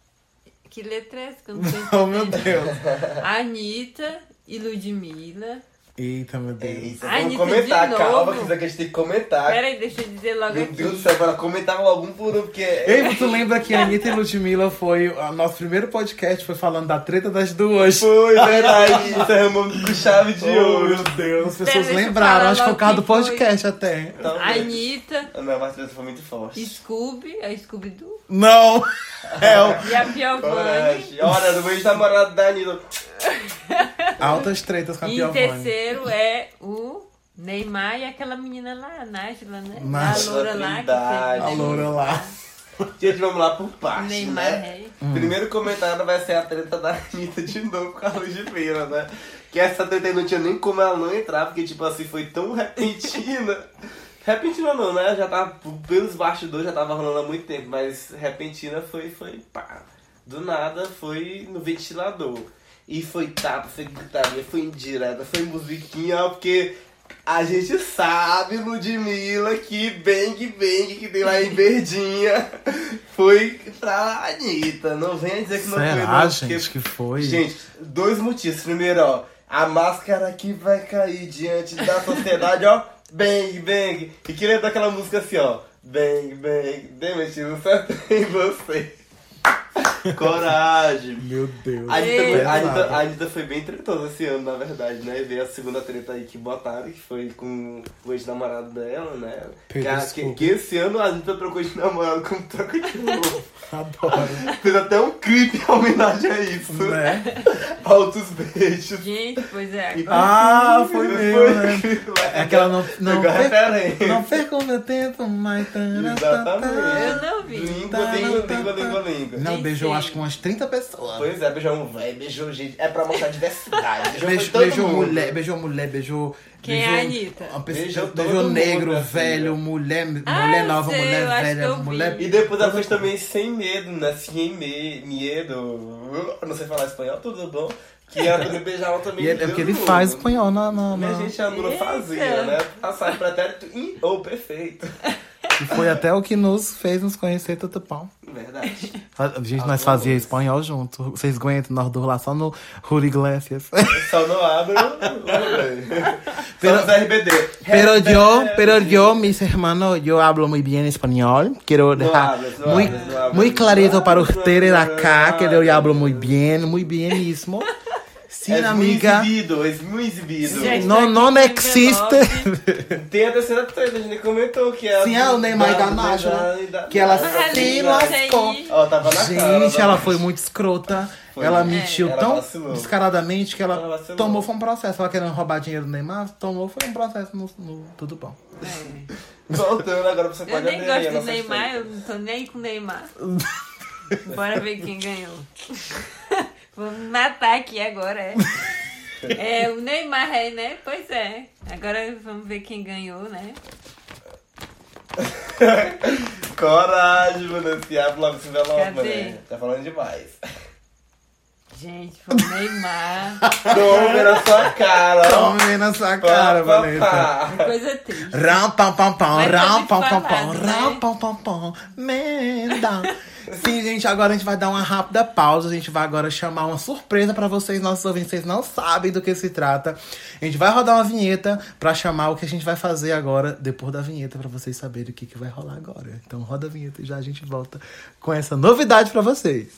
[SPEAKER 5] Que letra é essa que eu não tô
[SPEAKER 3] Oh, meu
[SPEAKER 5] entendendo?
[SPEAKER 3] Deus.
[SPEAKER 5] Anitta e Ludmilla.
[SPEAKER 3] Eita, meu Deus.
[SPEAKER 4] Eita,
[SPEAKER 5] Ai,
[SPEAKER 4] vamos
[SPEAKER 5] Anitta,
[SPEAKER 4] comentar,
[SPEAKER 5] de
[SPEAKER 4] calma, que
[SPEAKER 5] novo? É
[SPEAKER 4] isso aqui a gente tem que comentar.
[SPEAKER 5] Peraí, deixa eu dizer logo
[SPEAKER 4] Meu Deus do
[SPEAKER 5] aqui.
[SPEAKER 4] céu, agora comentar logo um por um, porque.
[SPEAKER 3] Ei, tu lembra que a Anitta e Ludmilla foi. O nosso primeiro podcast foi falando da treta das duas. Ah,
[SPEAKER 4] Foi, é verdade, encerramos com chave de
[SPEAKER 3] Oh,
[SPEAKER 4] ouro.
[SPEAKER 3] meu Deus. As pessoas
[SPEAKER 5] Deixa eu
[SPEAKER 3] lembraram, acho
[SPEAKER 5] falar
[SPEAKER 3] que foi
[SPEAKER 5] logo
[SPEAKER 3] por causa do
[SPEAKER 5] quem foi.
[SPEAKER 3] podcast até.
[SPEAKER 5] A Anitta,
[SPEAKER 4] A minha participação foi muito forte.
[SPEAKER 5] Scooby, a Scooby Doo
[SPEAKER 3] Não! É o-
[SPEAKER 5] e a Piovani.
[SPEAKER 4] Coragem. Olha, no meu ex-namorado da Anitta.
[SPEAKER 3] Altas tretas com a
[SPEAKER 5] E em
[SPEAKER 3] Piovani.
[SPEAKER 5] terceiro é o Neymar e aquela menina lá, a Nájila, né?
[SPEAKER 3] Nájila
[SPEAKER 5] a loura lá que
[SPEAKER 4] Trindade.
[SPEAKER 5] fez,
[SPEAKER 3] A
[SPEAKER 5] né?
[SPEAKER 3] loura lá.
[SPEAKER 4] Gente, vamos lá por partes,
[SPEAKER 5] Neymar
[SPEAKER 4] né?
[SPEAKER 5] Rei.
[SPEAKER 4] Primeiro comentário vai ser a treta da Anitta de novo com a Luz de Feira, né? Que essa treta aí não tinha nem como ela não entrar, porque, tipo assim, foi tão repentina. repentina não, né? Já tava, pelos bastidores já tava rolando há muito tempo, mas repentina foi, foi pá. Do nada foi no ventilador. E foi tapa, foi gritaria, foi indireta, foi musiquinha, porque a gente sabe, Ludmilla, que Bang Bang que tem lá em Verdinha foi pra Anitta. Não venha dizer que não foi.
[SPEAKER 3] Será,
[SPEAKER 4] não,
[SPEAKER 3] gente, que foi?
[SPEAKER 4] Gente, dois motivos. Primeiro, ó, a máscara que vai cair diante da sociedade, ó. Bang Bang. E que lembra daquela música assim, ó. Bang Bang, demitido só tem você. Coragem.
[SPEAKER 3] Meu Deus.
[SPEAKER 4] A Anitta, a, Anitta,
[SPEAKER 3] Pesado.
[SPEAKER 4] a Anitta foi bem tretosa esse ano, na verdade, né? E veio a segunda treta aí que botaram, que foi com o ex-namorado dela, né? Que,
[SPEAKER 3] Pedro
[SPEAKER 4] a- que,
[SPEAKER 3] Scooby.
[SPEAKER 4] que esse ano a Anitta trocou de namorado como troca de novo.
[SPEAKER 3] Adoro.
[SPEAKER 4] Fez até um clipe em homenagem a isso.
[SPEAKER 3] Né?
[SPEAKER 4] Altos beijos.
[SPEAKER 5] Gente, pois é.
[SPEAKER 4] E-
[SPEAKER 3] Ah, foi mesmo, né?
[SPEAKER 4] incrível.
[SPEAKER 3] É que ela não. Não,
[SPEAKER 4] Pegou a
[SPEAKER 3] perca-
[SPEAKER 4] referência.
[SPEAKER 3] não perca o meu tempo, mas.
[SPEAKER 4] Exatamente.
[SPEAKER 5] Eu não vi.
[SPEAKER 4] Língua, língua, língua, língua, língua.
[SPEAKER 3] Não,
[SPEAKER 5] Sim,
[SPEAKER 3] beijou
[SPEAKER 5] sim.
[SPEAKER 3] acho que umas 30 pessoas.
[SPEAKER 4] Pois é, beijou um velho, beijou gente. É pra mostrar diversidade. Beijou,
[SPEAKER 3] Beijo-
[SPEAKER 4] todo
[SPEAKER 3] beijou
[SPEAKER 4] mundo.
[SPEAKER 3] mulher, beijou mulher, beijou.
[SPEAKER 5] Quem é
[SPEAKER 3] beijou
[SPEAKER 5] a Anitta?
[SPEAKER 3] uma pessoa-
[SPEAKER 4] Beijou todo
[SPEAKER 3] beijou
[SPEAKER 4] mundo,
[SPEAKER 3] negro,
[SPEAKER 4] minha
[SPEAKER 3] velho,
[SPEAKER 4] filha.
[SPEAKER 3] mulher,
[SPEAKER 5] Ah,
[SPEAKER 3] mulher
[SPEAKER 5] eu
[SPEAKER 3] nova,
[SPEAKER 5] sei,
[SPEAKER 3] mulher
[SPEAKER 5] eu acho que
[SPEAKER 3] velha,
[SPEAKER 5] eu vi.
[SPEAKER 3] mulher.
[SPEAKER 4] E depois ela fez também Sem Medo, né? Sem me- Medo. Eu Não sei falar espanhol, tudo bom? Que ela também beijava também.
[SPEAKER 3] E ele- é porque ele faz espanhol na. na,
[SPEAKER 4] Mas
[SPEAKER 3] na-
[SPEAKER 4] gente, a Lula
[SPEAKER 5] Eita.
[SPEAKER 4] fazia, né? Passagem pretérito em ou perfeito.
[SPEAKER 3] Que foi até o que nos fez nos conhecer, Tutu Pau.
[SPEAKER 4] Verdade.
[SPEAKER 3] A gente,
[SPEAKER 4] Alguma
[SPEAKER 3] nós fazia
[SPEAKER 4] coisa.
[SPEAKER 3] espanhol junto. Vocês aguentam nós dois lá só no Rúlio Iglesias.
[SPEAKER 4] Só não abro.
[SPEAKER 3] Pero-
[SPEAKER 4] Pelo RBD.
[SPEAKER 3] Pero yo,
[SPEAKER 4] Hashtag-
[SPEAKER 3] pero yo, mis hermanos, yo hablo muy bien español. Quiero dejar
[SPEAKER 4] hablas, no
[SPEAKER 3] muy,
[SPEAKER 4] hablas, no hablas.
[SPEAKER 3] muy clarito para
[SPEAKER 4] No
[SPEAKER 3] ustedes
[SPEAKER 4] hablas, no
[SPEAKER 3] acá que yo
[SPEAKER 4] hablas.
[SPEAKER 3] hablo muy bien, muy bienísimo. Sin
[SPEAKER 4] É
[SPEAKER 3] amiga,
[SPEAKER 4] muito exibido, é muito exibido.
[SPEAKER 5] Gente,
[SPEAKER 3] não, não
[SPEAKER 5] Envelope.
[SPEAKER 3] existe.
[SPEAKER 4] Tem a terceira treta, a gente comentou que é a
[SPEAKER 3] Sim, é o Neymar da Nájula, que ela
[SPEAKER 5] Olha
[SPEAKER 3] se
[SPEAKER 5] isso
[SPEAKER 3] lascou.
[SPEAKER 5] aí.
[SPEAKER 4] Ó, tava na cara.
[SPEAKER 3] Gente, ela foi muito escrota.
[SPEAKER 4] Foi.
[SPEAKER 3] Ela
[SPEAKER 4] É.
[SPEAKER 3] mentiu
[SPEAKER 4] Ela
[SPEAKER 3] tão
[SPEAKER 4] vacilou.
[SPEAKER 3] descaradamente que ela,
[SPEAKER 4] Ela vacilou.
[SPEAKER 3] tomou foi um processo. Ela querendo roubar dinheiro do Neymar, tomou foi um processo no, no Tudo Bom.
[SPEAKER 4] Voltando agora pra você
[SPEAKER 5] Eu
[SPEAKER 4] pode
[SPEAKER 5] nem gosto do Neymar, eu não tô nem com o Neymar. Bora ver quem ganhou. Vou me matar aqui agora, é. É, o Neymar aí, né? Pois é. Agora vamos ver quem ganhou, né?
[SPEAKER 4] Coragem, mano. Se abre logo esse
[SPEAKER 5] Cadê?
[SPEAKER 4] envelope, né? Tá falando demais.
[SPEAKER 5] Gente, foi o Neymar.
[SPEAKER 4] Tome na sua cara. ó.
[SPEAKER 3] Tome na sua cara,
[SPEAKER 4] Então, Pá, pá,
[SPEAKER 3] Vanessa.
[SPEAKER 4] pá.
[SPEAKER 5] Coisa triste.
[SPEAKER 3] Ram, pam, pam, pam, ram,
[SPEAKER 5] Mas tá muito
[SPEAKER 3] pam, pam, pam,
[SPEAKER 5] falado,
[SPEAKER 3] ram,
[SPEAKER 5] né?
[SPEAKER 3] pam, pam, pam, menda. Sim, gente, agora a gente vai dar uma rápida pausa. A gente vai agora chamar uma surpresa pra vocês, nossos ouvintes. Vocês não sabem do que se trata. A gente vai rodar uma vinheta pra chamar o que a gente vai fazer agora, depois da vinheta, pra vocês saberem o que, que vai rolar agora. Então roda a vinheta e já a gente volta com essa novidade pra vocês.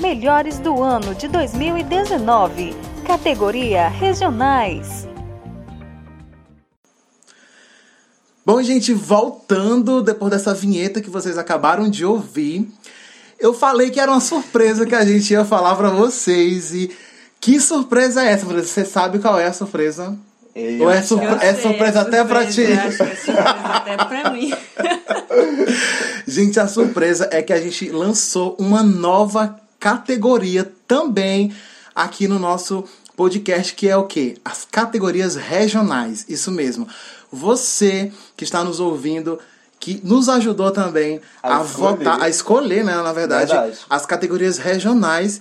[SPEAKER 1] Melhores do ano de 2019. Categoria Regionais.
[SPEAKER 3] Bom, gente, voltando depois dessa vinheta que vocês acabaram de ouvir, eu falei que era uma surpresa que a gente ia falar pra vocês. E que surpresa é essa? Vanessa? Você sabe qual é a surpresa?
[SPEAKER 4] Eu
[SPEAKER 3] Ou é, surpre-
[SPEAKER 5] Eu
[SPEAKER 3] é
[SPEAKER 5] sei,
[SPEAKER 3] surpresa até pra ti?
[SPEAKER 5] surpresa, acho que é surpresa até pra mim.
[SPEAKER 3] Gente, a surpresa é que a gente lançou uma nova categoria também aqui no nosso podcast, que é o quê? As categorias regionais. Isso mesmo. Você que está nos ouvindo, que nos ajudou também a,
[SPEAKER 4] A escolher.
[SPEAKER 3] votar, a escolher, né, na verdade,
[SPEAKER 4] Verdade.
[SPEAKER 3] as categorias regionais.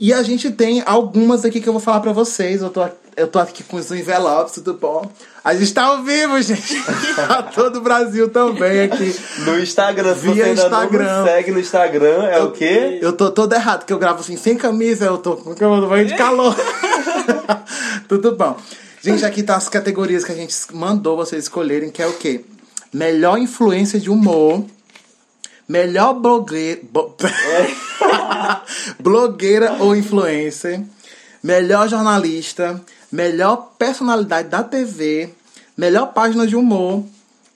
[SPEAKER 3] E a gente tem algumas aqui que eu vou falar pra vocês. Eu tô Eu tô aqui com os envelopes, tudo bom? A gente tá ao vivo, gente. pra todo o Brasil também aqui.
[SPEAKER 4] No Instagram, se
[SPEAKER 3] Via
[SPEAKER 4] você ainda
[SPEAKER 3] Instagram.
[SPEAKER 4] não me segue no Instagram, é o quê?
[SPEAKER 3] Eu tô todo errado, que eu gravo assim, sem camisa, eu tô com eu banho de calor. Tudo bom. Gente, aqui tá as categorias que a gente mandou vocês escolherem, que é o quê? Melhor influência de humor. Melhor blogueira... blogueira ou influencer. Melhor jornalista. Melhor personalidade da TV. Melhor página de humor.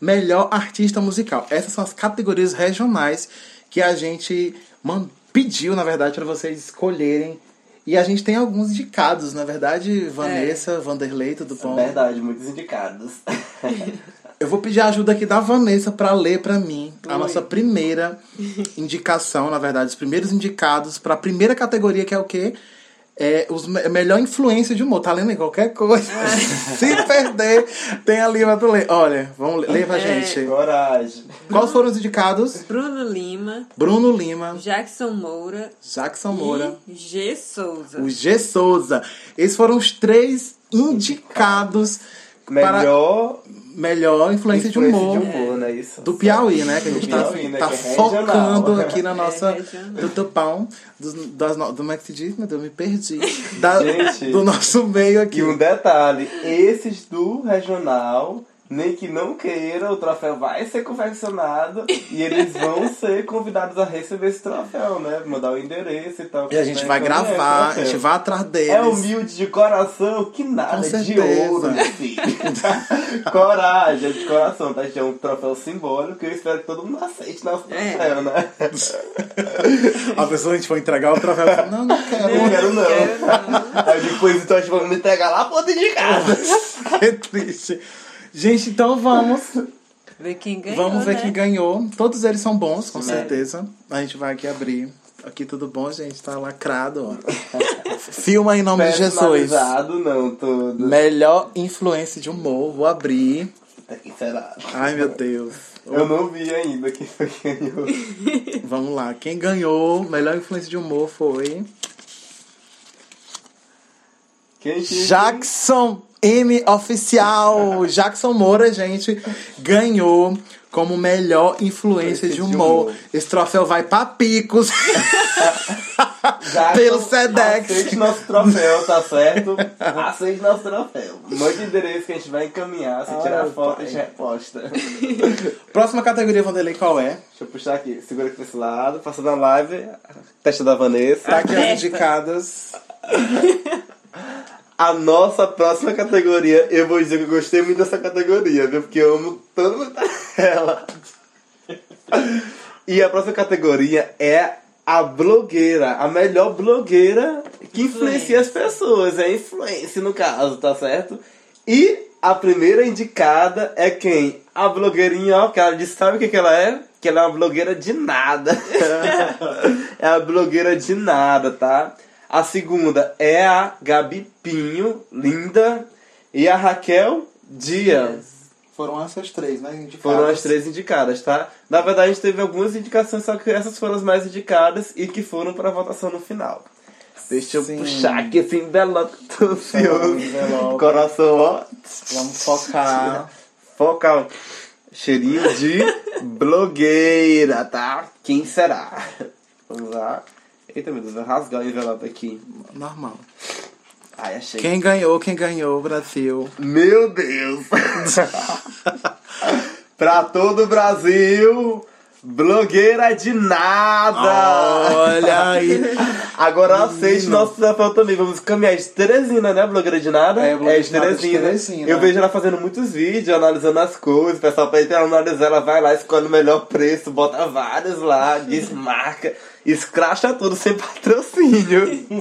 [SPEAKER 3] Melhor artista musical. Essas são as categorias regionais que a gente man- pediu, na verdade, para vocês escolherem. E a gente tem alguns indicados, na verdade, Vanessa, Vanderlei, tudo bom?
[SPEAKER 4] Verdade, muitos indicados.
[SPEAKER 3] Eu vou pedir a ajuda aqui da Vanessa para ler para mim a nossa primeira indicação, na verdade, os primeiros indicados para a primeira categoria que é o quê? É os me- melhor influência de humor. Tá lendo aí qualquer coisa. Se perder, tem ali pra tu ler. Olha, vamos ler pra gente.
[SPEAKER 4] Coragem.
[SPEAKER 3] Quais foram os indicados?
[SPEAKER 5] Bruno Lima,
[SPEAKER 3] Bruno Lima,
[SPEAKER 5] Jackson Moura
[SPEAKER 3] Jackson Moura,
[SPEAKER 5] e G. Souza.
[SPEAKER 3] o G Souza. Esses foram os três indicados para
[SPEAKER 4] Melhor
[SPEAKER 3] melhor influência, de humor.
[SPEAKER 4] de humor, né? Isso.
[SPEAKER 3] Do Piauí, né? Que a gente tá,
[SPEAKER 4] Piauí, né,
[SPEAKER 3] tá
[SPEAKER 4] que é
[SPEAKER 3] focando
[SPEAKER 4] regional.
[SPEAKER 5] É
[SPEAKER 3] aqui na nossa.
[SPEAKER 5] regional.
[SPEAKER 3] do tupão. Do, das no- do como é que se diz? Meu Deus, me perdi. Da-
[SPEAKER 4] Gente.
[SPEAKER 3] do nosso meio aqui.
[SPEAKER 4] E um detalhe, esses do regional, nem que não queira, o troféu vai ser confeccionado e eles vão ser convidados a receber esse troféu, né? Mandar o endereço e tal.
[SPEAKER 3] E a gente
[SPEAKER 4] Né?
[SPEAKER 3] vai
[SPEAKER 4] Então, é,
[SPEAKER 3] gravar, a
[SPEAKER 4] troféu.
[SPEAKER 3] gente vai atrás deles.
[SPEAKER 4] É humilde de coração, que
[SPEAKER 3] Com
[SPEAKER 4] nada, é de
[SPEAKER 3] certeza.
[SPEAKER 4] ouro, meu filho. Coragem, é de coração, tá? Isso é um troféu simbólico eu espero que todo mundo aceite nosso
[SPEAKER 3] É.
[SPEAKER 4] troféu, né?
[SPEAKER 3] A pessoa a gente for entregar o troféu. fala, Não, não quero.
[SPEAKER 4] Não quero não. Aí depois então a gente vai me entregar lá pra dentro de casa.
[SPEAKER 3] que É triste. Gente, então vamos.
[SPEAKER 5] Ver quem ganhou.
[SPEAKER 3] Vamos ver
[SPEAKER 5] né?
[SPEAKER 3] quem ganhou. Todos eles são bons, com certeza. A gente vai aqui abrir. Aqui tudo bom, gente. Tá lacrado, ó. Filma em nome de Jesus.
[SPEAKER 4] Personalizado, não, tudo.
[SPEAKER 3] Melhor influência de humor. Vou abrir.
[SPEAKER 4] Puta que será?
[SPEAKER 3] Ai, meu Deus.
[SPEAKER 4] Eu não vi ainda quem foi que ganhou.
[SPEAKER 3] Vamos lá. Quem ganhou melhor influência de humor foi
[SPEAKER 4] Quem que...
[SPEAKER 3] Jackson M oficial. Jackson Moura, gente, ganhou como melhor influência de humor. Esse troféu vai pra picos.
[SPEAKER 4] Jackson,
[SPEAKER 3] pelo Sedex.
[SPEAKER 4] Aceite nosso troféu, tá certo? Aceite nosso troféu. Mande o endereço que a gente vai encaminhar. Se tirar foto, a gente reposta. Deixa
[SPEAKER 3] Próxima categoria, Vanderlei, qual é?
[SPEAKER 4] eu puxar aqui. Segura aqui pra esse lado. Passando a live. Testa da Vanessa.
[SPEAKER 3] Tá aqui as indicadas.
[SPEAKER 4] A nossa próxima categoria. Eu vou dizer que eu gostei muito dessa categoria, viu? Porque eu amo tanto ela. E a próxima categoria é a blogueira, a melhor blogueira que influencia as pessoas, é a influência no caso, tá certo? E a primeira indicada é quem? A blogueirinha, ó, que ela diz, sabe o que, que ela é? Que ela é uma blogueira de nada. é a blogueira de nada, tá? A segunda é a Gabi Pinho, linda, e a Raquel Dias.
[SPEAKER 3] Foram essas três, né? Indicadas.
[SPEAKER 4] Foram as três indicadas, tá? Na verdade, a gente teve algumas indicações, só que essas foram as mais indicadas e que foram pra votação no final. Deixa eu
[SPEAKER 3] Sim. um
[SPEAKER 4] puxar aqui esse envelope, tô ansioso.
[SPEAKER 3] envelope. Tá.
[SPEAKER 4] Coração, ó.
[SPEAKER 3] Vamos focar.
[SPEAKER 4] Foca. Cheirinho de blogueira, tá? Quem será? Vamos lá. Eita, meu Deus, vou rasgar o envelope aqui.
[SPEAKER 3] Normal.
[SPEAKER 4] Ai, achei.
[SPEAKER 3] Quem ganhou, quem ganhou, Brasil.
[SPEAKER 4] Meu Deus! pra todo o Brasil, blogueira de nada!
[SPEAKER 3] Olha aí.
[SPEAKER 4] Agora aceite nosso desafio também. Vamos caminhar de Teresina, né? Blogueira de nada?
[SPEAKER 3] É, blogueira de nada de
[SPEAKER 4] Teresina.
[SPEAKER 3] Teresina.
[SPEAKER 4] Eu vejo ela fazendo muitos vídeos, analisando as coisas. O pessoal pede pra analisar, ela vai lá, escolhe o melhor preço, bota vários lá, desmarca, escracha tudo sem patrocínio.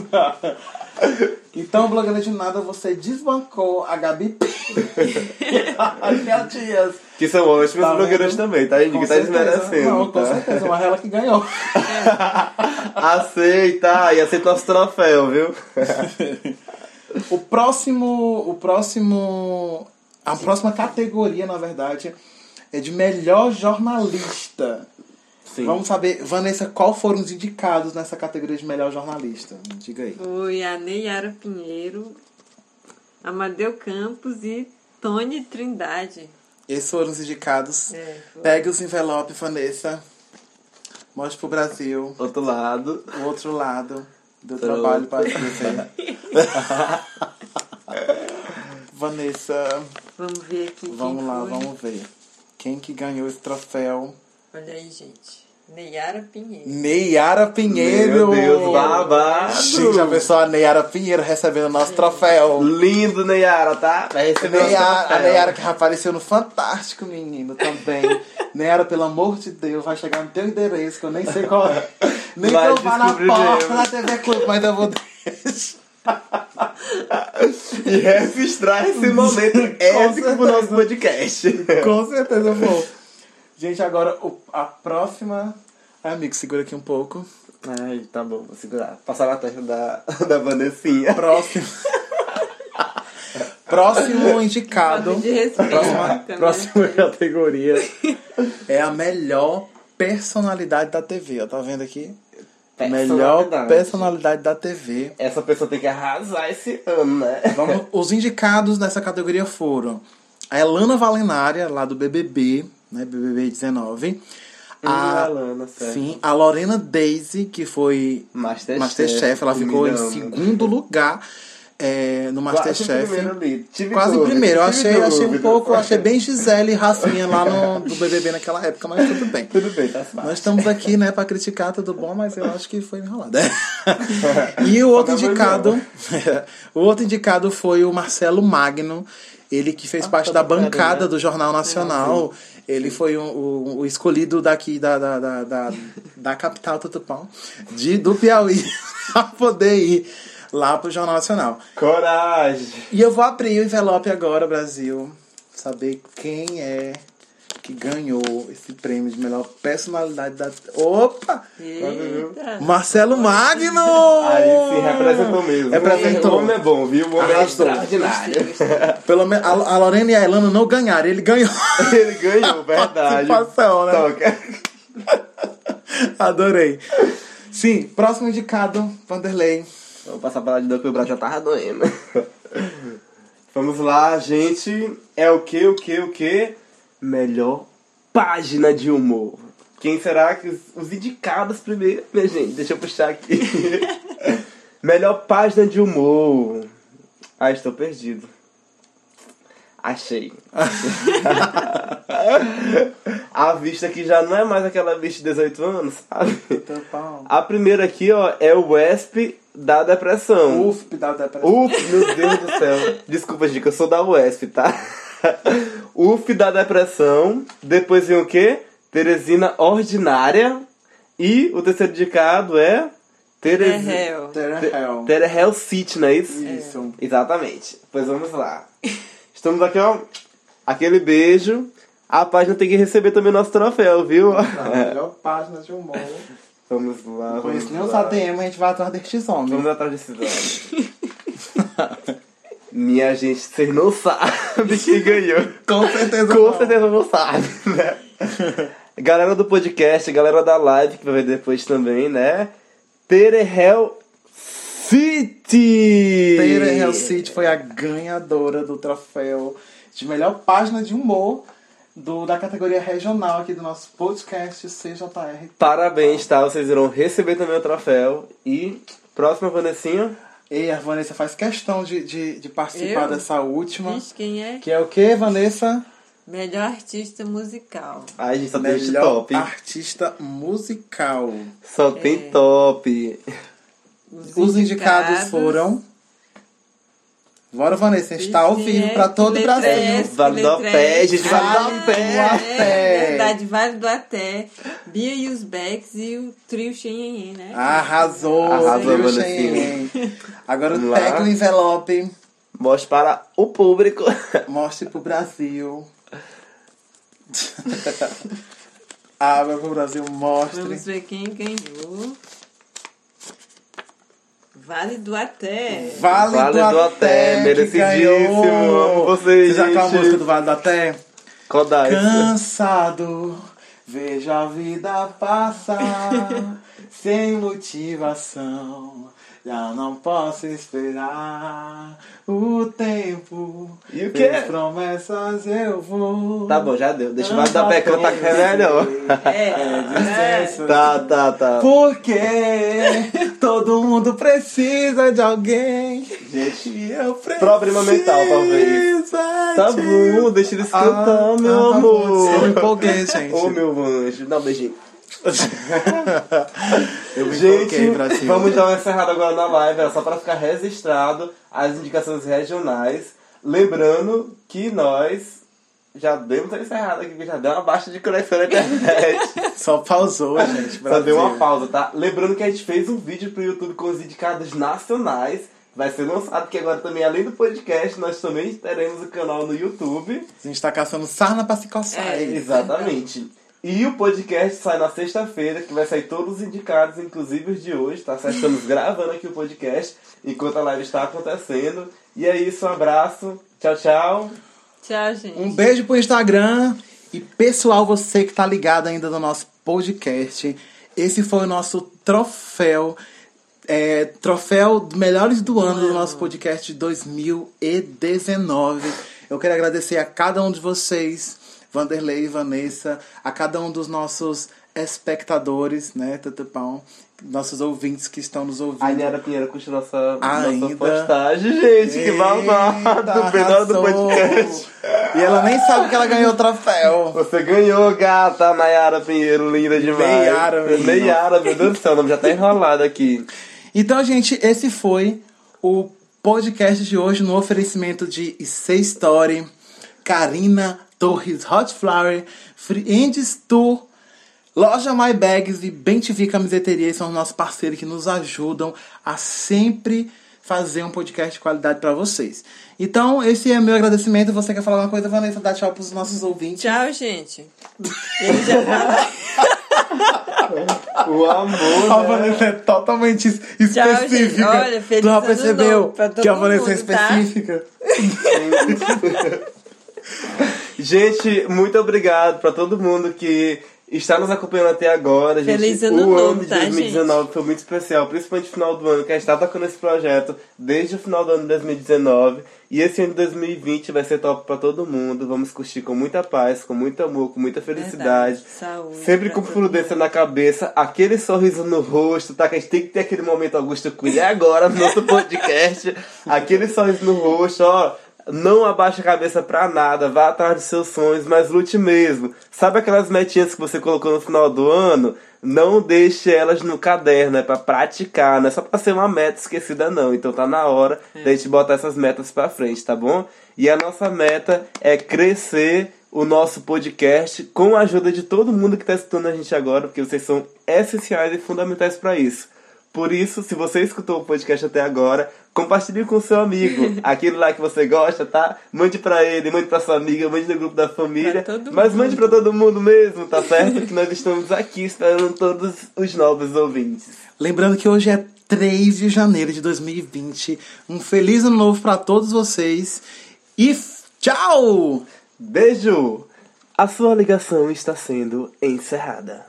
[SPEAKER 3] Então, blogueira de nada, você desbancou a Gabi Raquel Dias.
[SPEAKER 4] Que são ótimas
[SPEAKER 3] Tá
[SPEAKER 4] blogueiras
[SPEAKER 3] vendo?
[SPEAKER 4] também, tá, gente? que tá desmerecendo.
[SPEAKER 3] Não, com
[SPEAKER 4] tá?
[SPEAKER 3] certeza, mas ela que ganhou.
[SPEAKER 4] Aceita, e aceita nosso troféu, viu?
[SPEAKER 3] O próximo. O próximo. A próxima categoria, na verdade, é de melhor jornalista.
[SPEAKER 4] Sim.
[SPEAKER 3] Vamos saber, Vanessa, qual foram os indicados nessa categoria de melhor jornalista? Diga aí.
[SPEAKER 5] Foi a Neyara Pinheiro, Amadeu Campos e Tony Trindade.
[SPEAKER 3] Esses foram os indicados.
[SPEAKER 5] É, foi.
[SPEAKER 3] Pegue os envelopes, Vanessa. Mostre pro Brasil
[SPEAKER 4] Outro lado.
[SPEAKER 3] o outro lado do trabalho para você. Vanessa,
[SPEAKER 5] Vamos ver aqui
[SPEAKER 3] vamos
[SPEAKER 5] quem
[SPEAKER 3] lá,
[SPEAKER 5] foi.
[SPEAKER 3] vamos ver. Quem que ganhou esse troféu?
[SPEAKER 5] Olha aí, gente. Neyara Pinheiro.
[SPEAKER 3] Neiara Pinheiro!
[SPEAKER 4] Meu Deus, babado!
[SPEAKER 3] Gente, a pessoa Neiara Pinheiro recebendo o nosso troféu.
[SPEAKER 4] Lindo, Neyara, tá? Vai receber o
[SPEAKER 3] Neiara, a
[SPEAKER 4] troféu.
[SPEAKER 3] Neiara que apareceu no Fantástico, menino, também. Neiara, pelo amor de Deus, vai chegar no teu endereço, que eu nem sei qual é. Nem
[SPEAKER 4] Vai
[SPEAKER 3] que eu vá na
[SPEAKER 4] descobrir
[SPEAKER 3] porta
[SPEAKER 4] mesmo.
[SPEAKER 3] da TV Clube, mas eu vou...
[SPEAKER 4] E registrar esse momento épico pro nosso podcast.
[SPEAKER 3] Com certeza eu vou. Gente, agora o- a próxima... Ai, amigo, segura aqui um pouco.
[SPEAKER 4] Ai, tá bom, vou segurar. Passar na testa da, da Vanessinha.
[SPEAKER 3] Próximo. Próximo indicado.
[SPEAKER 5] Falta de respeito
[SPEAKER 3] Próxima,
[SPEAKER 5] também.
[SPEAKER 3] próxima categoria é a melhor personalidade da TV. Ó, tá vendo aqui? Melhor personalidade da TV.
[SPEAKER 4] Essa pessoa tem que arrasar esse ano, né?
[SPEAKER 3] Vamos- os indicados nessa categoria foram a Elana Valenária, lá do BBB, né? BBB 19.
[SPEAKER 4] Hum,
[SPEAKER 3] A,
[SPEAKER 4] Elana, certo.
[SPEAKER 3] sim, a Lorena Daisy, que foi
[SPEAKER 4] Masterchef,
[SPEAKER 3] Masterchef. Ela ficou em
[SPEAKER 4] humilhando.
[SPEAKER 3] segundo lugar é, no
[SPEAKER 4] Quase
[SPEAKER 3] Masterchef.
[SPEAKER 4] primeiro ali. Tive
[SPEAKER 3] Quase em
[SPEAKER 4] dúvida,
[SPEAKER 3] primeiro. Eu
[SPEAKER 4] tive
[SPEAKER 3] achei, achei um
[SPEAKER 4] dúvida.
[SPEAKER 3] pouco, achei bem Gisele e Rafinha lá no, do BBB naquela época, mas tudo bem.
[SPEAKER 4] Tudo bem, tá certo.
[SPEAKER 3] Nós estamos aqui, né, pra criticar, tudo bom, mas eu acho que foi enrolado. e o outro
[SPEAKER 4] Só na
[SPEAKER 3] indicado, o outro indicado foi o Marcelo Magno, ele que fez parte da bancada do Jornal Nacional. Ele foi o, o- o escolhido daqui da, da, da, da, da capital Tutupão, de, do Piauí, pra poder ir lá pro Jornal Nacional.
[SPEAKER 4] Coragem.
[SPEAKER 3] E eu vou abrir o envelope agora, Brasil, saber quem é que ganhou esse prêmio de melhor personalidade da. Opa!
[SPEAKER 5] Eita.
[SPEAKER 3] Marcelo Magno!
[SPEAKER 4] Aí sim,
[SPEAKER 3] Ah.
[SPEAKER 4] representou mesmo.
[SPEAKER 3] Representou.
[SPEAKER 4] O homem é bom, viu? O homem é
[SPEAKER 3] Arrasou.
[SPEAKER 4] extraordinário.
[SPEAKER 3] Pelo menos a a Lorena e a Elana não ganharam, ele ganhou.
[SPEAKER 4] Ele ganhou, verdade.
[SPEAKER 3] Participação, né?
[SPEAKER 4] Toca.
[SPEAKER 3] Adorei. Sim, próximo indicado, Vanderlei.
[SPEAKER 4] Vou passar pra lá de dor que o braço já tava doendo. Vamos lá, gente. É o que, o que, o que? Melhor página de humor. Quem será que os, os indicados primeiro, minha gente? Deixa eu puxar aqui. Melhor página de humor. Ah, estou perdido. Achei. A vista que já não é mais aquela vista de 18 anos, sabe?
[SPEAKER 3] Então,
[SPEAKER 4] A primeira aqui, ó, é o UESP da depressão. Uf,
[SPEAKER 3] Uf, da depressão.
[SPEAKER 4] Uf meu Deus do céu. Desculpa, gente, que eu sou da UESP, tá? Uf da depressão. Depois vem o quê? Teresina ordinária. E o terceiro indicado é... Teresina...
[SPEAKER 5] Terrell.
[SPEAKER 3] Terrell.
[SPEAKER 4] Tere Hell City, não é isso?
[SPEAKER 3] Isso.
[SPEAKER 4] Exatamente. Pois vamos lá. Estamos aqui, ó. Aquele beijo. A página tem que receber também nosso troféu, viu?
[SPEAKER 3] A melhor página de humor.
[SPEAKER 4] Vamos lá,
[SPEAKER 3] Com
[SPEAKER 4] vamos
[SPEAKER 3] isso, nem os
[SPEAKER 4] lá.
[SPEAKER 3] ADM a gente vai atrás destes homens.
[SPEAKER 4] Vamos atrás desses homens. Minha gente, vocês não sabem quem ganhou.
[SPEAKER 3] Com certeza.
[SPEAKER 4] Com
[SPEAKER 3] não.
[SPEAKER 4] certeza não sabe, né? Galera do podcast, galera da live que vai ver depois também, né? Terehel City!
[SPEAKER 3] Taylor Hill City foi a ganhadora do troféu de melhor página de humor do, da categoria regional aqui do nosso podcast CJR.
[SPEAKER 4] Parabéns, tá? Vocês irão receber também o troféu. E próxima, Vanessinha.
[SPEAKER 3] E a Vanessa faz questão de, de, de participar
[SPEAKER 5] Eu?
[SPEAKER 3] dessa última.
[SPEAKER 5] Diz quem é?
[SPEAKER 3] Que é o que, Vanessa?
[SPEAKER 5] Melhor artista musical.
[SPEAKER 4] Ai, gente, só tem gente top.
[SPEAKER 3] artista musical.
[SPEAKER 4] Só tem top.
[SPEAKER 3] Os indicados foram. Bora, Vanessa, a gente tá ao
[SPEAKER 5] é
[SPEAKER 3] vivo pra todo o Brasil.
[SPEAKER 4] Vale do pé, gente, vale do
[SPEAKER 3] pé.
[SPEAKER 5] É verdade, Vale do Até. Bia e os Becks e o trio Xenhenhen, né?
[SPEAKER 3] Ah, Arrasou,
[SPEAKER 4] Arrasou,
[SPEAKER 3] viu,
[SPEAKER 4] Vanessa.
[SPEAKER 3] Cheyenne? Agora
[SPEAKER 4] Vamos
[SPEAKER 3] o
[SPEAKER 4] lá.
[SPEAKER 3] pega o envelope.
[SPEAKER 4] Mostra para o público.
[SPEAKER 3] Mostre pro Brasil.
[SPEAKER 6] Ah,
[SPEAKER 3] Abra pro Brasil, mostre.
[SPEAKER 5] Vamos ver quem ganhou. Vale do Até.
[SPEAKER 3] Vale,
[SPEAKER 4] Vale
[SPEAKER 3] do,
[SPEAKER 4] do
[SPEAKER 3] Até,
[SPEAKER 4] Até,
[SPEAKER 3] que
[SPEAKER 4] merecidíssimo.
[SPEAKER 3] ganhou.
[SPEAKER 4] Amo vocês,
[SPEAKER 3] já aquela
[SPEAKER 4] gente.
[SPEAKER 3] música do Vale do Até?
[SPEAKER 4] Qual dá isso?
[SPEAKER 3] Cansado
[SPEAKER 6] Vejo a vida passar sem motivação. Já não posso esperar o tempo.
[SPEAKER 4] E o
[SPEAKER 6] Pelas
[SPEAKER 4] quê?
[SPEAKER 6] promessas eu vou.
[SPEAKER 4] Tá bom, já deu. Deixa o Vale da
[SPEAKER 6] Anda
[SPEAKER 4] Pecão tá
[SPEAKER 6] com
[SPEAKER 4] que é melhor.
[SPEAKER 6] É, licença.
[SPEAKER 4] Tá, tá, tá.
[SPEAKER 6] Porque todo mundo precisa de alguém. Gente, e eu preciso.
[SPEAKER 4] Problema mental, talvez. Tá bom, deixa eles
[SPEAKER 6] Ah,
[SPEAKER 4] cantar,
[SPEAKER 6] tá
[SPEAKER 4] meu
[SPEAKER 3] Ah, tá Eu me
[SPEAKER 4] amor.
[SPEAKER 3] empolguei, gente.
[SPEAKER 4] Ô, meu anjo. Dá um beijinho.
[SPEAKER 6] Eu me
[SPEAKER 4] Gente,
[SPEAKER 6] coloquei pra cima.
[SPEAKER 4] vamos dar uma encerrada agora na live, era só para ficar registrado as indicações regionais. Lembrando que nós já demos a encerrada aqui, porque já deu uma baixa de conexão na internet.
[SPEAKER 6] Só pausou, gente.
[SPEAKER 4] só
[SPEAKER 6] Brasil.
[SPEAKER 4] deu uma pausa, tá? Lembrando que a gente fez um vídeo pro YouTube com os indicados nacionais. Vai ser lançado, porque agora também, além do podcast, nós também teremos o canal no YouTube.
[SPEAKER 3] A gente tá caçando sarna pra se coçar.
[SPEAKER 4] É, exatamente. E o podcast sai na sexta-feira, que vai sair todos os indicados, inclusive os de hoje, tá? certo? Estamos gravando aqui o podcast enquanto a live está acontecendo. E é isso, um abraço. Tchau, tchau.
[SPEAKER 5] Tchau, gente.
[SPEAKER 3] Um beijo pro Instagram. E pessoal, você que tá ligado ainda no nosso podcast, esse foi o nosso troféu. é, troféu do melhores do ano do nosso podcast de 2019. Eu quero agradecer a cada um de vocês, Vanderlei e Vanessa, a cada um dos nossos espectadores, né, Tutupão, nossos ouvintes que estão nos ouvindo.
[SPEAKER 4] A Niara Pinheiro curte nossa, nossa
[SPEAKER 3] Ainda.
[SPEAKER 4] postagem, gente. Que
[SPEAKER 3] Eita,
[SPEAKER 4] babado. Melhor do
[SPEAKER 3] arrasou.
[SPEAKER 4] podcast.
[SPEAKER 3] E ela nem sabe que ela ganhou o troféu.
[SPEAKER 4] Você ganhou, gata, Nayara Pinheiro, linda demais.
[SPEAKER 3] Nayara, menino.
[SPEAKER 4] Nayara, meu Deus do céu, o nome já tá enrolado aqui.
[SPEAKER 3] Então, gente, esse foi o podcast de hoje no oferecimento de IC Story, Karina Torres Hot Flower, Friends Tour, Loja My Bags e Bem TV Camiseteria são os nossos parceiros que nos ajudam a sempre fazer um podcast de qualidade pra vocês. Então, esse é meu agradecimento. Você quer falar alguma coisa, Vanessa? Dá tchau pros nossos ouvintes.
[SPEAKER 5] Tchau, gente. Ele já tá- fala.
[SPEAKER 4] O amor.
[SPEAKER 3] A Vanessa é totalmente es- específica.
[SPEAKER 5] Olha, feliz
[SPEAKER 3] tu já
[SPEAKER 5] ano
[SPEAKER 3] percebeu
[SPEAKER 5] novo pra todo
[SPEAKER 3] que a Vanessa é
[SPEAKER 5] mundo, tá?
[SPEAKER 3] específica?
[SPEAKER 4] Gente, muito obrigado pra todo mundo que está nos acompanhando até agora. Gente.
[SPEAKER 5] Feliz ano
[SPEAKER 4] o
[SPEAKER 5] novo,
[SPEAKER 4] ano de
[SPEAKER 5] tá,
[SPEAKER 4] 2019 foi muito especial, principalmente o final do ano, que a gente tá com esse projeto desde o final do ano de 2019. E esse ano de 2020 vai ser top pra todo mundo. Vamos curtir com muita paz, com muito amor, com muita felicidade.
[SPEAKER 5] Verdade. Saúde.
[SPEAKER 4] Sempre
[SPEAKER 5] pra
[SPEAKER 4] com
[SPEAKER 5] todo
[SPEAKER 4] prudência na cabeça, aquele sorriso no rosto, tá? Que a gente tem que ter aquele momento Augusto Cunha é agora no nosso podcast. aquele sorriso no rosto, ó. Não abaixa a cabeça pra nada, vá atrás dos seus sonhos, mas lute mesmo. Sabe aquelas metinhas que você colocou no final do ano? Não deixe elas no caderno, é pra praticar, não é só pra ser uma meta esquecida, não. Então tá na hora
[SPEAKER 5] É.
[SPEAKER 4] da gente botar essas metas pra frente, tá bom? E a nossa meta é crescer o nosso podcast com a ajuda de todo mundo que está escutando a gente agora, porque vocês são essenciais e fundamentais para isso. Por isso, se você escutou o podcast até agora, compartilhe com seu amigo, aquele lá que você gosta, tá? Mande para ele, mande para sua amiga, mande no grupo da família,
[SPEAKER 5] Pra todo
[SPEAKER 4] mas mande para todo mundo mesmo, tá certo? que nós estamos aqui esperando todos os novos ouvintes.
[SPEAKER 3] Lembrando que hoje é 3 de janeiro de 2020. Um feliz ano novo pra todos vocês. E f- tchau!
[SPEAKER 4] Beijo! A sua ligação está sendo encerrada.